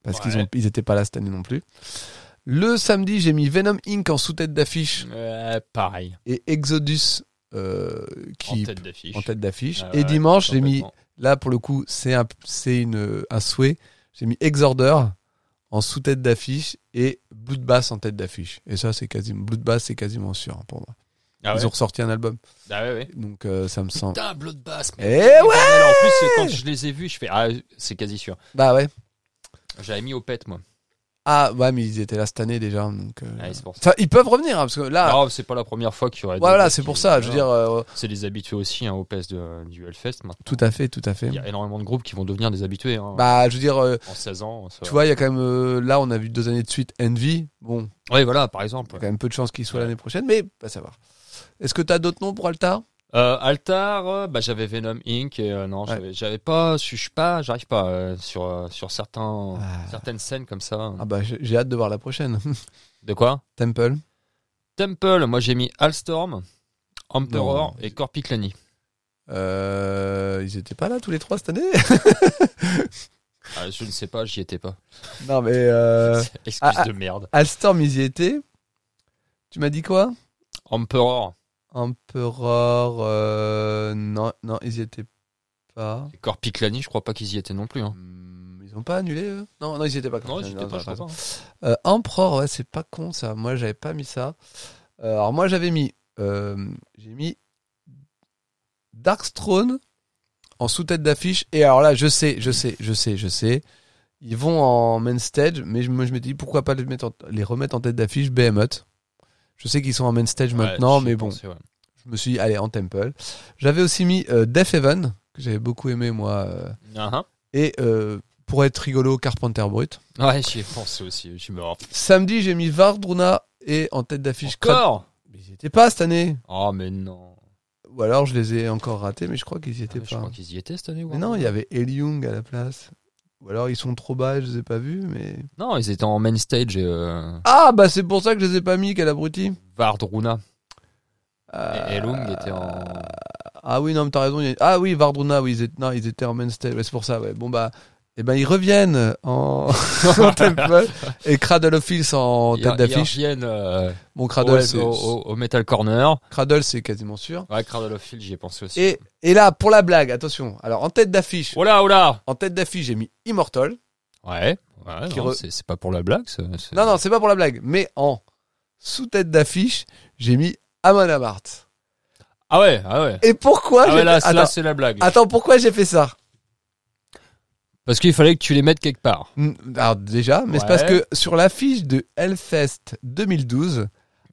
[SPEAKER 1] parce qu'ils
[SPEAKER 2] Ouais.
[SPEAKER 1] ont- ils étaient pas là cette année non plus. Le samedi, j'ai mis Venom Inc. en sous-tête d'affiche
[SPEAKER 2] Euh, pareil.
[SPEAKER 1] et Exodus euh, qui
[SPEAKER 2] en tête d'affiche.
[SPEAKER 1] en tête d'affiche.
[SPEAKER 2] Ah,
[SPEAKER 1] et
[SPEAKER 2] ouais,
[SPEAKER 1] dimanche, j'ai mis
[SPEAKER 2] complètement.
[SPEAKER 1] Là, pour le coup, c'est un, c'est une, un souhait. J'ai mis Exorder en sous-tête d'affiche et Bloodbath en tête d'affiche. Et ça, c'est quasiment. Bloodbath, c'est quasiment sûr hein, pour moi.
[SPEAKER 2] Ah
[SPEAKER 1] Ils
[SPEAKER 2] ouais.
[SPEAKER 1] ont ressorti un album.
[SPEAKER 2] Ah ouais, ouais.
[SPEAKER 1] Donc, euh, ça me semble.
[SPEAKER 2] Putain, Bloodbath.
[SPEAKER 1] Eh
[SPEAKER 2] mais-
[SPEAKER 1] ouais
[SPEAKER 2] Alors, En plus, quand je les ai vus, je fais. Ah, c'est quasi sûr.
[SPEAKER 1] Bah ouais.
[SPEAKER 2] J'avais mis au pet, moi.
[SPEAKER 1] Ah, ouais, mais ils étaient là cette année déjà. Donc, euh,
[SPEAKER 2] Ah, c'est pour ça.
[SPEAKER 1] ça, ils peuvent revenir, hein, parce que là.
[SPEAKER 2] Non, c'est pas la première fois qu'il y aurait. des
[SPEAKER 1] voilà,
[SPEAKER 2] mecs
[SPEAKER 1] c'est
[SPEAKER 2] qui-
[SPEAKER 1] pour ça. Je veux
[SPEAKER 2] Voilà.
[SPEAKER 1] dire, euh,
[SPEAKER 2] C'est des habitués aussi hein, au PS de, du Hellfest. Maintenant.
[SPEAKER 1] tout à fait, tout à fait.
[SPEAKER 2] Il y a énormément de groupes qui vont devenir des habitués. hein.
[SPEAKER 1] Bah, je veux dire, euh,
[SPEAKER 2] en 16 ans. ça-
[SPEAKER 1] tu vois, il y a quand même. euh, là, on a vu deux années de suite Envy. Bon,
[SPEAKER 2] Ouais, voilà, par
[SPEAKER 1] il y
[SPEAKER 2] exemple.
[SPEAKER 1] a quand même peu de chances qu'il soit
[SPEAKER 2] Ouais.
[SPEAKER 1] l'année prochaine, mais pas savoir. Est-ce que t'as d'autres noms pour Altar
[SPEAKER 2] Euh, Altar, euh, bah, j'avais Venom Inc. Et, euh, non,
[SPEAKER 1] Ouais.
[SPEAKER 2] j'avais- j'avais pas, je suis pas, j'arrive pas euh, sur, euh, sur certains,
[SPEAKER 1] Ah.
[SPEAKER 2] certaines scènes comme ça.
[SPEAKER 1] Ah bah j'ai j'ai hâte de voir la prochaine.
[SPEAKER 2] De quoi
[SPEAKER 1] Temple.
[SPEAKER 2] Temple, moi j'ai mis Alstorm, Emperor
[SPEAKER 1] Non.
[SPEAKER 2] et Corpiclani.
[SPEAKER 1] Euh, ils étaient pas là tous les trois cette année
[SPEAKER 2] Ah, je ne sais pas, j'y étais pas.
[SPEAKER 1] Non mais euh,
[SPEAKER 2] Excuse
[SPEAKER 1] ah, ah.
[SPEAKER 2] de merde.
[SPEAKER 1] Alstorm ils y étaient. Tu m'as dit quoi
[SPEAKER 2] Emperor
[SPEAKER 1] Emperor. euh, non non ils y étaient pas.
[SPEAKER 2] et Corpiclani, je crois pas qu'ils y étaient non plus. hein.
[SPEAKER 1] Hmm, Ils ont pas annulé eux Non non ils y étaient pas.
[SPEAKER 2] Non,
[SPEAKER 1] Ils
[SPEAKER 2] j'y étais pas, je crois pas.
[SPEAKER 1] Euh, Emperor ouais c'est pas con ça. Moi j'avais pas mis ça. Euh, alors moi j'avais mis euh, j'ai mis Darkthrone en sous-tête d'affiche. Et alors là, je sais, je sais, je sais, je sais. Ils vont en main stage, mais je, me- je m'étais dit pourquoi pas les, mettre en- les remettre en tête d'affiche Behemoth. Je sais qu'ils sont en main stage
[SPEAKER 2] Ouais,
[SPEAKER 1] maintenant,
[SPEAKER 2] j'y ai
[SPEAKER 1] mais bon,
[SPEAKER 2] pensé, ouais.
[SPEAKER 1] Je me suis dit, allez, en Temple. J'avais aussi mis euh, Death Heaven, que j'avais beaucoup aimé, moi. euh,
[SPEAKER 2] Ah,
[SPEAKER 1] et euh, pour être rigolo, Carpenter Brut.
[SPEAKER 2] ah. Ouais, j'y ai pensé aussi. Je suis mort.
[SPEAKER 1] Samedi, j'ai mis Vardruna et en tête d'affiche Crab-
[SPEAKER 2] Encore
[SPEAKER 1] Mais ils n'y étaient pas cette année.
[SPEAKER 2] Oh, mais non.
[SPEAKER 1] Ou alors, je les ai encore ratés, mais je crois qu'ils n'y étaient
[SPEAKER 2] Ah, je
[SPEAKER 1] pas.
[SPEAKER 2] crois qu'ils y étaient cette année.
[SPEAKER 1] Mais
[SPEAKER 2] Warner.
[SPEAKER 1] non, il y avait Eliung à la place. Ou alors, ils sont trop bas, je les ai pas vus, mais.
[SPEAKER 2] Non, ils étaient en main stage. Et, euh,
[SPEAKER 1] Ah, bah c'est pour ça que je les ai pas mis, quel abruti.
[SPEAKER 2] Vardruna.
[SPEAKER 1] Euh,
[SPEAKER 2] Et Elung était en.
[SPEAKER 1] Ah oui, non, mais t'as raison. il y a- Ah oui, Vardruna, oui, ils étaient, non, ils étaient en main stage, ouais, c'est pour ça, ouais. Bon, bah. Eh ben, ils reviennent en, en temple et Cradle of Filth en
[SPEAKER 2] Ils-
[SPEAKER 1] tête
[SPEAKER 2] Ils
[SPEAKER 1] d'affiche.
[SPEAKER 2] reviennent euh,
[SPEAKER 1] Bon,
[SPEAKER 2] au,
[SPEAKER 1] Cradle, c'est-
[SPEAKER 2] au- au- au Metal Corner.
[SPEAKER 1] Cradle, c'est quasiment sûr.
[SPEAKER 2] Ouais, Cradle of Field, j'y ai pensé aussi.
[SPEAKER 1] Et, et là, pour la blague, attention. Alors, en tête d'affiche,
[SPEAKER 2] Oh là, oh là
[SPEAKER 1] en tête d'affiche, j'ai mis Immortal.
[SPEAKER 2] Ouais, ouais
[SPEAKER 1] Qui
[SPEAKER 2] non,
[SPEAKER 1] re-
[SPEAKER 2] c'est c'est pas pour la blague. ça, c'est-
[SPEAKER 1] Non, non, c'est pas pour la blague, mais en sous-tête d'affiche, j'ai mis Amon Amarth.
[SPEAKER 2] Ah ouais, ah ouais.
[SPEAKER 1] Et pourquoi
[SPEAKER 2] Ah
[SPEAKER 1] j'ai
[SPEAKER 2] ouais, là,
[SPEAKER 1] fait-
[SPEAKER 2] là,
[SPEAKER 1] attends,
[SPEAKER 2] c'est la blague.
[SPEAKER 1] attends, pourquoi j'ai fait ça
[SPEAKER 2] Parce qu'il fallait que tu les mettes quelque part.
[SPEAKER 1] Mm, Alors déjà, mais c'est
[SPEAKER 2] Ouais.
[SPEAKER 1] parce que sur l'affiche de Hellfest 2012,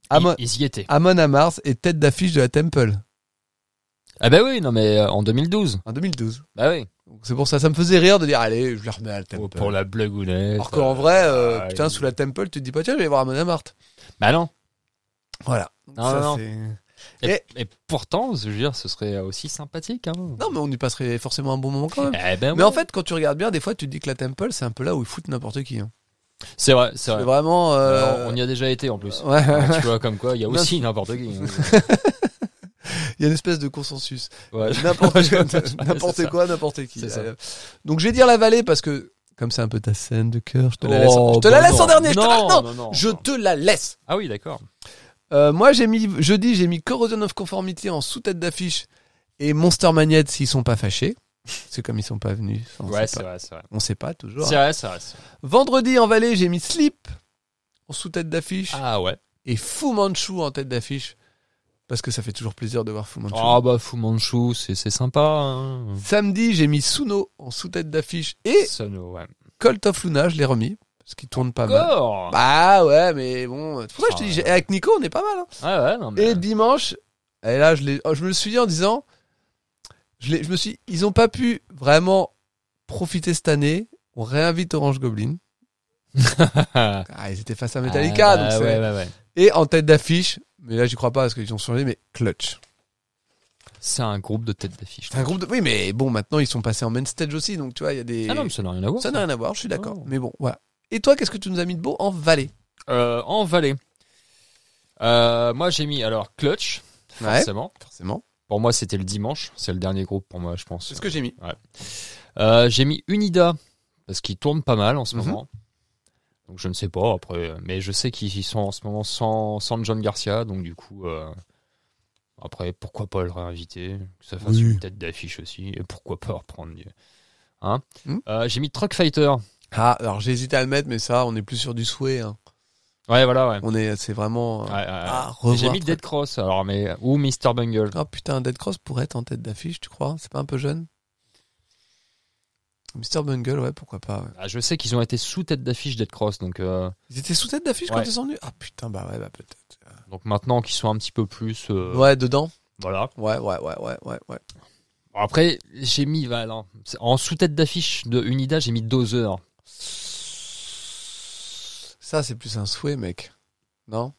[SPEAKER 1] Amon,
[SPEAKER 2] Ils, ils y étaient.
[SPEAKER 1] Amon Amarth est tête d'affiche de la Temple
[SPEAKER 2] Ah bah oui, non mais euh, en 2012.
[SPEAKER 1] en 2012.
[SPEAKER 2] Bah oui.
[SPEAKER 1] Donc C'est pour ça, ça me faisait rire de dire allez, je la remets à la
[SPEAKER 2] Pour-
[SPEAKER 1] Temple.
[SPEAKER 2] Oh, Pour la blagounette.
[SPEAKER 1] Alors qu'en vrai, euh,
[SPEAKER 2] Ah,
[SPEAKER 1] putain,
[SPEAKER 2] il-
[SPEAKER 1] sous la Temple, tu te dis pas tiens, je vais voir Amon Amarth.
[SPEAKER 2] Bah non.
[SPEAKER 1] Voilà. Donc
[SPEAKER 2] Non, non, non.
[SPEAKER 1] c'est-
[SPEAKER 2] Et, et pourtant, je veux dire, ce serait aussi sympathique. Hein.
[SPEAKER 1] non, mais on y passerait forcément un bon moment quand même.
[SPEAKER 2] Eh ben
[SPEAKER 1] Mais
[SPEAKER 2] ouais.
[SPEAKER 1] en fait, quand tu regardes bien, des fois, tu te dis que la Temple, c'est un peu là où ils foutent n'importe qui. hein.
[SPEAKER 2] c'est vrai, c'est
[SPEAKER 1] C'est
[SPEAKER 2] vrai.
[SPEAKER 1] vraiment. euh,
[SPEAKER 2] Alors, on y a déjà été en plus.
[SPEAKER 1] Ah, ouais.
[SPEAKER 2] Ouais, tu vois, comme quoi, il y a
[SPEAKER 1] Non,
[SPEAKER 2] aussi n'importe qui. hein.
[SPEAKER 1] Il y a une espèce de consensus.
[SPEAKER 2] Ouais.
[SPEAKER 1] N'importe quoi,
[SPEAKER 2] Ouais, c'est
[SPEAKER 1] n'importe
[SPEAKER 2] ça.
[SPEAKER 1] quoi, n'importe qui.
[SPEAKER 2] C'est ça.
[SPEAKER 1] Euh, Donc je vais dire la vallée parce que comme c'est un peu ta scène de cœur, je te la laisse.
[SPEAKER 2] Oh,
[SPEAKER 1] Je te
[SPEAKER 2] bah
[SPEAKER 1] la laisse en
[SPEAKER 2] non.
[SPEAKER 1] dernier. je te la- non,
[SPEAKER 2] Non, non, non.
[SPEAKER 1] je te la laisse.
[SPEAKER 2] Ah oui, d'accord.
[SPEAKER 1] Euh, moi j'ai mis jeudi j'ai mis Corrosion of Conformity en sous-tête d'affiche et Monster Magnet s'ils sont pas fâchés. C'est comme ils sont pas venus. ça, On,
[SPEAKER 2] Ouais,
[SPEAKER 1] sait,
[SPEAKER 2] c'est
[SPEAKER 1] pas.
[SPEAKER 2] vrai, c'est vrai.
[SPEAKER 1] on sait pas toujours.
[SPEAKER 2] C'est vrai, c'est vrai. c'est vrai.
[SPEAKER 1] Vendredi en vallée j'ai mis Sleep en sous-tête d'affiche
[SPEAKER 2] Ah ouais.
[SPEAKER 1] et Fu Manchu en tête d'affiche parce que ça fait toujours plaisir de voir Fu Manchu.
[SPEAKER 2] Ah bah Fu Manchu, c'est c'est sympa. hein.
[SPEAKER 1] Samedi, j'ai mis Suno en sous-tête d'affiche et
[SPEAKER 2] Sono, ouais.
[SPEAKER 1] Colt of Luna, je l'ai remis, parce qu'il tourne pas mal.
[SPEAKER 2] Gore
[SPEAKER 1] Ah, Bah ouais, mais bon, c'est pour ça que je te
[SPEAKER 2] Ah
[SPEAKER 1] dis,
[SPEAKER 2] ouais.
[SPEAKER 1] j'ai- avec Nico, on est pas mal. hein.
[SPEAKER 2] Ah ouais, non mais...
[SPEAKER 1] Et dimanche, et là, je, l'ai- oh, je me le suis dit en disant, je, l'ai- je me suis ils ont pas pu vraiment profiter cette année, on réinvite Orange Goblin.
[SPEAKER 2] Ah,
[SPEAKER 1] Ah, ils étaient face à Metallica,
[SPEAKER 2] bah
[SPEAKER 1] donc c'est-
[SPEAKER 2] ouais, ouais, ouais.
[SPEAKER 1] Et en tête d'affiche, mais là, j'y crois pas parce qu'ils ont changé, mais Clutch.
[SPEAKER 2] C'est un groupe de têtes d'affiche.
[SPEAKER 1] C'est un groupe de. Oui, mais bon, maintenant, ils sont passés en main stage aussi, donc tu vois, il y a des.
[SPEAKER 2] Ah non, mais ça n'a rien à voir.
[SPEAKER 1] Ça n'a rien à voir, je suis d'accord.
[SPEAKER 2] Oh.
[SPEAKER 1] Mais bon, voilà. Et toi, qu'est-ce que tu nous as mis de beau en Valais
[SPEAKER 2] Euh, en Valais. Euh, moi j'ai mis alors Clutch, forcément.
[SPEAKER 1] forcément.
[SPEAKER 2] Pour moi c'était le dimanche, c'est le dernier groupe pour moi je pense.
[SPEAKER 1] C'est ce que j'ai mis.
[SPEAKER 2] Euh, j'ai mis Unida, parce qu'il tourne pas mal en ce
[SPEAKER 1] Mhm.
[SPEAKER 2] moment. Donc je ne sais pas après, euh, mais je sais qu'ils y sont en ce moment sans, sans John Garcia, donc du coup, euh, après pourquoi pas le réinviter, que ça fasse
[SPEAKER 1] Oui.
[SPEAKER 2] une tête d'affiche aussi, et pourquoi pas reprendre. du- Hein
[SPEAKER 1] Mhm.
[SPEAKER 2] Euh, j'ai mis Truck Fighter.
[SPEAKER 1] Ah, alors j'ai hésité à le mettre, mais ça, on est plus sur du souhait. hein.
[SPEAKER 2] Ouais, voilà, ouais.
[SPEAKER 1] On est, c'est vraiment. euh,
[SPEAKER 2] Ouais, ouais, ouais.
[SPEAKER 1] Ah,
[SPEAKER 2] Et
[SPEAKER 1] revoir.
[SPEAKER 2] j'ai mis
[SPEAKER 1] Truck-
[SPEAKER 2] Dead Cross, alors, mais, ou Mr. Bungle.
[SPEAKER 1] Ah putain, Dead Cross pourrait être en tête d'affiche, tu crois C'est pas un peu jeune Mr. Bungle, ouais, pourquoi pas. ouais.
[SPEAKER 2] Ah, je sais qu'ils ont été sous tête d'affiche Dead Cross, donc, euh,
[SPEAKER 1] Ils étaient sous tête d'affiche quand
[SPEAKER 2] Ouais.
[SPEAKER 1] ils sont venus Ah putain, bah ouais, bah peut-être.
[SPEAKER 2] donc maintenant qu'ils sont un petit peu plus. euh,
[SPEAKER 1] Ouais, dedans
[SPEAKER 2] Voilà.
[SPEAKER 1] Ouais, ouais, ouais, ouais, ouais. ouais.
[SPEAKER 2] Après, j'ai mis, voilà, hein, c'est- en sous-tête d'affiche de Unida, j'ai mis Dozer.
[SPEAKER 1] Ça, c'est plus un souhait, mec. Non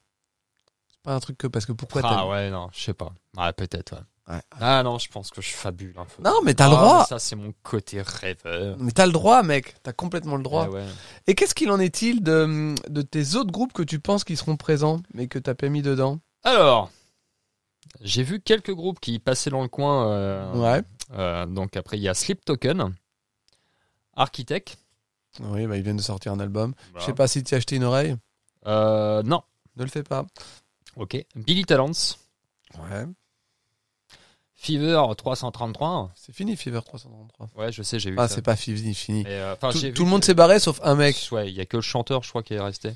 [SPEAKER 1] C'est pas un truc que. Parce que pourquoi t'as.
[SPEAKER 2] Ah ouais, non, je sais pas. Ah, peut-être, ouais.
[SPEAKER 1] Ouais.
[SPEAKER 2] Ah non, je pense que je fabule un peu.
[SPEAKER 1] Non, mais t'as le
[SPEAKER 2] Ah,
[SPEAKER 1] droit.
[SPEAKER 2] mais Ça, c'est mon côté rêveur.
[SPEAKER 1] Mais t'as le droit, mec. T'as complètement le droit.
[SPEAKER 2] Ah ouais.
[SPEAKER 1] Et qu'est-ce qu'il en est-il de, de tes autres groupes que tu penses qui seront présents, mais que t'as pas mis dedans
[SPEAKER 2] Alors, j'ai vu quelques groupes qui passaient dans le coin. euh,
[SPEAKER 1] Ouais.
[SPEAKER 2] euh, donc après, il y a Sleep Token, Architect.
[SPEAKER 1] Oui, bah, ils viennent de sortir un album. Je
[SPEAKER 2] Voilà.
[SPEAKER 1] sais pas si t'y as acheté une oreille.
[SPEAKER 2] Euh, non,
[SPEAKER 1] Ne le fais pas.
[SPEAKER 2] ok. Billy Talents,
[SPEAKER 1] Ouais.
[SPEAKER 2] Fever 333.
[SPEAKER 1] C'est fini, Fever 333.
[SPEAKER 2] Ouais, je sais, j'ai vu
[SPEAKER 1] Ah,
[SPEAKER 2] ça.
[SPEAKER 1] c'est pas fini, fini.
[SPEAKER 2] Mais, euh, enfin,
[SPEAKER 1] tout
[SPEAKER 2] j'ai vu
[SPEAKER 1] tout le monde
[SPEAKER 2] que-
[SPEAKER 1] s'est barré sauf un mec.
[SPEAKER 2] Ouais, il y a que le chanteur, je crois, qui est resté.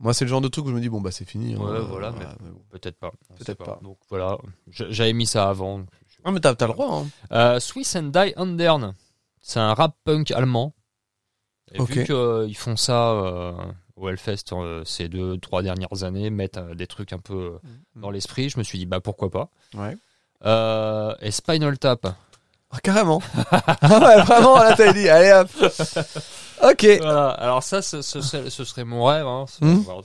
[SPEAKER 1] Moi, c'est le genre de truc où je me dis, bon, bah, c'est fini. Ah,
[SPEAKER 2] Ouais, voilà,
[SPEAKER 1] mais bon.
[SPEAKER 2] Peut-être pas. on sait
[SPEAKER 1] Peut-être pas.
[SPEAKER 2] Donc voilà, Je- j'avais mis ça avant.
[SPEAKER 1] Ah, mais t'as t'as le droit, hein.
[SPEAKER 2] Euh, Swiss and Die Undern, c'est un rap punk allemand. Et
[SPEAKER 1] Ok.
[SPEAKER 2] vu qu'ils font ça euh, au Hellfest euh, ces deux, trois dernières années mettent euh, des trucs un peu euh, dans l'esprit. Je me suis dit, bah pourquoi pas.
[SPEAKER 1] Ouais.
[SPEAKER 2] Euh, et Spinal Tap.
[SPEAKER 1] Ah, carrément. ah ouais, vraiment, là, t'as dit, allez hop. Ok.
[SPEAKER 2] Voilà. Alors ça, ce, ce serait, ce serait mon rêve. hein. Ce-
[SPEAKER 1] Mhm.
[SPEAKER 2] voir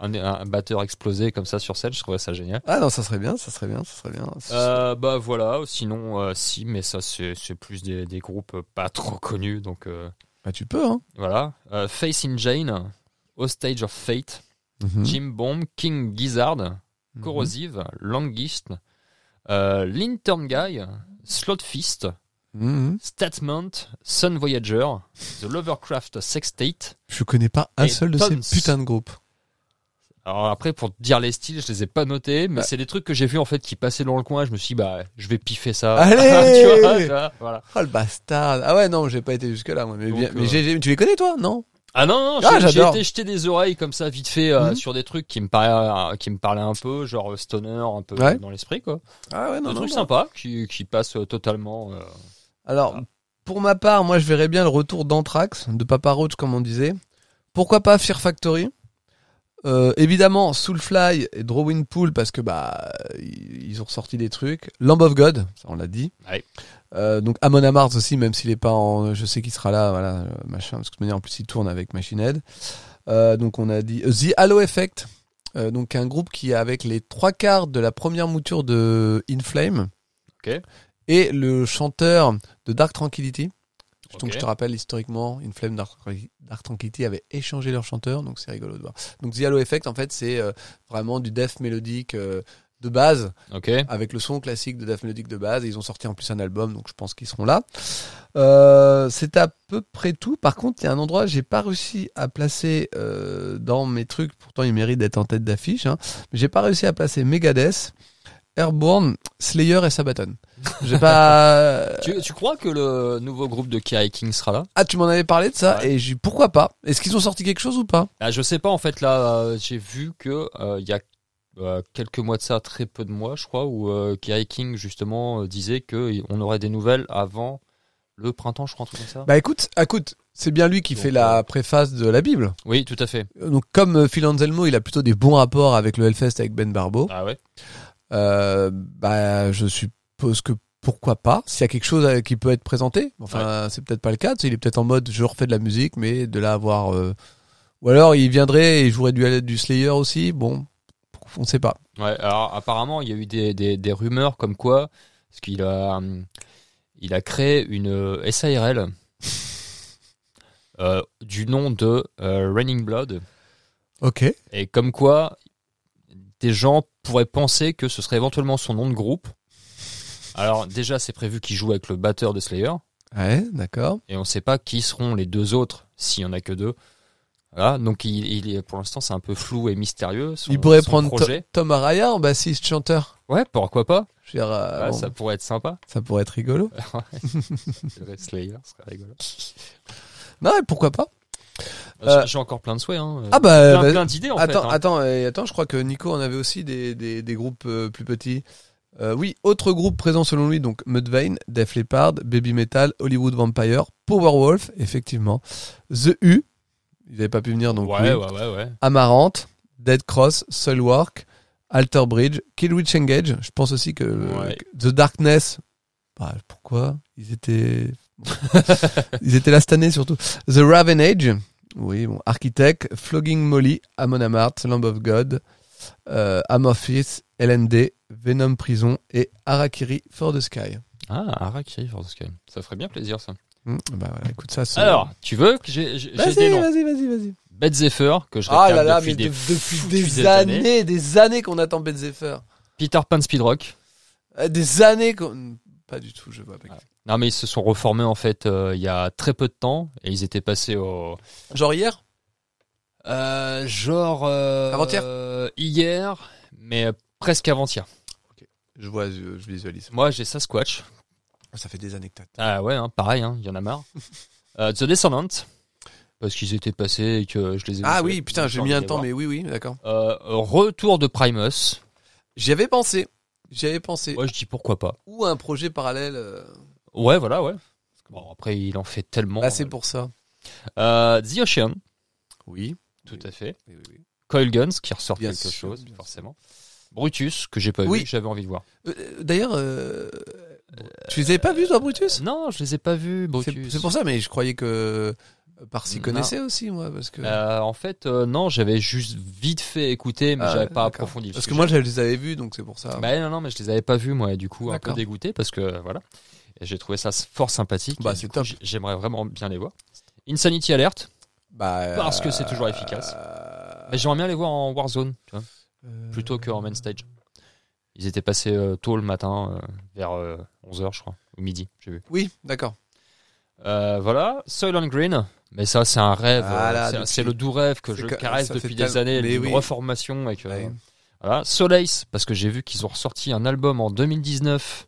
[SPEAKER 2] Un, un batteur explosé comme ça sur scène, je trouverais ça génial.
[SPEAKER 1] Ah non, ça serait bien, ça serait bien, ça serait bien.
[SPEAKER 2] Euh, bah voilà, sinon, euh, si, mais ça, c'est c'est plus des, des groupes pas trop connus, donc euh,
[SPEAKER 1] Bah, tu peux, hein.
[SPEAKER 2] voilà. Euh, Face in Jane, Hostage of Fate,
[SPEAKER 1] Hmm.
[SPEAKER 2] Jim Bomb, King Gizzard,
[SPEAKER 1] Mhm.
[SPEAKER 2] Corrosive, Langist, euh, Lintern Guy, Slot Fist,
[SPEAKER 1] Mhm.
[SPEAKER 2] Statement, Sun Voyager, The Lovercraft Sextate.
[SPEAKER 1] Je connais pas un
[SPEAKER 2] Et
[SPEAKER 1] seul de
[SPEAKER 2] Tons.
[SPEAKER 1] ces putains de groupes.
[SPEAKER 2] Alors après, pour te dire les styles, je les ai pas notés, mais
[SPEAKER 1] Bah.
[SPEAKER 2] c'est des trucs que j'ai vus en fait qui passaient dans le coin. Je me suis dit, bah, je vais piffer ça.
[SPEAKER 1] Allez
[SPEAKER 2] Tu vois, tu vois, voilà.
[SPEAKER 1] Ah le bastard. Ah ouais, non, j'ai pas été jusque-là, moi. Mais,
[SPEAKER 2] Donc,
[SPEAKER 1] bien- mais
[SPEAKER 2] euh,
[SPEAKER 1] j'ai- j'ai- tu les connais, toi Non
[SPEAKER 2] Ah non, non,
[SPEAKER 1] Ah,
[SPEAKER 2] j'ai- j'ai
[SPEAKER 1] j'adore.
[SPEAKER 2] été jeter des oreilles comme ça vite fait euh,
[SPEAKER 1] Mhm.
[SPEAKER 2] sur des trucs qui me parlaient, euh, qui me parlaient un peu, genre euh, stoner, un peu
[SPEAKER 1] Ouais.
[SPEAKER 2] dans l'esprit quoi.
[SPEAKER 1] Ah ouais,
[SPEAKER 2] des trucs sympas qui, qui passent euh, totalement. euh,
[SPEAKER 1] Alors,
[SPEAKER 2] Voilà.
[SPEAKER 1] pour ma part, moi, je verrais bien le retour d'Anthrax, de Papa Roach, comme on disait. Pourquoi pas Fear Factory Euh, évidemment, Soulfly et Drawing Pool parce que bah ils ils ont ressorti des trucs. Lamb of God, ça on l'a dit.
[SPEAKER 2] Ouais.
[SPEAKER 1] Euh, donc Amon Amarth aussi, même s'il est pas en, je sais qu'il sera là, voilà, euh, machin. Parce que de toute manière, en plus, il tourne avec Machine Head. Euh, donc on a dit The Halo Effect, euh, donc un groupe qui est avec les trois quarts de la première mouture de In Flame.
[SPEAKER 2] Ok.
[SPEAKER 1] Et le chanteur de Dark Tranquility. Donc
[SPEAKER 2] ok.
[SPEAKER 1] je te rappelle historiquement, In Flame Dark, Dark Tranquility avait échangé leur chanteur, donc c'est rigolo de voir. Donc The Halo Effect en fait c'est euh, vraiment du death mélodique euh, de base
[SPEAKER 2] Ok.
[SPEAKER 1] avec le son classique de Daft Melodic de base. Et ils ont sorti en plus un album, donc je pense qu'ils seront là. Euh, c'est à peu près tout. Par contre, il y a un endroit que j'ai pas réussi à placer euh, dans mes trucs. Pourtant, il mérite d'être en tête d'affiche. Hein. Mais j'ai pas réussi à placer Megadeth, Airborne, Slayer et Sabaton. J'ai pas. euh,
[SPEAKER 2] Tu, tu crois que le nouveau groupe de Kerry King sera là
[SPEAKER 1] Ah, tu m'en avais parlé de ça
[SPEAKER 2] Ouais.
[SPEAKER 1] et j'ai dit, pourquoi pas Est-ce qu'ils ont sorti quelque chose ou pas
[SPEAKER 2] Ah, Je sais pas, en fait, là, euh, j'ai vu que euh, il y a euh, quelques mois de ça, très peu de mois, je crois, où euh, Kerry King, justement, euh, disait qu'on aurait des nouvelles avant le printemps, je crois, un truc comme ça.
[SPEAKER 1] Bah écoute, écoute, c'est bien lui qui
[SPEAKER 2] Donc, euh,
[SPEAKER 1] fait la préface de la Bible.
[SPEAKER 2] Oui, tout à fait.
[SPEAKER 1] Donc comme euh, Phil Anselmo, il a plutôt des bons rapports avec le Hellfest avec Ben Barbo.
[SPEAKER 2] Ah ouais
[SPEAKER 1] Euh, bah, je suppose que pourquoi pas. S'il y a quelque chose euh, qui peut être présenté, enfin, c'est peut-être pas le cas. tu sais, Il est peut-être en mode je refais de la musique, mais de là avoir. euh, Ou alors il viendrait et jouerait du, du Slayer aussi. Bon, on sait pas.
[SPEAKER 2] Ouais, alors apparemment, il y a eu des, des, des rumeurs comme quoi, parce qu'il a, hum, il a créé une euh, SARL euh, du nom de euh, Raining Blood,
[SPEAKER 1] Ok.
[SPEAKER 2] et comme quoi des gens pourraient penser que ce serait éventuellement son nom de groupe. Alors déjà, c'est prévu qu'il joue avec le batteur de Slayer,
[SPEAKER 1] Ouais, d'accord.
[SPEAKER 2] et on ne sait pas qui seront les deux autres, s'il y en a que deux. Voilà, donc il, il est- pour l'instant, c'est un peu flou et mystérieux. Son,
[SPEAKER 1] Il pourrait
[SPEAKER 2] son
[SPEAKER 1] prendre To-
[SPEAKER 2] projet.
[SPEAKER 1] Tom Araya en bassiste chanteur.
[SPEAKER 2] Ouais, pourquoi pas
[SPEAKER 1] Je veux dire, euh,
[SPEAKER 2] Ouais,
[SPEAKER 1] bon,
[SPEAKER 2] Ça
[SPEAKER 1] ça...
[SPEAKER 2] pourrait être sympa.
[SPEAKER 1] pourrait être rigolo.
[SPEAKER 2] Le vrai Slayer serait rigolo.
[SPEAKER 1] Non, mais pourquoi pas
[SPEAKER 2] Euh,
[SPEAKER 1] Euh,
[SPEAKER 2] J'ai encore plein de souhaits. Hein.
[SPEAKER 1] Ah bah,
[SPEAKER 2] plein,
[SPEAKER 1] bah,
[SPEAKER 2] plein d'idées en
[SPEAKER 1] attends,
[SPEAKER 2] fait. hein.
[SPEAKER 1] attends, euh, attends. Je crois que Nico en avait aussi des, des, des groupes euh, plus petits. Euh, oui, autre groupe présent selon lui, donc Mudvayne, Def Leppard, Baby Metal, Hollywood Vampire, Powerwolf, effectivement, The U, ils n'avaient pas pu venir donc oui.
[SPEAKER 2] ouais, ouais, ouais, ouais.
[SPEAKER 1] Amarante, Dead Cross, Soulwork, Alter Bridge, Killwitch Engage, je pense aussi que
[SPEAKER 2] Ouais.
[SPEAKER 1] que The Darkness, bah, pourquoi Ils étaient... Ils étaient là cette année surtout. The Raven Age, oui, bon, Architect, Flogging Molly, Amon Amarth, Lamb of God, euh, Amorphis, LND, Venom Prison et Harakiri For the Sky.
[SPEAKER 2] Ah, Araki for the Sky. Ça ferait bien plaisir ça.
[SPEAKER 1] Hmm, bah voilà, écoute ça. c'est-
[SPEAKER 2] Alors, tu veux que j'ai j'ai- j'ai
[SPEAKER 1] vas-y,
[SPEAKER 2] des noms
[SPEAKER 1] vas-y, vas-y, vas-y.
[SPEAKER 2] Beth Zephyr, que je
[SPEAKER 1] Ah
[SPEAKER 2] regarde
[SPEAKER 1] là là,
[SPEAKER 2] depuis,
[SPEAKER 1] mais
[SPEAKER 2] des,
[SPEAKER 1] de- depuis
[SPEAKER 2] foutues
[SPEAKER 1] des, années, des années qu'on attend Ben Zephyr.
[SPEAKER 2] Peter Pan Speedrock.
[SPEAKER 1] Euh, Des années qu'on. Pas du tout, je vois pas.
[SPEAKER 2] Non, mais ils se sont reformés en fait euh, il y a très peu de temps et ils étaient passés au.
[SPEAKER 1] Genre hier
[SPEAKER 2] Euh, genre. euh,
[SPEAKER 1] Avant-hier
[SPEAKER 2] euh, Hier, mais presque avant-hier.
[SPEAKER 1] Je vois, je, je visualise.
[SPEAKER 2] Moi j'ai Sasquatch.
[SPEAKER 1] Ça fait des années que t'attends.
[SPEAKER 2] Ah ouais, hein, pareil, hein, il y en a marre. Euh, The Descendants, parce qu'ils étaient passés et que je les ai.
[SPEAKER 1] Ah
[SPEAKER 2] loupés.
[SPEAKER 1] oui, putain, j'ai
[SPEAKER 2] envie
[SPEAKER 1] mis
[SPEAKER 2] de
[SPEAKER 1] un
[SPEAKER 2] les
[SPEAKER 1] temps,
[SPEAKER 2] voir.
[SPEAKER 1] mais oui, oui, d'accord.
[SPEAKER 2] Euh, retour de Primus.
[SPEAKER 1] J'y avais pensé. J'y avais pensé.
[SPEAKER 2] Moi, je dis pourquoi pas.
[SPEAKER 1] Ou un projet parallèle. euh,
[SPEAKER 2] Ouais, voilà, ouais.
[SPEAKER 1] Bah,
[SPEAKER 2] Bon, après, il en fait tellement.
[SPEAKER 1] Là, c'est pour ça.
[SPEAKER 2] Euh, The Ocean.
[SPEAKER 1] Oui.
[SPEAKER 2] tout
[SPEAKER 1] Oui,
[SPEAKER 2] à fait.
[SPEAKER 1] Oui, oui, oui.
[SPEAKER 2] Coil Guns qui ressort
[SPEAKER 1] Bien
[SPEAKER 2] quelque
[SPEAKER 1] sûr,
[SPEAKER 2] chose,
[SPEAKER 1] bien sûr.
[SPEAKER 2] forcément. Brutus que j'ai pas
[SPEAKER 1] Oui.
[SPEAKER 2] vu, j'avais envie de voir.
[SPEAKER 1] Euh, D'ailleurs, euh, tu les avais pas vus, toi, Brutus
[SPEAKER 2] Non, je les ai pas vus.
[SPEAKER 1] C'est
[SPEAKER 2] Brutus.
[SPEAKER 1] c'est pour ça, mais je croyais que euh, par s'y
[SPEAKER 2] Non.
[SPEAKER 1] connaissait aussi, moi, parce que.
[SPEAKER 2] Euh, en fait, euh, non, j'avais juste vite fait écouté, mais
[SPEAKER 1] Ah,
[SPEAKER 2] j'avais pas
[SPEAKER 1] d'accord.
[SPEAKER 2] approfondi.
[SPEAKER 1] Parce que moi, je les avais vus, donc c'est pour ça.
[SPEAKER 2] j'ai- bah non, non, mais je les avais pas vus moi, et du coup un peu
[SPEAKER 1] D'accord.
[SPEAKER 2] dégoûté parce que voilà, Et j'ai trouvé ça fort sympathique.
[SPEAKER 1] Bah,
[SPEAKER 2] et du
[SPEAKER 1] c'est
[SPEAKER 2] coup,
[SPEAKER 1] top.
[SPEAKER 2] j- J'aimerais vraiment bien les voir. Insanity Alert,
[SPEAKER 1] Bah,
[SPEAKER 2] parce que
[SPEAKER 1] euh,
[SPEAKER 2] c'est toujours efficace.
[SPEAKER 1] euh,
[SPEAKER 2] mais j'aimerais bien les voir en Warzone, tu vois, plutôt que en main stage. Ils étaient passés euh, tôt le matin, euh, vers 11h je crois, ou midi, j'ai vu.
[SPEAKER 1] Oui, d'accord.
[SPEAKER 2] Euh, voilà, Soylent Green. Mais ça, c'est un rêve.
[SPEAKER 1] Voilà,
[SPEAKER 2] euh, c'est-
[SPEAKER 1] Ah, depuis-
[SPEAKER 2] c'est le doux rêve que
[SPEAKER 1] c'est
[SPEAKER 2] je
[SPEAKER 1] que-
[SPEAKER 2] caresse
[SPEAKER 1] ça
[SPEAKER 2] depuis
[SPEAKER 1] fait
[SPEAKER 2] des
[SPEAKER 1] tel-
[SPEAKER 2] années.
[SPEAKER 1] mais
[SPEAKER 2] Une
[SPEAKER 1] oui.
[SPEAKER 2] reformation. Avec, euh,
[SPEAKER 1] Ouais.
[SPEAKER 2] voilà. Solace, parce que j'ai vu qu'ils ont ressorti un album en 2019.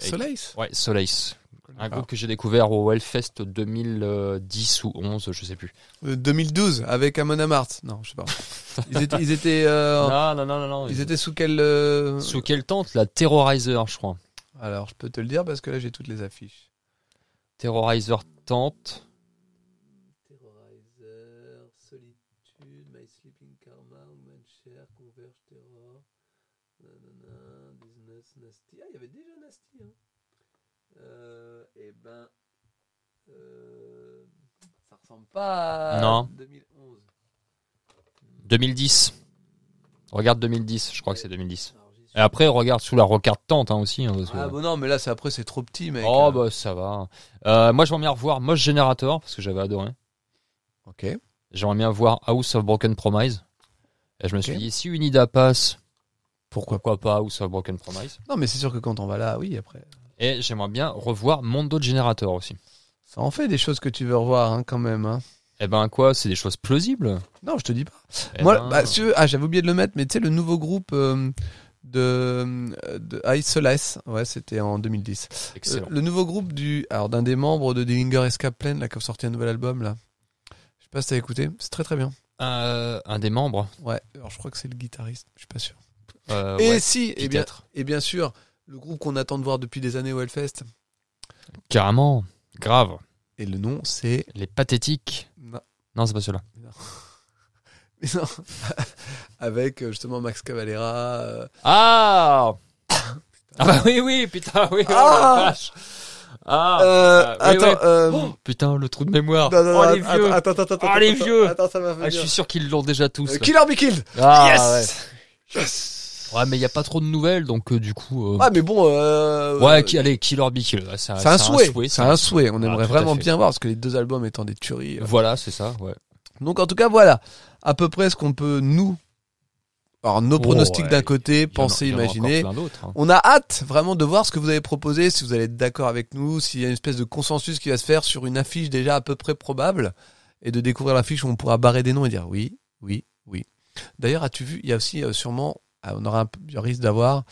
[SPEAKER 2] Et-
[SPEAKER 1] Soleil
[SPEAKER 2] Ouais, Solace. Un
[SPEAKER 1] Ah.
[SPEAKER 2] groupe que j'ai découvert au Hellfest 2010 ou 11, je sais plus.
[SPEAKER 1] Euh, 2012 avec Amon Amart. Non, je sais pas. Ils étaient, ils étaient, euh,
[SPEAKER 2] Non, non, non, non. non.
[SPEAKER 1] ils étaient sous quel. euh,
[SPEAKER 2] Sous quelle tente La Terrorizer, je crois.
[SPEAKER 1] Alors, je peux te le dire parce que là, j'ai toutes les affiches.
[SPEAKER 2] Terrorizer tente.
[SPEAKER 1] Terrorizer, Solitude, My Sleeping Karma, Human Share, Converge Terror, nanana, Business, Nasty. Ah, il y avait déjà Nasty. Hein. Euh, et ben. Euh, ça ressemble pas à
[SPEAKER 2] Non.
[SPEAKER 1] 2011.
[SPEAKER 2] 2010. Regarde 2010, je crois que c'est 2010.
[SPEAKER 1] Alors, j'y suis.
[SPEAKER 2] Et après, regarde sous la rocarte tente hein, aussi. hein, Ah, parce que-
[SPEAKER 1] Ah, bon, non, mais là, c'est après, c'est trop petit, mec.
[SPEAKER 2] Oh bah ça va. Euh, moi j'aimerais bien revoir Mosh Generator parce que j'avais adoré.
[SPEAKER 1] Ok.
[SPEAKER 2] J'aimerais bien voir House of Broken Promise. Et je me suis
[SPEAKER 1] Ok.
[SPEAKER 2] dit si Unida passe,
[SPEAKER 1] Pourquoi
[SPEAKER 2] pourquoi pas House of Broken Promise.
[SPEAKER 1] Non, mais c'est sûr que quand on va là, oui, après.
[SPEAKER 2] Et j'aimerais bien revoir Mondo Generator aussi.
[SPEAKER 1] Ça en fait des choses que tu veux revoir, hein, quand même. Hein.
[SPEAKER 2] Eh ben quoi, c'est des choses plausibles.
[SPEAKER 1] Non, je te dis pas.
[SPEAKER 2] Eh
[SPEAKER 1] Moi,
[SPEAKER 2] ben,
[SPEAKER 1] bah, si tu veux- ah, j'avais oublié de le mettre, mais tu sais, le nouveau groupe euh, de, euh, de Isolace, ouais, c'était en 2010. Euh,
[SPEAKER 2] excellent.
[SPEAKER 1] le nouveau groupe du, alors d'un des membres de Dillinger Escape Plan, là, qui a sorti un nouvel album, là. Je sais pas si t'as écouté, c'est très très bien.
[SPEAKER 2] Euh, un des membres.
[SPEAKER 1] Ouais, alors je crois que c'est le guitariste, je suis pas sûr.
[SPEAKER 2] euh,
[SPEAKER 1] et
[SPEAKER 2] ouais,
[SPEAKER 1] si, et bien,
[SPEAKER 2] peut-être.
[SPEAKER 1] et bien sûr, le groupe qu'on attend de voir depuis des années au Hellfest.
[SPEAKER 2] Carrément. Grave.
[SPEAKER 1] Et le nom, c'est.
[SPEAKER 2] Les pathétiques.
[SPEAKER 1] Non.
[SPEAKER 2] Non, c'est pas cela.
[SPEAKER 1] Mais non. Avec euh, justement Max Cavalera. euh,
[SPEAKER 2] Ah Ah bah oui, oui, putain, oui. oh,
[SPEAKER 1] Ah
[SPEAKER 2] la vache. Ah
[SPEAKER 1] Euh,
[SPEAKER 2] Ah, oui,
[SPEAKER 1] attends,
[SPEAKER 2] ouais.
[SPEAKER 1] euh,
[SPEAKER 2] Oh, putain, le trou de mémoire.
[SPEAKER 1] non, non,
[SPEAKER 2] oh,
[SPEAKER 1] non,
[SPEAKER 2] les
[SPEAKER 1] att-
[SPEAKER 2] vieux.
[SPEAKER 1] Attends, attends, attends,
[SPEAKER 2] Oh, les
[SPEAKER 1] attends,
[SPEAKER 2] vieux.
[SPEAKER 1] Attends, ça m'a fait
[SPEAKER 2] Ah, je
[SPEAKER 1] dire.
[SPEAKER 2] suis sûr qu'ils l'ont déjà tous.
[SPEAKER 1] Euh,
[SPEAKER 2] là.
[SPEAKER 1] Killer Be Killed.
[SPEAKER 2] Ah,
[SPEAKER 1] yes.
[SPEAKER 2] ouais. Ouais, mais il n'y a pas trop de nouvelles, donc euh, du coup. euh,
[SPEAKER 1] Ah, mais bon. euh,
[SPEAKER 2] ouais,
[SPEAKER 1] euh,
[SPEAKER 2] qui, allez, Killer Be Kill. ouais, euh, C'est un,
[SPEAKER 1] C'est un
[SPEAKER 2] c'est un
[SPEAKER 1] souhait. C'est
[SPEAKER 2] ça.
[SPEAKER 1] un souhait. On
[SPEAKER 2] Ah,
[SPEAKER 1] aimerait
[SPEAKER 2] tout à
[SPEAKER 1] vraiment
[SPEAKER 2] fait.
[SPEAKER 1] bien voir parce que les deux albums étant des tueries. euh.
[SPEAKER 2] Voilà, c'est ça, ouais.
[SPEAKER 1] Donc en tout cas, voilà à peu près ce qu'on peut nous. Alors nos
[SPEAKER 2] Oh,
[SPEAKER 1] pronostics
[SPEAKER 2] ouais.
[SPEAKER 1] d'un côté,
[SPEAKER 2] Il y en a-
[SPEAKER 1] penser,
[SPEAKER 2] il y en a encore
[SPEAKER 1] imaginer.
[SPEAKER 2] plein d'autres, hein.
[SPEAKER 1] On a hâte vraiment de voir ce que vous avez proposé, si vous allez être d'accord avec nous, s'il y a une espèce de consensus qui va se faire sur une affiche déjà à peu près probable, et de découvrir l'affiche où on pourra barrer des noms et dire oui, oui, oui. D'ailleurs, as-tu vu, il y a aussi euh, sûrement, ah, on aura un peu- il y a risque d'avoir,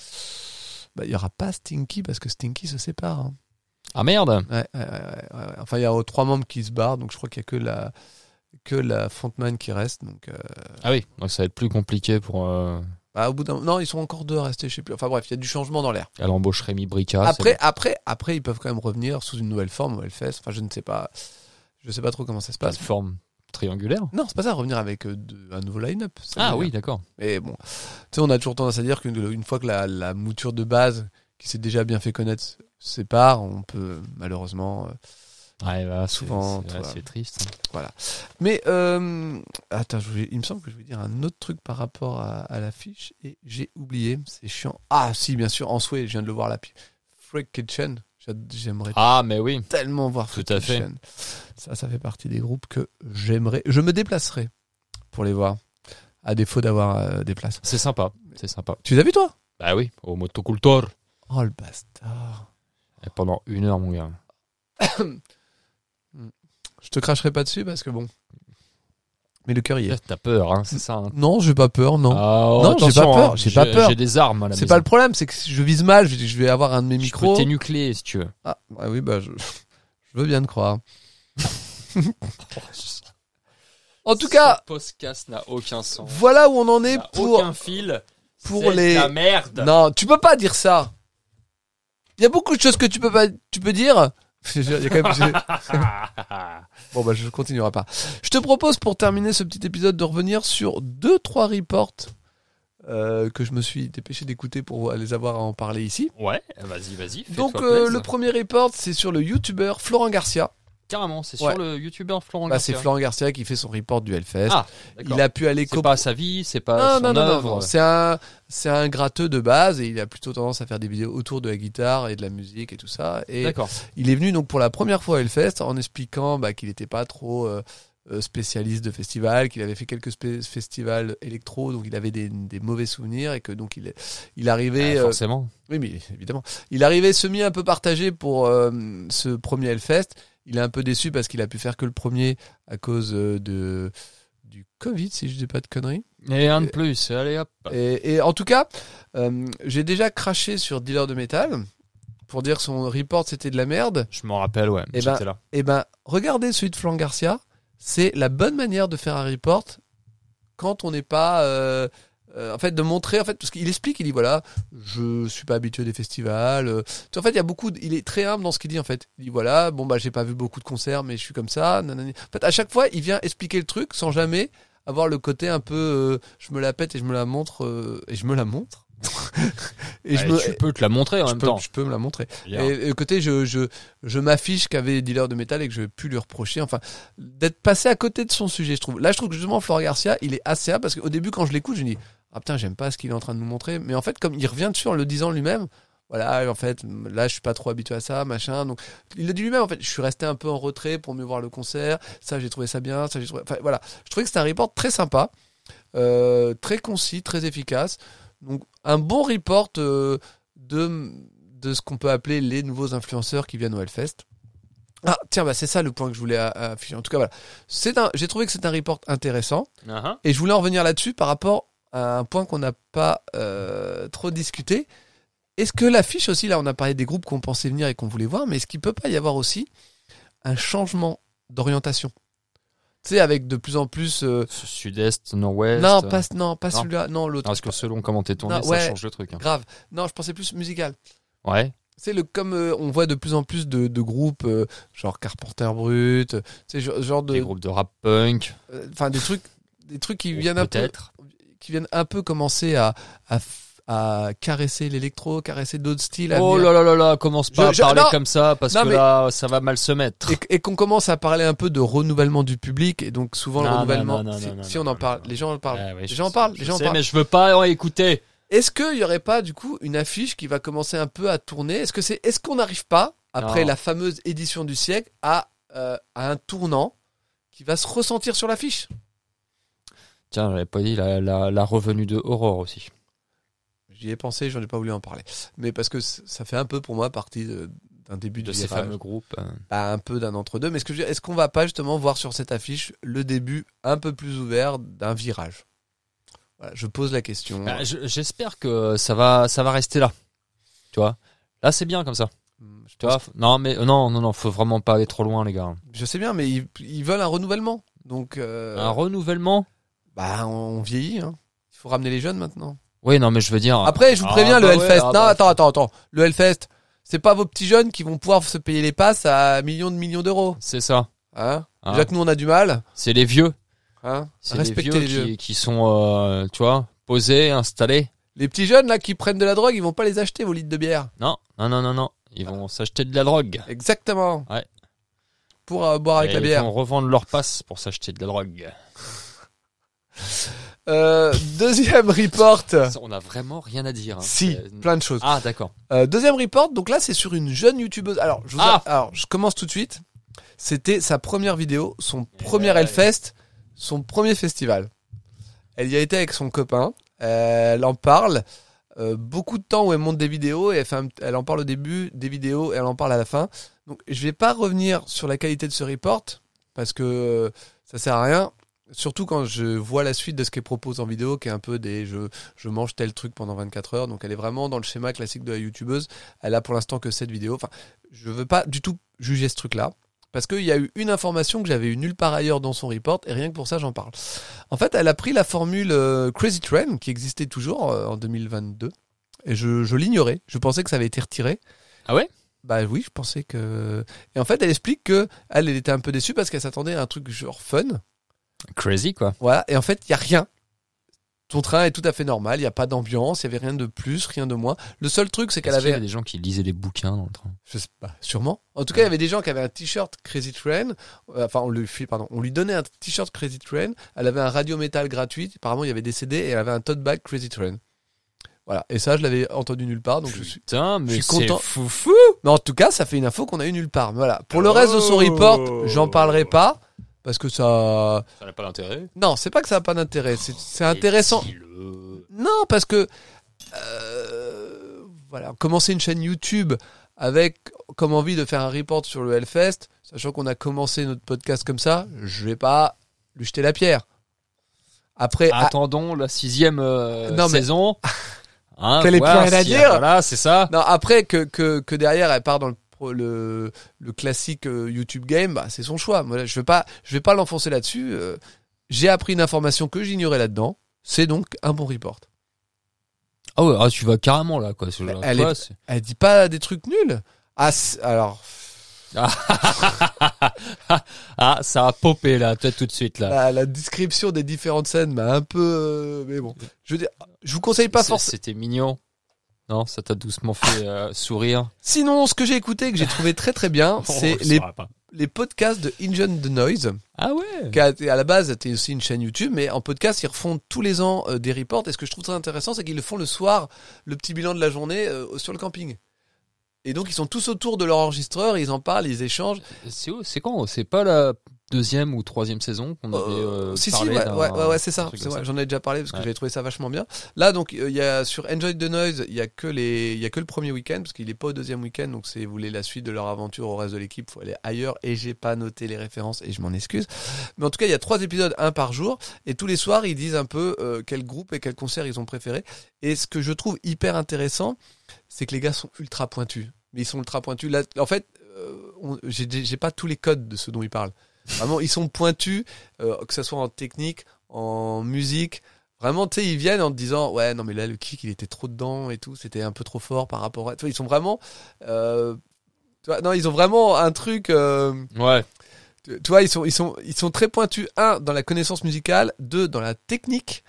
[SPEAKER 1] bah, il y aura pas Stinky parce que Stinky se sépare. hein.
[SPEAKER 2] Ah merde
[SPEAKER 1] Ouais, ouais, ouais, ouais, ouais, ouais. Enfin, il y a euh, trois membres qui se barrent, donc je crois qu'il y a que la que la Fontman qui reste. Donc, euh,
[SPEAKER 2] Ah oui, donc ça va être plus compliqué pour. euh,
[SPEAKER 1] bah, au bout d'un, non, ils sont encore deux à rester, je sais plus. Enfin bref, il y a du changement dans l'air.
[SPEAKER 2] Elle embauche Rémi Brica.
[SPEAKER 1] après, après, après, ils peuvent quand même revenir sous une nouvelle forme au Hellfest. Enfin, je ne sais pas. Je sais pas trop comment ça se
[SPEAKER 2] Une
[SPEAKER 1] passe.
[SPEAKER 2] forme triangulaire.
[SPEAKER 1] Non, c'est pas ça, revenir avec euh, de- un nouveau line-up. ça
[SPEAKER 2] Ah
[SPEAKER 1] veut
[SPEAKER 2] oui,
[SPEAKER 1] dire.
[SPEAKER 2] d'accord.
[SPEAKER 1] Mais bon, tu sais, on a toujours tendance à dire qu'une une fois que la, la mouture de base qui s'est déjà bien fait connaître se sépare, on peut malheureusement. euh,
[SPEAKER 2] Ouais, bah, c'est-
[SPEAKER 1] Souvent,
[SPEAKER 2] c'est ouais,
[SPEAKER 1] toi.
[SPEAKER 2] c'est triste. hein.
[SPEAKER 1] Mais euh, attends, je voulais- il me semble que je voulais dire un autre truc par rapport à, à l'affiche et j'ai oublié. C'est chiant. Ah si, bien sûr, en souhait, je viens de le voir là. puis Freak Kitchen, j'a- j'aimerais
[SPEAKER 2] Ah, mais oui.
[SPEAKER 1] tellement voir Freak
[SPEAKER 2] Tout à fait.
[SPEAKER 1] Kitchen. Ça, ça fait partie des groupes que j'aimerais. Je me déplacerai pour les voir, à défaut d'avoir euh, des places.
[SPEAKER 2] C'est sympa. C'est sympa.
[SPEAKER 1] Tu les as vus toi
[SPEAKER 2] Bah oui, au motocultor.
[SPEAKER 1] Oh le bastard.
[SPEAKER 2] Et pendant une heure, mon gars.
[SPEAKER 1] Je te cracherai pas dessus parce que bon. Mais le cœur y est.
[SPEAKER 2] T'as peur, hein, c'est ça. hein.
[SPEAKER 1] Non, j'ai pas peur, non.
[SPEAKER 2] Ah, oh,
[SPEAKER 1] Non, j'ai pas
[SPEAKER 2] attention,
[SPEAKER 1] peur,
[SPEAKER 2] hein.
[SPEAKER 1] j'ai pas peur.
[SPEAKER 2] J'ai des armes à la
[SPEAKER 1] C'est
[SPEAKER 2] maison.
[SPEAKER 1] pas le problème, c'est que si je vise mal, je vais- je vais avoir un de mes
[SPEAKER 2] Je
[SPEAKER 1] micros.
[SPEAKER 2] peux t'énucléer si tu veux.
[SPEAKER 1] Ah, ah oui, bah je, je veux bien te croire. En tout cas,
[SPEAKER 2] ce podcast n'a aucun sens.
[SPEAKER 1] voilà où on en est
[SPEAKER 2] n'a
[SPEAKER 1] pour.
[SPEAKER 2] aucun fil.
[SPEAKER 1] pour
[SPEAKER 2] C'est
[SPEAKER 1] les-
[SPEAKER 2] de la merde.
[SPEAKER 1] Non, tu peux pas dire ça. Il y a beaucoup de choses que tu peux pas, tu peux dire, Il y a quand même- j'ai-
[SPEAKER 2] Ah,
[SPEAKER 1] Bon bah je continuerai pas. Je te propose pour terminer ce petit épisode de revenir sur deux trois reports euh, que je me suis dépêché d'écouter pour les avoir à en parler ici.
[SPEAKER 2] Ouais, vas-y, vas-y. fais-toi
[SPEAKER 1] Donc euh,
[SPEAKER 2] plaisir.
[SPEAKER 1] le premier report c'est sur le youtubeur Florent Garcia.
[SPEAKER 2] Carrément, c'est
[SPEAKER 1] Ouais.
[SPEAKER 2] sur le youtubeur Florent
[SPEAKER 1] Bah, c'est
[SPEAKER 2] Garcia.
[SPEAKER 1] Florent Garcia qui fait son report du Hellfest.
[SPEAKER 2] Ah, d'accord.
[SPEAKER 1] il a pu aller
[SPEAKER 2] C'est
[SPEAKER 1] copier
[SPEAKER 2] pas sa vie, c'est pas
[SPEAKER 1] Non,
[SPEAKER 2] son
[SPEAKER 1] non, non, non,
[SPEAKER 2] œuvre.
[SPEAKER 1] non. C'est un, c'est un gratteux de base et il a plutôt tendance à faire des vidéos autour de la guitare et de la musique et tout ça. Et
[SPEAKER 2] D'accord.
[SPEAKER 1] il est venu donc pour la première fois à Hellfest en expliquant bah, qu'il n'était pas trop euh, euh, spécialiste de festival, qu'il avait fait quelques spé- festivals électro, donc il avait des, des mauvais souvenirs et que donc il, il arrivait.
[SPEAKER 2] Ah,
[SPEAKER 1] euh,
[SPEAKER 2] forcément.
[SPEAKER 1] oui, mais évidemment. Il arrivait semi un peu partagé pour euh, ce premier Hellfest. Il est un peu déçu parce qu'il a pu faire que le premier à cause euh, de, du Covid, si je dis pas de conneries.
[SPEAKER 2] Et un de plus, allez hop.
[SPEAKER 1] Et, et en tout cas, euh, j'ai déjà craché sur Dealer de métal pour dire que son report c'était de la merde.
[SPEAKER 2] Je m'en rappelle, ouais.
[SPEAKER 1] Eh
[SPEAKER 2] J'étais
[SPEAKER 1] ben-
[SPEAKER 2] là.
[SPEAKER 1] Et ben, regardez celui de Flan Garcia, c'est la bonne manière de faire un report quand on n'est pas. euh, euh, en fait, de montrer, en fait, parce qu'il explique, il dit voilà, je suis pas habitué des festivals. euh. Tu vois, en fait, il y a beaucoup, de- il est très humble dans ce qu'il dit, en fait. Il dit voilà, bon bah j'ai pas vu beaucoup de concerts, mais je suis comme ça. nanani. En fait, à chaque fois, il vient expliquer le truc sans jamais avoir le côté un peu, euh, je me la pète et je me la montre euh, et je me la montre. et
[SPEAKER 2] Eh, Tu peux te la montrer en
[SPEAKER 1] je
[SPEAKER 2] même
[SPEAKER 1] peux-
[SPEAKER 2] temps.
[SPEAKER 1] je peux me la montrer.
[SPEAKER 2] Bien.
[SPEAKER 1] Et, et côté, je, je, je m'affiche qu'avait les dealers de métal et que je vais plus lui reprocher. Enfin, d'être passé à côté de son sujet, je trouve. Là, je trouve que justement, Florent Garcia, il est assez à parce qu'au début, quand je l'écoute, je me dis Ah putain, j'aime pas ce qu'il est en train de nous montrer. Mais en fait, comme il revient dessus en le disant lui-même, voilà, en fait, là, je suis pas trop habitué à ça, machin. Donc, il le dit lui-même, en fait, je suis resté un peu en retrait pour mieux voir le concert. Ça, j'ai trouvé ça bien. Ça, j'ai trouvé. Enfin, voilà. Je trouvais que c'était un report très sympa, euh, très concis, très efficace. Donc, un bon report. euh, de, de ce qu'on peut appeler les nouveaux influenceurs qui viennent au Hellfest. Ah, tiens, bah, c'est ça le point que je voulais a- a- afficher. En tout cas, voilà. C'est un, j'ai trouvé que c'est un report intéressant
[SPEAKER 2] Uh-huh.
[SPEAKER 1] et je voulais en revenir là-dessus par rapport à un point qu'on n'a pas euh, trop discuté. Est-ce que l'affiche aussi, là, on a parlé des groupes qu'on pensait venir et qu'on voulait voir, mais est-ce qu'il peut pas y avoir aussi un changement d'orientation Tu sais, avec de plus en plus. euh,
[SPEAKER 2] Sud-Est, Nord-Ouest.
[SPEAKER 1] non,
[SPEAKER 2] euh,
[SPEAKER 1] pas, non, pas
[SPEAKER 2] non.
[SPEAKER 1] celui-là, non, l'autre.
[SPEAKER 2] Parce que selon comment t'es tourné,
[SPEAKER 1] Non,
[SPEAKER 2] ça
[SPEAKER 1] ouais.
[SPEAKER 2] change le truc. hein.
[SPEAKER 1] Grave. Non, je pensais plus musical.
[SPEAKER 2] Ouais.
[SPEAKER 1] C'est le comme euh, on voit de plus en plus de, de groupes euh, genre Carpenter Brut, euh, c'est genre, genre
[SPEAKER 2] Des
[SPEAKER 1] de
[SPEAKER 2] groupes de rap punk.
[SPEAKER 1] euh, enfin des trucs des trucs qui
[SPEAKER 2] ou
[SPEAKER 1] viennent un peu
[SPEAKER 2] Peut-être.
[SPEAKER 1] qui viennent un peu commencer à à, f- à caresser l'électro, caresser d'autres styles à
[SPEAKER 2] Oh
[SPEAKER 1] venir.
[SPEAKER 2] là là là là, commence pas
[SPEAKER 1] Je- je-
[SPEAKER 2] à parler
[SPEAKER 1] non.
[SPEAKER 2] comme ça parce
[SPEAKER 1] Non,
[SPEAKER 2] que
[SPEAKER 1] mais-
[SPEAKER 2] là, ça va mal se mettre.
[SPEAKER 1] et, et qu'on commence à parler un peu de renouvellement du public et donc souvent le
[SPEAKER 2] Non, non,
[SPEAKER 1] renouvellement
[SPEAKER 2] non, non,
[SPEAKER 1] si,
[SPEAKER 2] non, non,
[SPEAKER 1] si
[SPEAKER 2] non,
[SPEAKER 1] on en
[SPEAKER 2] non,
[SPEAKER 1] parle,
[SPEAKER 2] non.
[SPEAKER 1] les gens en parlent.
[SPEAKER 2] Ah ouais,
[SPEAKER 1] les
[SPEAKER 2] je
[SPEAKER 1] gens en
[SPEAKER 2] sais,
[SPEAKER 1] parlent,
[SPEAKER 2] je
[SPEAKER 1] les gens en
[SPEAKER 2] sais,
[SPEAKER 1] parlent.
[SPEAKER 2] mais je veux pas en écouter.
[SPEAKER 1] Est-ce qu'il n'y aurait pas du coup une affiche qui va commencer un peu à tourner Est-ce que c'est est-ce qu'on n'arrive pas après
[SPEAKER 2] Non.
[SPEAKER 1] la fameuse édition du siècle à euh, à un tournant qui va se ressentir sur l'affiche
[SPEAKER 2] Tiens, j'avais pas dit la, la, la revenue de Aurore aussi.
[SPEAKER 1] J'y ai pensé, j'en ai pas voulu en parler, mais parce que c- ça fait un peu pour moi partie de- d'un début
[SPEAKER 2] De
[SPEAKER 1] de
[SPEAKER 2] ces
[SPEAKER 1] virage,
[SPEAKER 2] fameux groupes. euh,
[SPEAKER 1] Bah, un peu d'un entre deux. Mais est-ce que je veux dire, est-ce qu'on va pas justement voir sur cette affiche le début un peu plus ouvert d'un virage Voilà, je pose la question.
[SPEAKER 2] Bah, je- J'espère que ça va, ça va rester là. Tu vois Là, c'est bien comme ça.
[SPEAKER 1] Hum, je
[SPEAKER 2] Tu
[SPEAKER 1] pense-
[SPEAKER 2] vois F- Non, mais euh, non, non, non, faut vraiment pas aller trop loin, les gars.
[SPEAKER 1] je sais bien, mais ils, ils veulent un renouvellement, donc. euh,
[SPEAKER 2] Un renouvellement
[SPEAKER 1] Bah, on, on vieillit. Hein. Il faut ramener les jeunes maintenant.
[SPEAKER 2] Oui, non, mais je veux dire.
[SPEAKER 1] Après, je vous préviens,
[SPEAKER 2] Ah,
[SPEAKER 1] le
[SPEAKER 2] bah ouais,
[SPEAKER 1] Hellfest.
[SPEAKER 2] ah,
[SPEAKER 1] non,
[SPEAKER 2] bah,
[SPEAKER 1] attends, attends, attends. Le Hellfest, c'est pas vos petits jeunes qui vont pouvoir se payer les passes à millions de millions d'euros.
[SPEAKER 2] C'est ça.
[SPEAKER 1] Hein
[SPEAKER 2] hein.
[SPEAKER 1] Déjà que nous, on a du mal.
[SPEAKER 2] C'est les vieux.
[SPEAKER 1] Hein
[SPEAKER 2] C'est les
[SPEAKER 1] Respectez
[SPEAKER 2] vieux,
[SPEAKER 1] les vieux.
[SPEAKER 2] qui, qui sont, euh, tu vois, posés, installés.
[SPEAKER 1] Les petits jeunes, là, qui prennent de la drogue, ils vont pas les acheter, vos litres de bière.
[SPEAKER 2] Non, non, non, non, non. Ils vont s'acheter de la drogue.
[SPEAKER 1] Exactement.
[SPEAKER 2] Ouais.
[SPEAKER 1] Pour euh, boire avec
[SPEAKER 2] Et
[SPEAKER 1] la bière.
[SPEAKER 2] Ils vont revendre leur passe pour s'acheter de la drogue.
[SPEAKER 1] Euh, deuxième report.
[SPEAKER 2] Ça, on a vraiment rien à dire. hein.
[SPEAKER 1] Ah. Si,
[SPEAKER 2] Euh,
[SPEAKER 1] plein de choses.
[SPEAKER 2] Ah, d'accord.
[SPEAKER 1] Euh, deuxième report, donc là c'est sur une jeune youtubeuse. Alors je, vous
[SPEAKER 2] Ah
[SPEAKER 1] alors, je commence tout de suite. C'était sa première vidéo, son premier
[SPEAKER 2] Ouais.
[SPEAKER 1] Hellfest, son premier festival. Elle y a été avec son copain, euh, elle en parle euh, beaucoup de temps où elle monte des vidéos et elle, fait un- elle en parle au début des vidéos et elle en parle à la fin. Donc je vais pas revenir sur la qualité de ce report parce que euh, ça sert à rien. Surtout quand je vois la suite de ce qu'elle propose en vidéo, qui est un peu des je, je mange tel truc pendant 24 heures. Donc elle est vraiment dans le schéma classique de la youtubeuse. Elle a pour l'instant que cette vidéo. Enfin, je veux pas du tout juger ce truc-là. Parce qu'il y a eu une information que j'avais eu nulle part ailleurs dans son report, et rien que pour ça, j'en parle. En fait, elle a pris la formule euh, Crazy Train, qui existait toujours euh, en 2022, et je, je l'ignorais. Je pensais que ça avait été retiré.
[SPEAKER 2] Ah ouais
[SPEAKER 1] Bah oui, je pensais que. Et en fait, elle explique que elle, elle était un peu déçue parce qu'elle s'attendait à un truc genre fun.
[SPEAKER 2] Crazy, quoi.
[SPEAKER 1] Voilà. Et en fait, il y a rien. Ton train est tout à fait normal. Il n'y a pas d'ambiance. Il y avait rien de plus, rien de moins. Le seul truc, c'est qu'elle
[SPEAKER 2] Est-ce qu'il y
[SPEAKER 1] avait.
[SPEAKER 2] avait des gens qui lisaient des bouquins dans le train.
[SPEAKER 1] Je sais pas, sûrement. En tout cas, il y avait des gens qui avaient un t-shirt Crazy Train. euh, enfin, on lui, fit- pardon, on lui donnait un t-shirt Crazy Train. Elle avait un radio métal gratuit. Apparemment, il y avait des CD et elle avait un tote bag Crazy Train. Voilà. Et ça, je l'avais entendu nulle part. Donc je suis.
[SPEAKER 2] Putain,
[SPEAKER 1] je
[SPEAKER 2] mais
[SPEAKER 1] suis
[SPEAKER 2] c'est
[SPEAKER 1] content.
[SPEAKER 2] foufou
[SPEAKER 1] Mais en tout cas, ça fait une info qu'on a eu nulle part. Mais Voilà. Pour le reste de son
[SPEAKER 2] Oh.
[SPEAKER 1] report, j'en parlerai pas parce que ça.
[SPEAKER 2] Ça n'a pas d'intérêt.
[SPEAKER 1] Non, c'est pas que ça n'a pas d'intérêt. C'est c'est intéressant. Non, parce que euh, voilà, commencer une chaîne YouTube avec comme envie de faire un report sur le Hellfest, sachant qu'on a commencé notre podcast comme ça, je vais pas lui jeter la pierre. Après, ah,
[SPEAKER 2] Attendons la sixième euh,
[SPEAKER 1] Non, mais-
[SPEAKER 2] saison. Hein,
[SPEAKER 1] Quel est le
[SPEAKER 2] voir
[SPEAKER 1] point à
[SPEAKER 2] si-
[SPEAKER 1] dire
[SPEAKER 2] Voilà, c'est ça.
[SPEAKER 1] ah, non, après que, que, que derrière elle part dans le pro- le, le classique euh, YouTube game, bah, c'est son choix. Moi, je vais pas je vais pas l'enfoncer là-dessus. euh, J'ai appris une information que j'ignorais là-dedans. C'est donc un bon report.
[SPEAKER 2] Ah ouais, ah, tu vas carrément là, quoi. ce
[SPEAKER 1] Mais
[SPEAKER 2] genre,
[SPEAKER 1] elle
[SPEAKER 2] quoi,
[SPEAKER 1] est-
[SPEAKER 2] c'est-
[SPEAKER 1] Elle dit pas des trucs nuls. Ah, c'est- alors
[SPEAKER 2] Ah, ça a popé là, peut-être tout de suite là.
[SPEAKER 1] La, la description des différentes scènes m'a un peu. euh, mais bon, je veux dire, je vous conseille pas
[SPEAKER 2] C'est-
[SPEAKER 1] forcément.
[SPEAKER 2] C'était mignon. Non, ça t'a doucement fait euh, sourire.
[SPEAKER 1] Sinon, ce que j'ai écouté et que j'ai trouvé très très bien,
[SPEAKER 2] On
[SPEAKER 1] c'est
[SPEAKER 2] le
[SPEAKER 1] les,
[SPEAKER 2] saura pas.
[SPEAKER 1] les podcasts de Engine the Noise,
[SPEAKER 2] Ah ouais.
[SPEAKER 1] qui a- à la base était aussi une chaîne YouTube, mais en podcast ils refont tous les ans euh, des reports. Et ce que je trouve très intéressant, c'est qu'ils le font le soir, le petit bilan de la journée euh, sur le camping. Et donc ils sont tous autour de leur enregistreur, ils en parlent, ils échangent.
[SPEAKER 2] C'est où- c'est quand C'est pas la deuxième ou troisième saison qu'on avait
[SPEAKER 1] Euh,
[SPEAKER 2] euh,
[SPEAKER 1] si si,
[SPEAKER 2] parlé
[SPEAKER 1] ouais,
[SPEAKER 2] d'un-
[SPEAKER 1] ouais, ouais, ouais, c'est
[SPEAKER 2] un
[SPEAKER 1] ça.
[SPEAKER 2] truc
[SPEAKER 1] c'est
[SPEAKER 2] comme
[SPEAKER 1] vrai, J'en ai déjà parlé parce que
[SPEAKER 2] Ouais.
[SPEAKER 1] j'avais trouvé ça vachement bien. Là, donc, euh, il y a sur Enjoy the Noise, il y a que les, il y a que le premier week-end parce qu'il est pas au deuxième week-end. Donc, si vous voulez la suite de leur aventure au reste de l'équipe, faut aller ailleurs. Et j'ai pas noté les références et je m'en excuse. Mais en tout cas, il y a trois épisodes, un par jour, et tous les soirs, ils disent un peu euh, quel groupe et quel concert ils ont préféré. Et ce que je trouve hyper intéressant, c'est que les gars sont ultra pointus. Mais ils sont ultra pointus. Là, en fait, euh, on- j'ai- j'ai j'ai pas tous les codes de ce dont ils parlent. Vraiment, ils sont pointus, euh, que ce soit en technique, en musique. Vraiment, tu sais, ils viennent en te disant ouais, non mais là le kick il était trop dedans et tout, c'était un peu trop fort par rapport à. Tu vois, ils sont vraiment, euh, tu vois, non, ils ont vraiment un truc. euh,
[SPEAKER 2] Ouais.
[SPEAKER 1] tu tu vois, ils sont, ils sont, ils sont très pointus. Un, dans la connaissance musicale. Deux, dans la technique.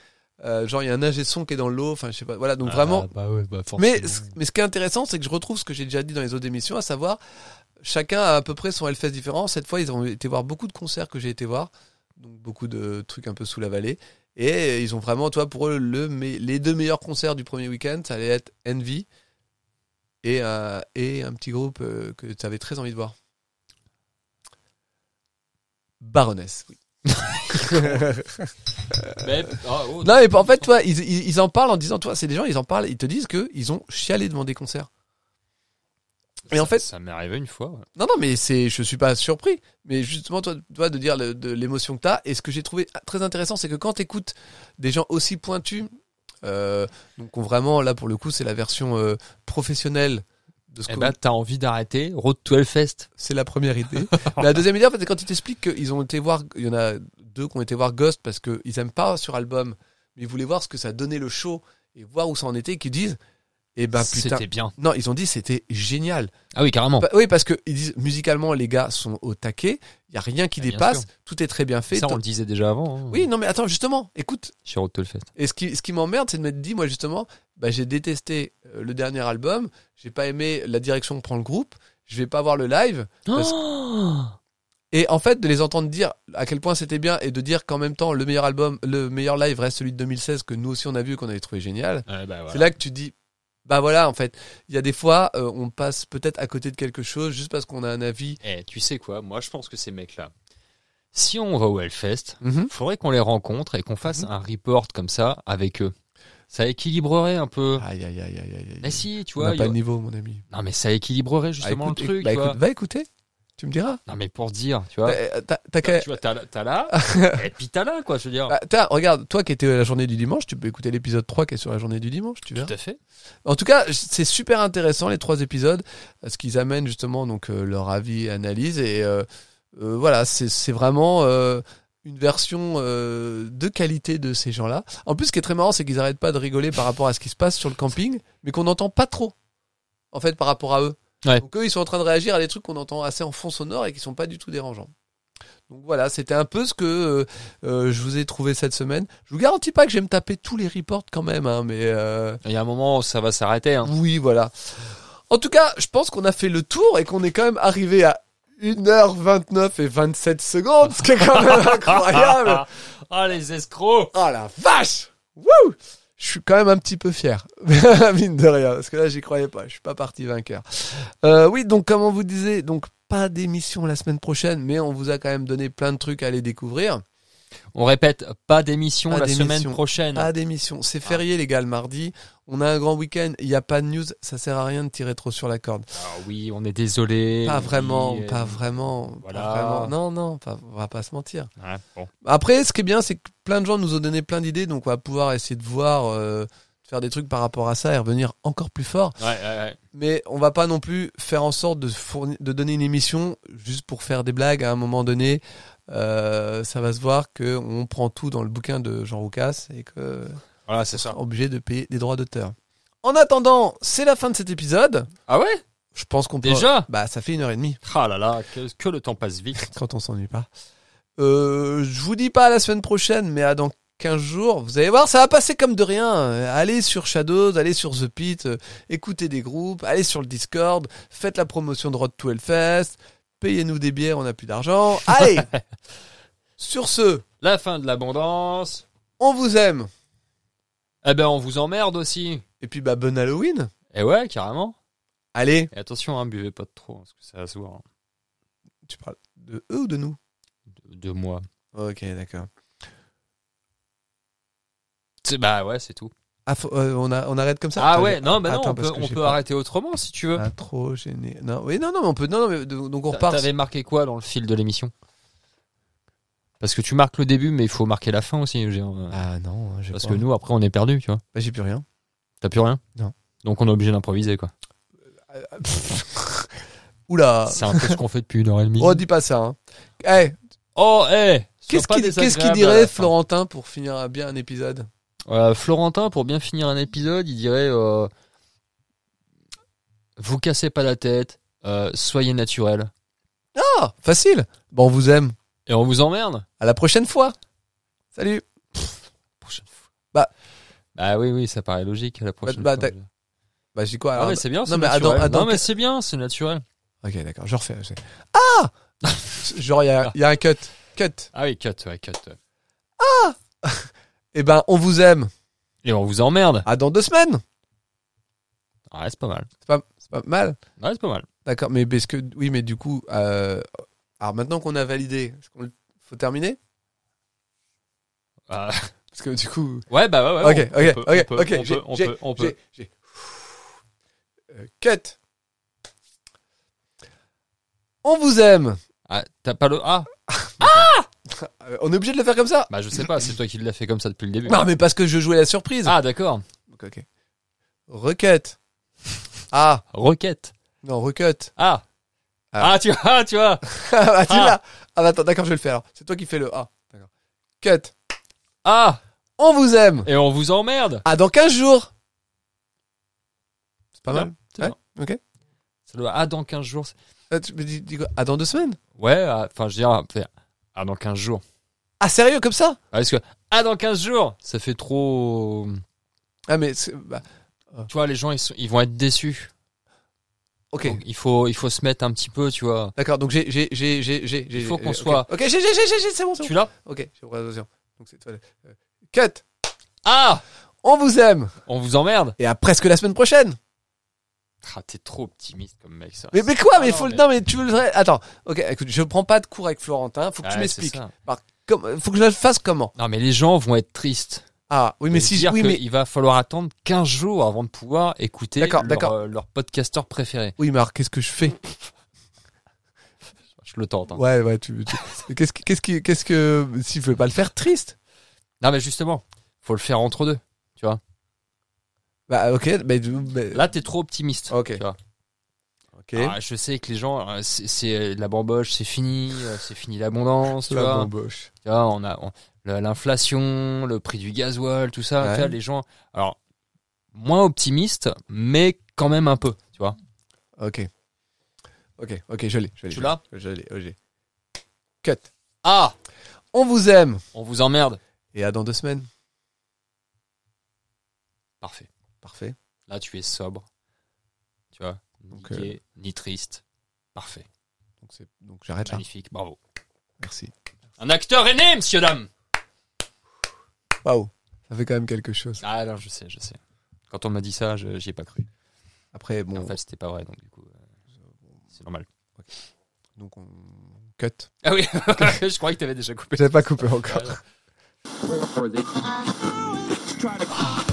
[SPEAKER 1] Euh, genre, il y a un ingé son qui est dans l'eau. Enfin, je sais pas. Voilà, donc vraiment.
[SPEAKER 2] Ah, bah ouais, bah
[SPEAKER 1] mais, ce-
[SPEAKER 2] forcément.
[SPEAKER 1] mais ce qui est intéressant, c'est que je retrouve ce que j'ai déjà dit dans les autres émissions, à savoir, chacun a à peu près son Hellfest différent. Cette fois, ils ont été voir beaucoup de concerts que j'ai été voir. Donc, beaucoup de trucs un peu sous la vallée. Et euh, ils ont vraiment, toi, pour eux, le, me- les deux meilleurs concerts du premier week-end, ça allait être Envy et, euh, et un petit groupe euh, que tu avais très envie de voir. Baroness.
[SPEAKER 2] Mais- ah, oh,
[SPEAKER 1] Non, mais en fait, toi, ils, ils, ils en parlent en disant, toi, c'est des gens, ils en parlent, ils te disent que ils ont chialé devant des concerts. Et
[SPEAKER 2] ça-
[SPEAKER 1] en fait-
[SPEAKER 2] ça m'est arrivé une fois. ouais.
[SPEAKER 1] Non, non, mais c'est, je suis pas surpris. Mais justement, toi, toi de dire le- de l'émotion que t'as. Et ce que j'ai trouvé très intéressant, c'est que quand t'écoutes des gens aussi pointus, euh, donc on vraiment, là, pour le coup, c'est la version euh, professionnelle de ce
[SPEAKER 2] Eh
[SPEAKER 1] qu'on
[SPEAKER 2] bah, t'as envie d'arrêter Road to Hellfest.
[SPEAKER 1] C'est la première idée. la deuxième idée, en fait, c'est quand ils t'expliquent qu'ils ont été voir, il y en a deux qui ont été voir Ghost parce qu'ils aiment pas sur album, mais ils voulaient voir ce que ça donnait le show et voir où ça en était, et qu'ils disent, eh ben putain.
[SPEAKER 2] C'était bien.
[SPEAKER 1] Non, ils ont dit c'était génial.
[SPEAKER 2] Ah oui, carrément.
[SPEAKER 1] Bah, oui, parce que ils disent musicalement les gars sont au taquet, il y a rien qui
[SPEAKER 2] Ah, bien
[SPEAKER 1] dépasse,
[SPEAKER 2] sûr.
[SPEAKER 1] tout est très bien fait.
[SPEAKER 2] ça, on
[SPEAKER 1] T'en-
[SPEAKER 2] le disait déjà avant. hein,
[SPEAKER 1] Oui, non mais attends, justement, écoute,
[SPEAKER 2] Chez Road to Hellfest.
[SPEAKER 1] et ce qui, ce qui m'emmerde, c'est de m'être dit, moi justement, bah, j'ai détesté euh, le dernier album, j'ai pas aimé la direction que prend le groupe, je vais pas voir le live. Parce-
[SPEAKER 2] Oh
[SPEAKER 1] Et en fait, de les entendre dire à quel point c'était bien et de dire qu'en même temps, le meilleur album, le meilleur live reste celui de 2016 que nous aussi on a vu et qu'on avait trouvé génial.
[SPEAKER 2] Ouais, bah, voilà.
[SPEAKER 1] C'est là que tu dis, bah voilà, en fait, il y a des fois, euh, on passe peut-être à côté de quelque chose juste parce qu'on a un avis.
[SPEAKER 2] Eh, tu sais quoi Moi, je pense que ces mecs-là, si on va au Hellfest, faudrait qu'on les rencontre et qu'on fasse
[SPEAKER 1] Mhm.
[SPEAKER 2] un report comme ça avec eux. Ça équilibrerait un peu.
[SPEAKER 1] Aïe, aïe, aïe, aïe, aïe,
[SPEAKER 2] Mais
[SPEAKER 1] aïe.
[SPEAKER 2] si, tu
[SPEAKER 1] Ah, On n'a
[SPEAKER 2] vois.
[SPEAKER 1] pas
[SPEAKER 2] il-
[SPEAKER 1] le niveau, mon ami.
[SPEAKER 2] Non, mais ça équilibrerait
[SPEAKER 1] Bah,
[SPEAKER 2] justement
[SPEAKER 1] écoute,
[SPEAKER 2] le truc.
[SPEAKER 1] bah,
[SPEAKER 2] tu vois.
[SPEAKER 1] écoute, Eh, va écouter, tu me diras. Bah,
[SPEAKER 2] Non, mais pour dire, tu vois.
[SPEAKER 1] T'as- t'as- t'as qu'à-
[SPEAKER 2] Ah, Tu vois, t'as là- t'as là, et puis t'as là, quoi, je veux dire.
[SPEAKER 1] Bah, t'as- regarde, toi qui étais à la journée du dimanche, tu peux écouter l'épisode 3 qui est sur la journée du dimanche, tu verras.
[SPEAKER 2] Tout à fait.
[SPEAKER 1] En tout cas, c'est super intéressant les trois épisodes, ce qu'ils amènent justement donc euh, leur avis et analyse et euh, euh, voilà, c'est c'est vraiment euh, une version euh, de qualité de ces gens-là. En plus, ce qui est très marrant, c'est qu'ils n'arrêtent pas de rigoler par rapport à ce qui se passe sur le camping, mais qu'on n'entend pas trop, en fait, par rapport à eux.
[SPEAKER 2] Ouais.
[SPEAKER 1] Donc eux, ils sont en train de réagir à des trucs qu'on entend assez en fond sonore et qui sont pas du tout dérangeants. Donc voilà, c'était un peu ce que euh, euh, je vous ai trouvé cette semaine. Je vous garantis pas que j'aime taper tous les reports quand même, hein, mais euh,
[SPEAKER 2] Il y a un moment, où ça va s'arrêter. hein.
[SPEAKER 1] oui, voilà. En tout cas, je pense qu'on a fait le tour et qu'on est quand même arrivé à 1h29 et 27 secondes, ce qui est quand même incroyable.
[SPEAKER 2] Ah, les escrocs
[SPEAKER 1] Oh la vache Wouh Je suis quand même un petit peu fier, mine de rien, parce que là j'y croyais pas, je suis pas parti vainqueur. Euh, oui, donc comme on vous disait, donc pas d'émission la semaine prochaine, mais on vous a quand même donné plein de trucs à aller découvrir.
[SPEAKER 2] On répète, pas d'émission
[SPEAKER 1] Pas
[SPEAKER 2] la
[SPEAKER 1] d'émission.
[SPEAKER 2] semaine prochaine.
[SPEAKER 1] Pas d'émission, c'est férié les gars le mardi, on a un grand week-end, il n'y a pas de news, ça sert à rien de tirer trop sur la corde.
[SPEAKER 2] Ah oui, on est désolé.
[SPEAKER 1] Pas
[SPEAKER 2] Oui,
[SPEAKER 1] vraiment,
[SPEAKER 2] euh,
[SPEAKER 1] pas vraiment,
[SPEAKER 2] voilà.
[SPEAKER 1] pas vraiment. Non, non, pas- on va pas se mentir.
[SPEAKER 2] euh, ouais, bon.
[SPEAKER 1] Après, ce qui est bien, c'est que plein de gens nous ont donné plein d'idées, donc on va pouvoir essayer de voir, euh, de faire des trucs par rapport à ça et revenir encore plus fort.
[SPEAKER 2] Ouais, ouais, ouais.
[SPEAKER 1] Mais on va pas non plus faire en sorte de, fourni- de donner une émission juste pour faire des blagues à un moment donné. Euh, ça va se voir que on prend tout dans le bouquin de Jean Roucas et que
[SPEAKER 2] Voilà, c'est
[SPEAKER 1] on
[SPEAKER 2] ça.
[SPEAKER 1] sera obligé de payer des droits d'auteur. En attendant, c'est la fin de cet épisode.
[SPEAKER 2] Ah ouais
[SPEAKER 1] Je pense qu'on peut...
[SPEAKER 2] Déjà
[SPEAKER 1] Bah ça fait une heure et demie
[SPEAKER 2] Ah là là, que, que le temps passe vite.
[SPEAKER 1] quand on s'ennuie pas. Euh, je vous dis pas à la semaine prochaine, mais à dans 15 jours, vous allez voir, ça va passer comme de rien. Euh, Allez sur Shadows, allez sur The Pit, euh, écoutez des groupes, allez sur le Discord, faites la promotion de Road to Hellfest, payez-nous des bières, on n'a plus d'argent. Allez Sur ce,
[SPEAKER 2] La fin de l'abondance.
[SPEAKER 1] on vous aime.
[SPEAKER 2] Eh ben, on vous emmerde aussi.
[SPEAKER 1] Et puis bah bon Halloween.
[SPEAKER 2] Eh ouais, carrément.
[SPEAKER 1] Allez,
[SPEAKER 2] Et attention, hein, buvez pas de trop, parce que ça va se voir. hein.
[SPEAKER 1] tu parles de eux ou de nous
[SPEAKER 2] De, de moi.
[SPEAKER 1] Ok, d'accord.
[SPEAKER 2] C'est- Bah ouais, c'est tout.
[SPEAKER 1] Ah, faut- euh, on, a- on arrête comme ça
[SPEAKER 2] Ah
[SPEAKER 1] Putain,
[SPEAKER 2] ouais,
[SPEAKER 1] j'ai-
[SPEAKER 2] non, bah non,
[SPEAKER 1] Attends,
[SPEAKER 2] on
[SPEAKER 1] parce
[SPEAKER 2] peut,
[SPEAKER 1] que
[SPEAKER 2] on
[SPEAKER 1] j'ai
[SPEAKER 2] peut
[SPEAKER 1] pas-
[SPEAKER 2] arrêter autrement si tu veux.
[SPEAKER 1] Ah, trop gêné. Non, oui, non, non, mais on peut. Non, non, mais de- donc on
[SPEAKER 2] T'a-
[SPEAKER 1] repart.
[SPEAKER 2] T'avais marqué quoi dans le fil de l'émission Parce que tu marques le début, mais il faut marquer la fin aussi. j'ai- euh,
[SPEAKER 1] Ah non, j'ai
[SPEAKER 2] parce
[SPEAKER 1] pas.
[SPEAKER 2] que nous, après, on est perdu, tu vois.
[SPEAKER 1] Bah, j'ai plus rien.
[SPEAKER 2] T'as plus rien
[SPEAKER 1] Non.
[SPEAKER 2] Donc on est obligé d'improviser, quoi.
[SPEAKER 1] Euh, Oula.
[SPEAKER 2] C'est un peu ce qu'on fait depuis une heure et demie.
[SPEAKER 1] Ah. Oh, dis pas ça. Hein. Eh,
[SPEAKER 2] Oh, eh
[SPEAKER 1] qu'est-ce qu'il qu'est-ce qu'il dirait Florentin pour finir un- bien un épisode
[SPEAKER 2] Euh, Florentin, pour bien finir un épisode, il dirait euh, Vous cassez pas la tête, euh, soyez naturel.
[SPEAKER 1] Ah, facile. Bon, on vous aime.
[SPEAKER 2] Et on vous emmerde
[SPEAKER 1] À la prochaine fois. Salut.
[SPEAKER 2] Prochaine fois.
[SPEAKER 1] Bah.
[SPEAKER 2] Bah oui, oui, ça paraît logique la prochaine
[SPEAKER 1] bah,
[SPEAKER 2] fois.
[SPEAKER 1] t'as- Bah, j'ai quoi
[SPEAKER 2] Ah
[SPEAKER 1] alors
[SPEAKER 2] mais c'est bien, c'est
[SPEAKER 1] mais
[SPEAKER 2] naturel.
[SPEAKER 1] attends, attends,
[SPEAKER 2] non mais c'est bien, c'est naturel.
[SPEAKER 1] Ok, d'accord, je refais. je- Ah Genre, il y a, il y a un cut. Cut.
[SPEAKER 2] Ah oui, cut, ouais, cut. ouais.
[SPEAKER 1] Eh ben, on vous aime.
[SPEAKER 2] Et on vous emmerde.
[SPEAKER 1] À dans deux semaines.
[SPEAKER 2] Ah, c'est pas mal. Ah,
[SPEAKER 1] C'est pas, c'est pas mal.
[SPEAKER 2] Ouais, c'est pas mal.
[SPEAKER 1] D'accord, mais parce que. Oui, mais du coup. euh, alors, maintenant qu'on a validé, est-ce qu'on le- faut terminer
[SPEAKER 2] Ah,
[SPEAKER 1] Parce que du coup.
[SPEAKER 2] ouais, bah ouais, ouais.
[SPEAKER 1] ok, ok,
[SPEAKER 2] on peut,
[SPEAKER 1] ok,
[SPEAKER 2] on peut,
[SPEAKER 1] ok.
[SPEAKER 2] on
[SPEAKER 1] j'ai-
[SPEAKER 2] peut, on
[SPEAKER 1] j'ai-
[SPEAKER 2] peut, on
[SPEAKER 1] j'ai-
[SPEAKER 2] peut.
[SPEAKER 1] j'ai- Euh, Cut. On vous aime.
[SPEAKER 2] Ah, t'as pas le Ah
[SPEAKER 1] Euh, On est obligé de le faire comme ça
[SPEAKER 2] Bah je sais pas, c'est toi qui l'as fait comme ça depuis le début.
[SPEAKER 1] Non, mais parce que je jouais la surprise.
[SPEAKER 2] Ah d'accord.
[SPEAKER 1] Donc, ok. Recut. Ah,
[SPEAKER 2] Roquette.
[SPEAKER 1] non, recut.
[SPEAKER 2] Ah.
[SPEAKER 1] Ah.
[SPEAKER 2] Ah, tu vois, ah, tu vois.
[SPEAKER 1] ah, bah, tu l'as. Ah, bah, attends, d'accord, je vais le faire. alors. C'est toi qui fais le A. D'accord. Cut.
[SPEAKER 2] Ah,
[SPEAKER 1] On vous aime.
[SPEAKER 2] et on vous emmerde.
[SPEAKER 1] Ah, dans 15 jours. C'est pas
[SPEAKER 2] Bien,
[SPEAKER 1] mal.
[SPEAKER 2] c'est
[SPEAKER 1] Ouais,
[SPEAKER 2] bien.
[SPEAKER 1] ok.
[SPEAKER 2] Ça doit ah dans 15 jours. c'est-
[SPEAKER 1] Euh, tu me dis, dis quoi Ah, dans deux semaines
[SPEAKER 2] Ouais, ah, enfin je dirais ah, ah dans 15 jours.
[SPEAKER 1] Ah, sérieux, comme ça
[SPEAKER 2] Ah, Parce que ah dans 15 jours, ça fait trop
[SPEAKER 1] Ah, mais. c'est- bah,
[SPEAKER 2] tu vois les gens ils, sont- ils vont être déçus.
[SPEAKER 1] ok.
[SPEAKER 2] Donc, il faut il faut se mettre un petit peu, tu vois.
[SPEAKER 1] D'accord, donc j'ai, j'ai, j'ai, j'ai, j'ai.
[SPEAKER 2] Il
[SPEAKER 1] j'ai-
[SPEAKER 2] faut qu'on
[SPEAKER 1] ok.
[SPEAKER 2] soit-
[SPEAKER 1] Ok, j'ai, j'ai, j'ai, j'ai, j'ai, c'est bon, c'est bon.
[SPEAKER 2] Tu l'as
[SPEAKER 1] Ok, j'ai attention. Donc c'est toi. euh, Cut.
[SPEAKER 2] Ah,
[SPEAKER 1] On vous aime
[SPEAKER 2] on vous emmerde.
[SPEAKER 1] et à presque la semaine prochaine.
[SPEAKER 2] Ah, t'es trop optimiste comme mec ça.
[SPEAKER 1] Mais, mais quoi Mais
[SPEAKER 2] Ah non,
[SPEAKER 1] faut le-
[SPEAKER 2] mais-
[SPEAKER 1] non, mais tu veux le attends. Ok, écoute, je prends pas de cours avec Florentin. Faut que tu
[SPEAKER 2] Ouais,
[SPEAKER 1] m'expliques.
[SPEAKER 2] c'est ça.
[SPEAKER 1] Comme, euh, faut que je le fasse comment
[SPEAKER 2] Non mais les gens vont être tristes.
[SPEAKER 1] Ah oui, mais
[SPEAKER 2] Et
[SPEAKER 1] si,
[SPEAKER 2] dire
[SPEAKER 1] oui,
[SPEAKER 2] que
[SPEAKER 1] mais
[SPEAKER 2] il va falloir attendre 15 jours avant de pouvoir écouter
[SPEAKER 1] D'accord,
[SPEAKER 2] leur,
[SPEAKER 1] d'accord.
[SPEAKER 2] euh, leur podcasteur préféré.
[SPEAKER 1] oui, mais alors, qu'est-ce que je fais
[SPEAKER 2] Hein. Je le tente. hein.
[SPEAKER 1] Ouais, ouais, tu, tu- mais qu'est-ce qui, qu'est-ce qui, qu'est-ce que si je veux pas le faire triste
[SPEAKER 2] Non mais justement, faut le faire entre deux.
[SPEAKER 1] Bah ok, mais, mais-
[SPEAKER 2] Là t'es trop optimiste.
[SPEAKER 1] ok,
[SPEAKER 2] tu vois.
[SPEAKER 1] ok.
[SPEAKER 2] Ah, je sais que les gens, euh, c'est- c'est euh, la bamboche, c'est fini, euh, c'est fini l'abondance,
[SPEAKER 1] Tu
[SPEAKER 2] tu
[SPEAKER 1] vas
[SPEAKER 2] vois.
[SPEAKER 1] m'embaucher.
[SPEAKER 2] Tu vois, on a on- le- l'inflation, le prix du gasoil, tout ça.
[SPEAKER 1] Ouais.
[SPEAKER 2] Tu vois, les gens, alors moins optimistes, mais quand même un peu, tu vois.
[SPEAKER 1] Ok. Ok, ok, je l'ai. je l'ai,
[SPEAKER 2] Tu l'as
[SPEAKER 1] Je l'ai, je l'ai. Cut.
[SPEAKER 2] Ah
[SPEAKER 1] On vous aime
[SPEAKER 2] On vous emmerde.
[SPEAKER 1] et à dans deux semaines.
[SPEAKER 2] Parfait.
[SPEAKER 1] Parfait.
[SPEAKER 2] Là, tu es sobre. Tu vois Ni
[SPEAKER 1] Donc, euh,
[SPEAKER 2] gay, ni triste. Parfait.
[SPEAKER 1] Donc, c'est- donc j'arrête là.
[SPEAKER 2] Magnifique. Bravo.
[SPEAKER 1] Merci.
[SPEAKER 2] Un acteur est né, monsieur, dame
[SPEAKER 1] Waouh, ça fait quand même quelque chose.
[SPEAKER 2] Ah, alors, je sais, je sais. Quand on m'a dit ça, je- j'y ai pas cru.
[SPEAKER 1] Après,
[SPEAKER 2] Et
[SPEAKER 1] bon,
[SPEAKER 2] En fait, c'était pas vrai, donc du coup, euh, c'est normal.
[SPEAKER 1] donc on cut.
[SPEAKER 2] Ah oui, je croyais que t'avais déjà coupé.
[SPEAKER 1] J'avais pas coupé encore.
[SPEAKER 3] Try to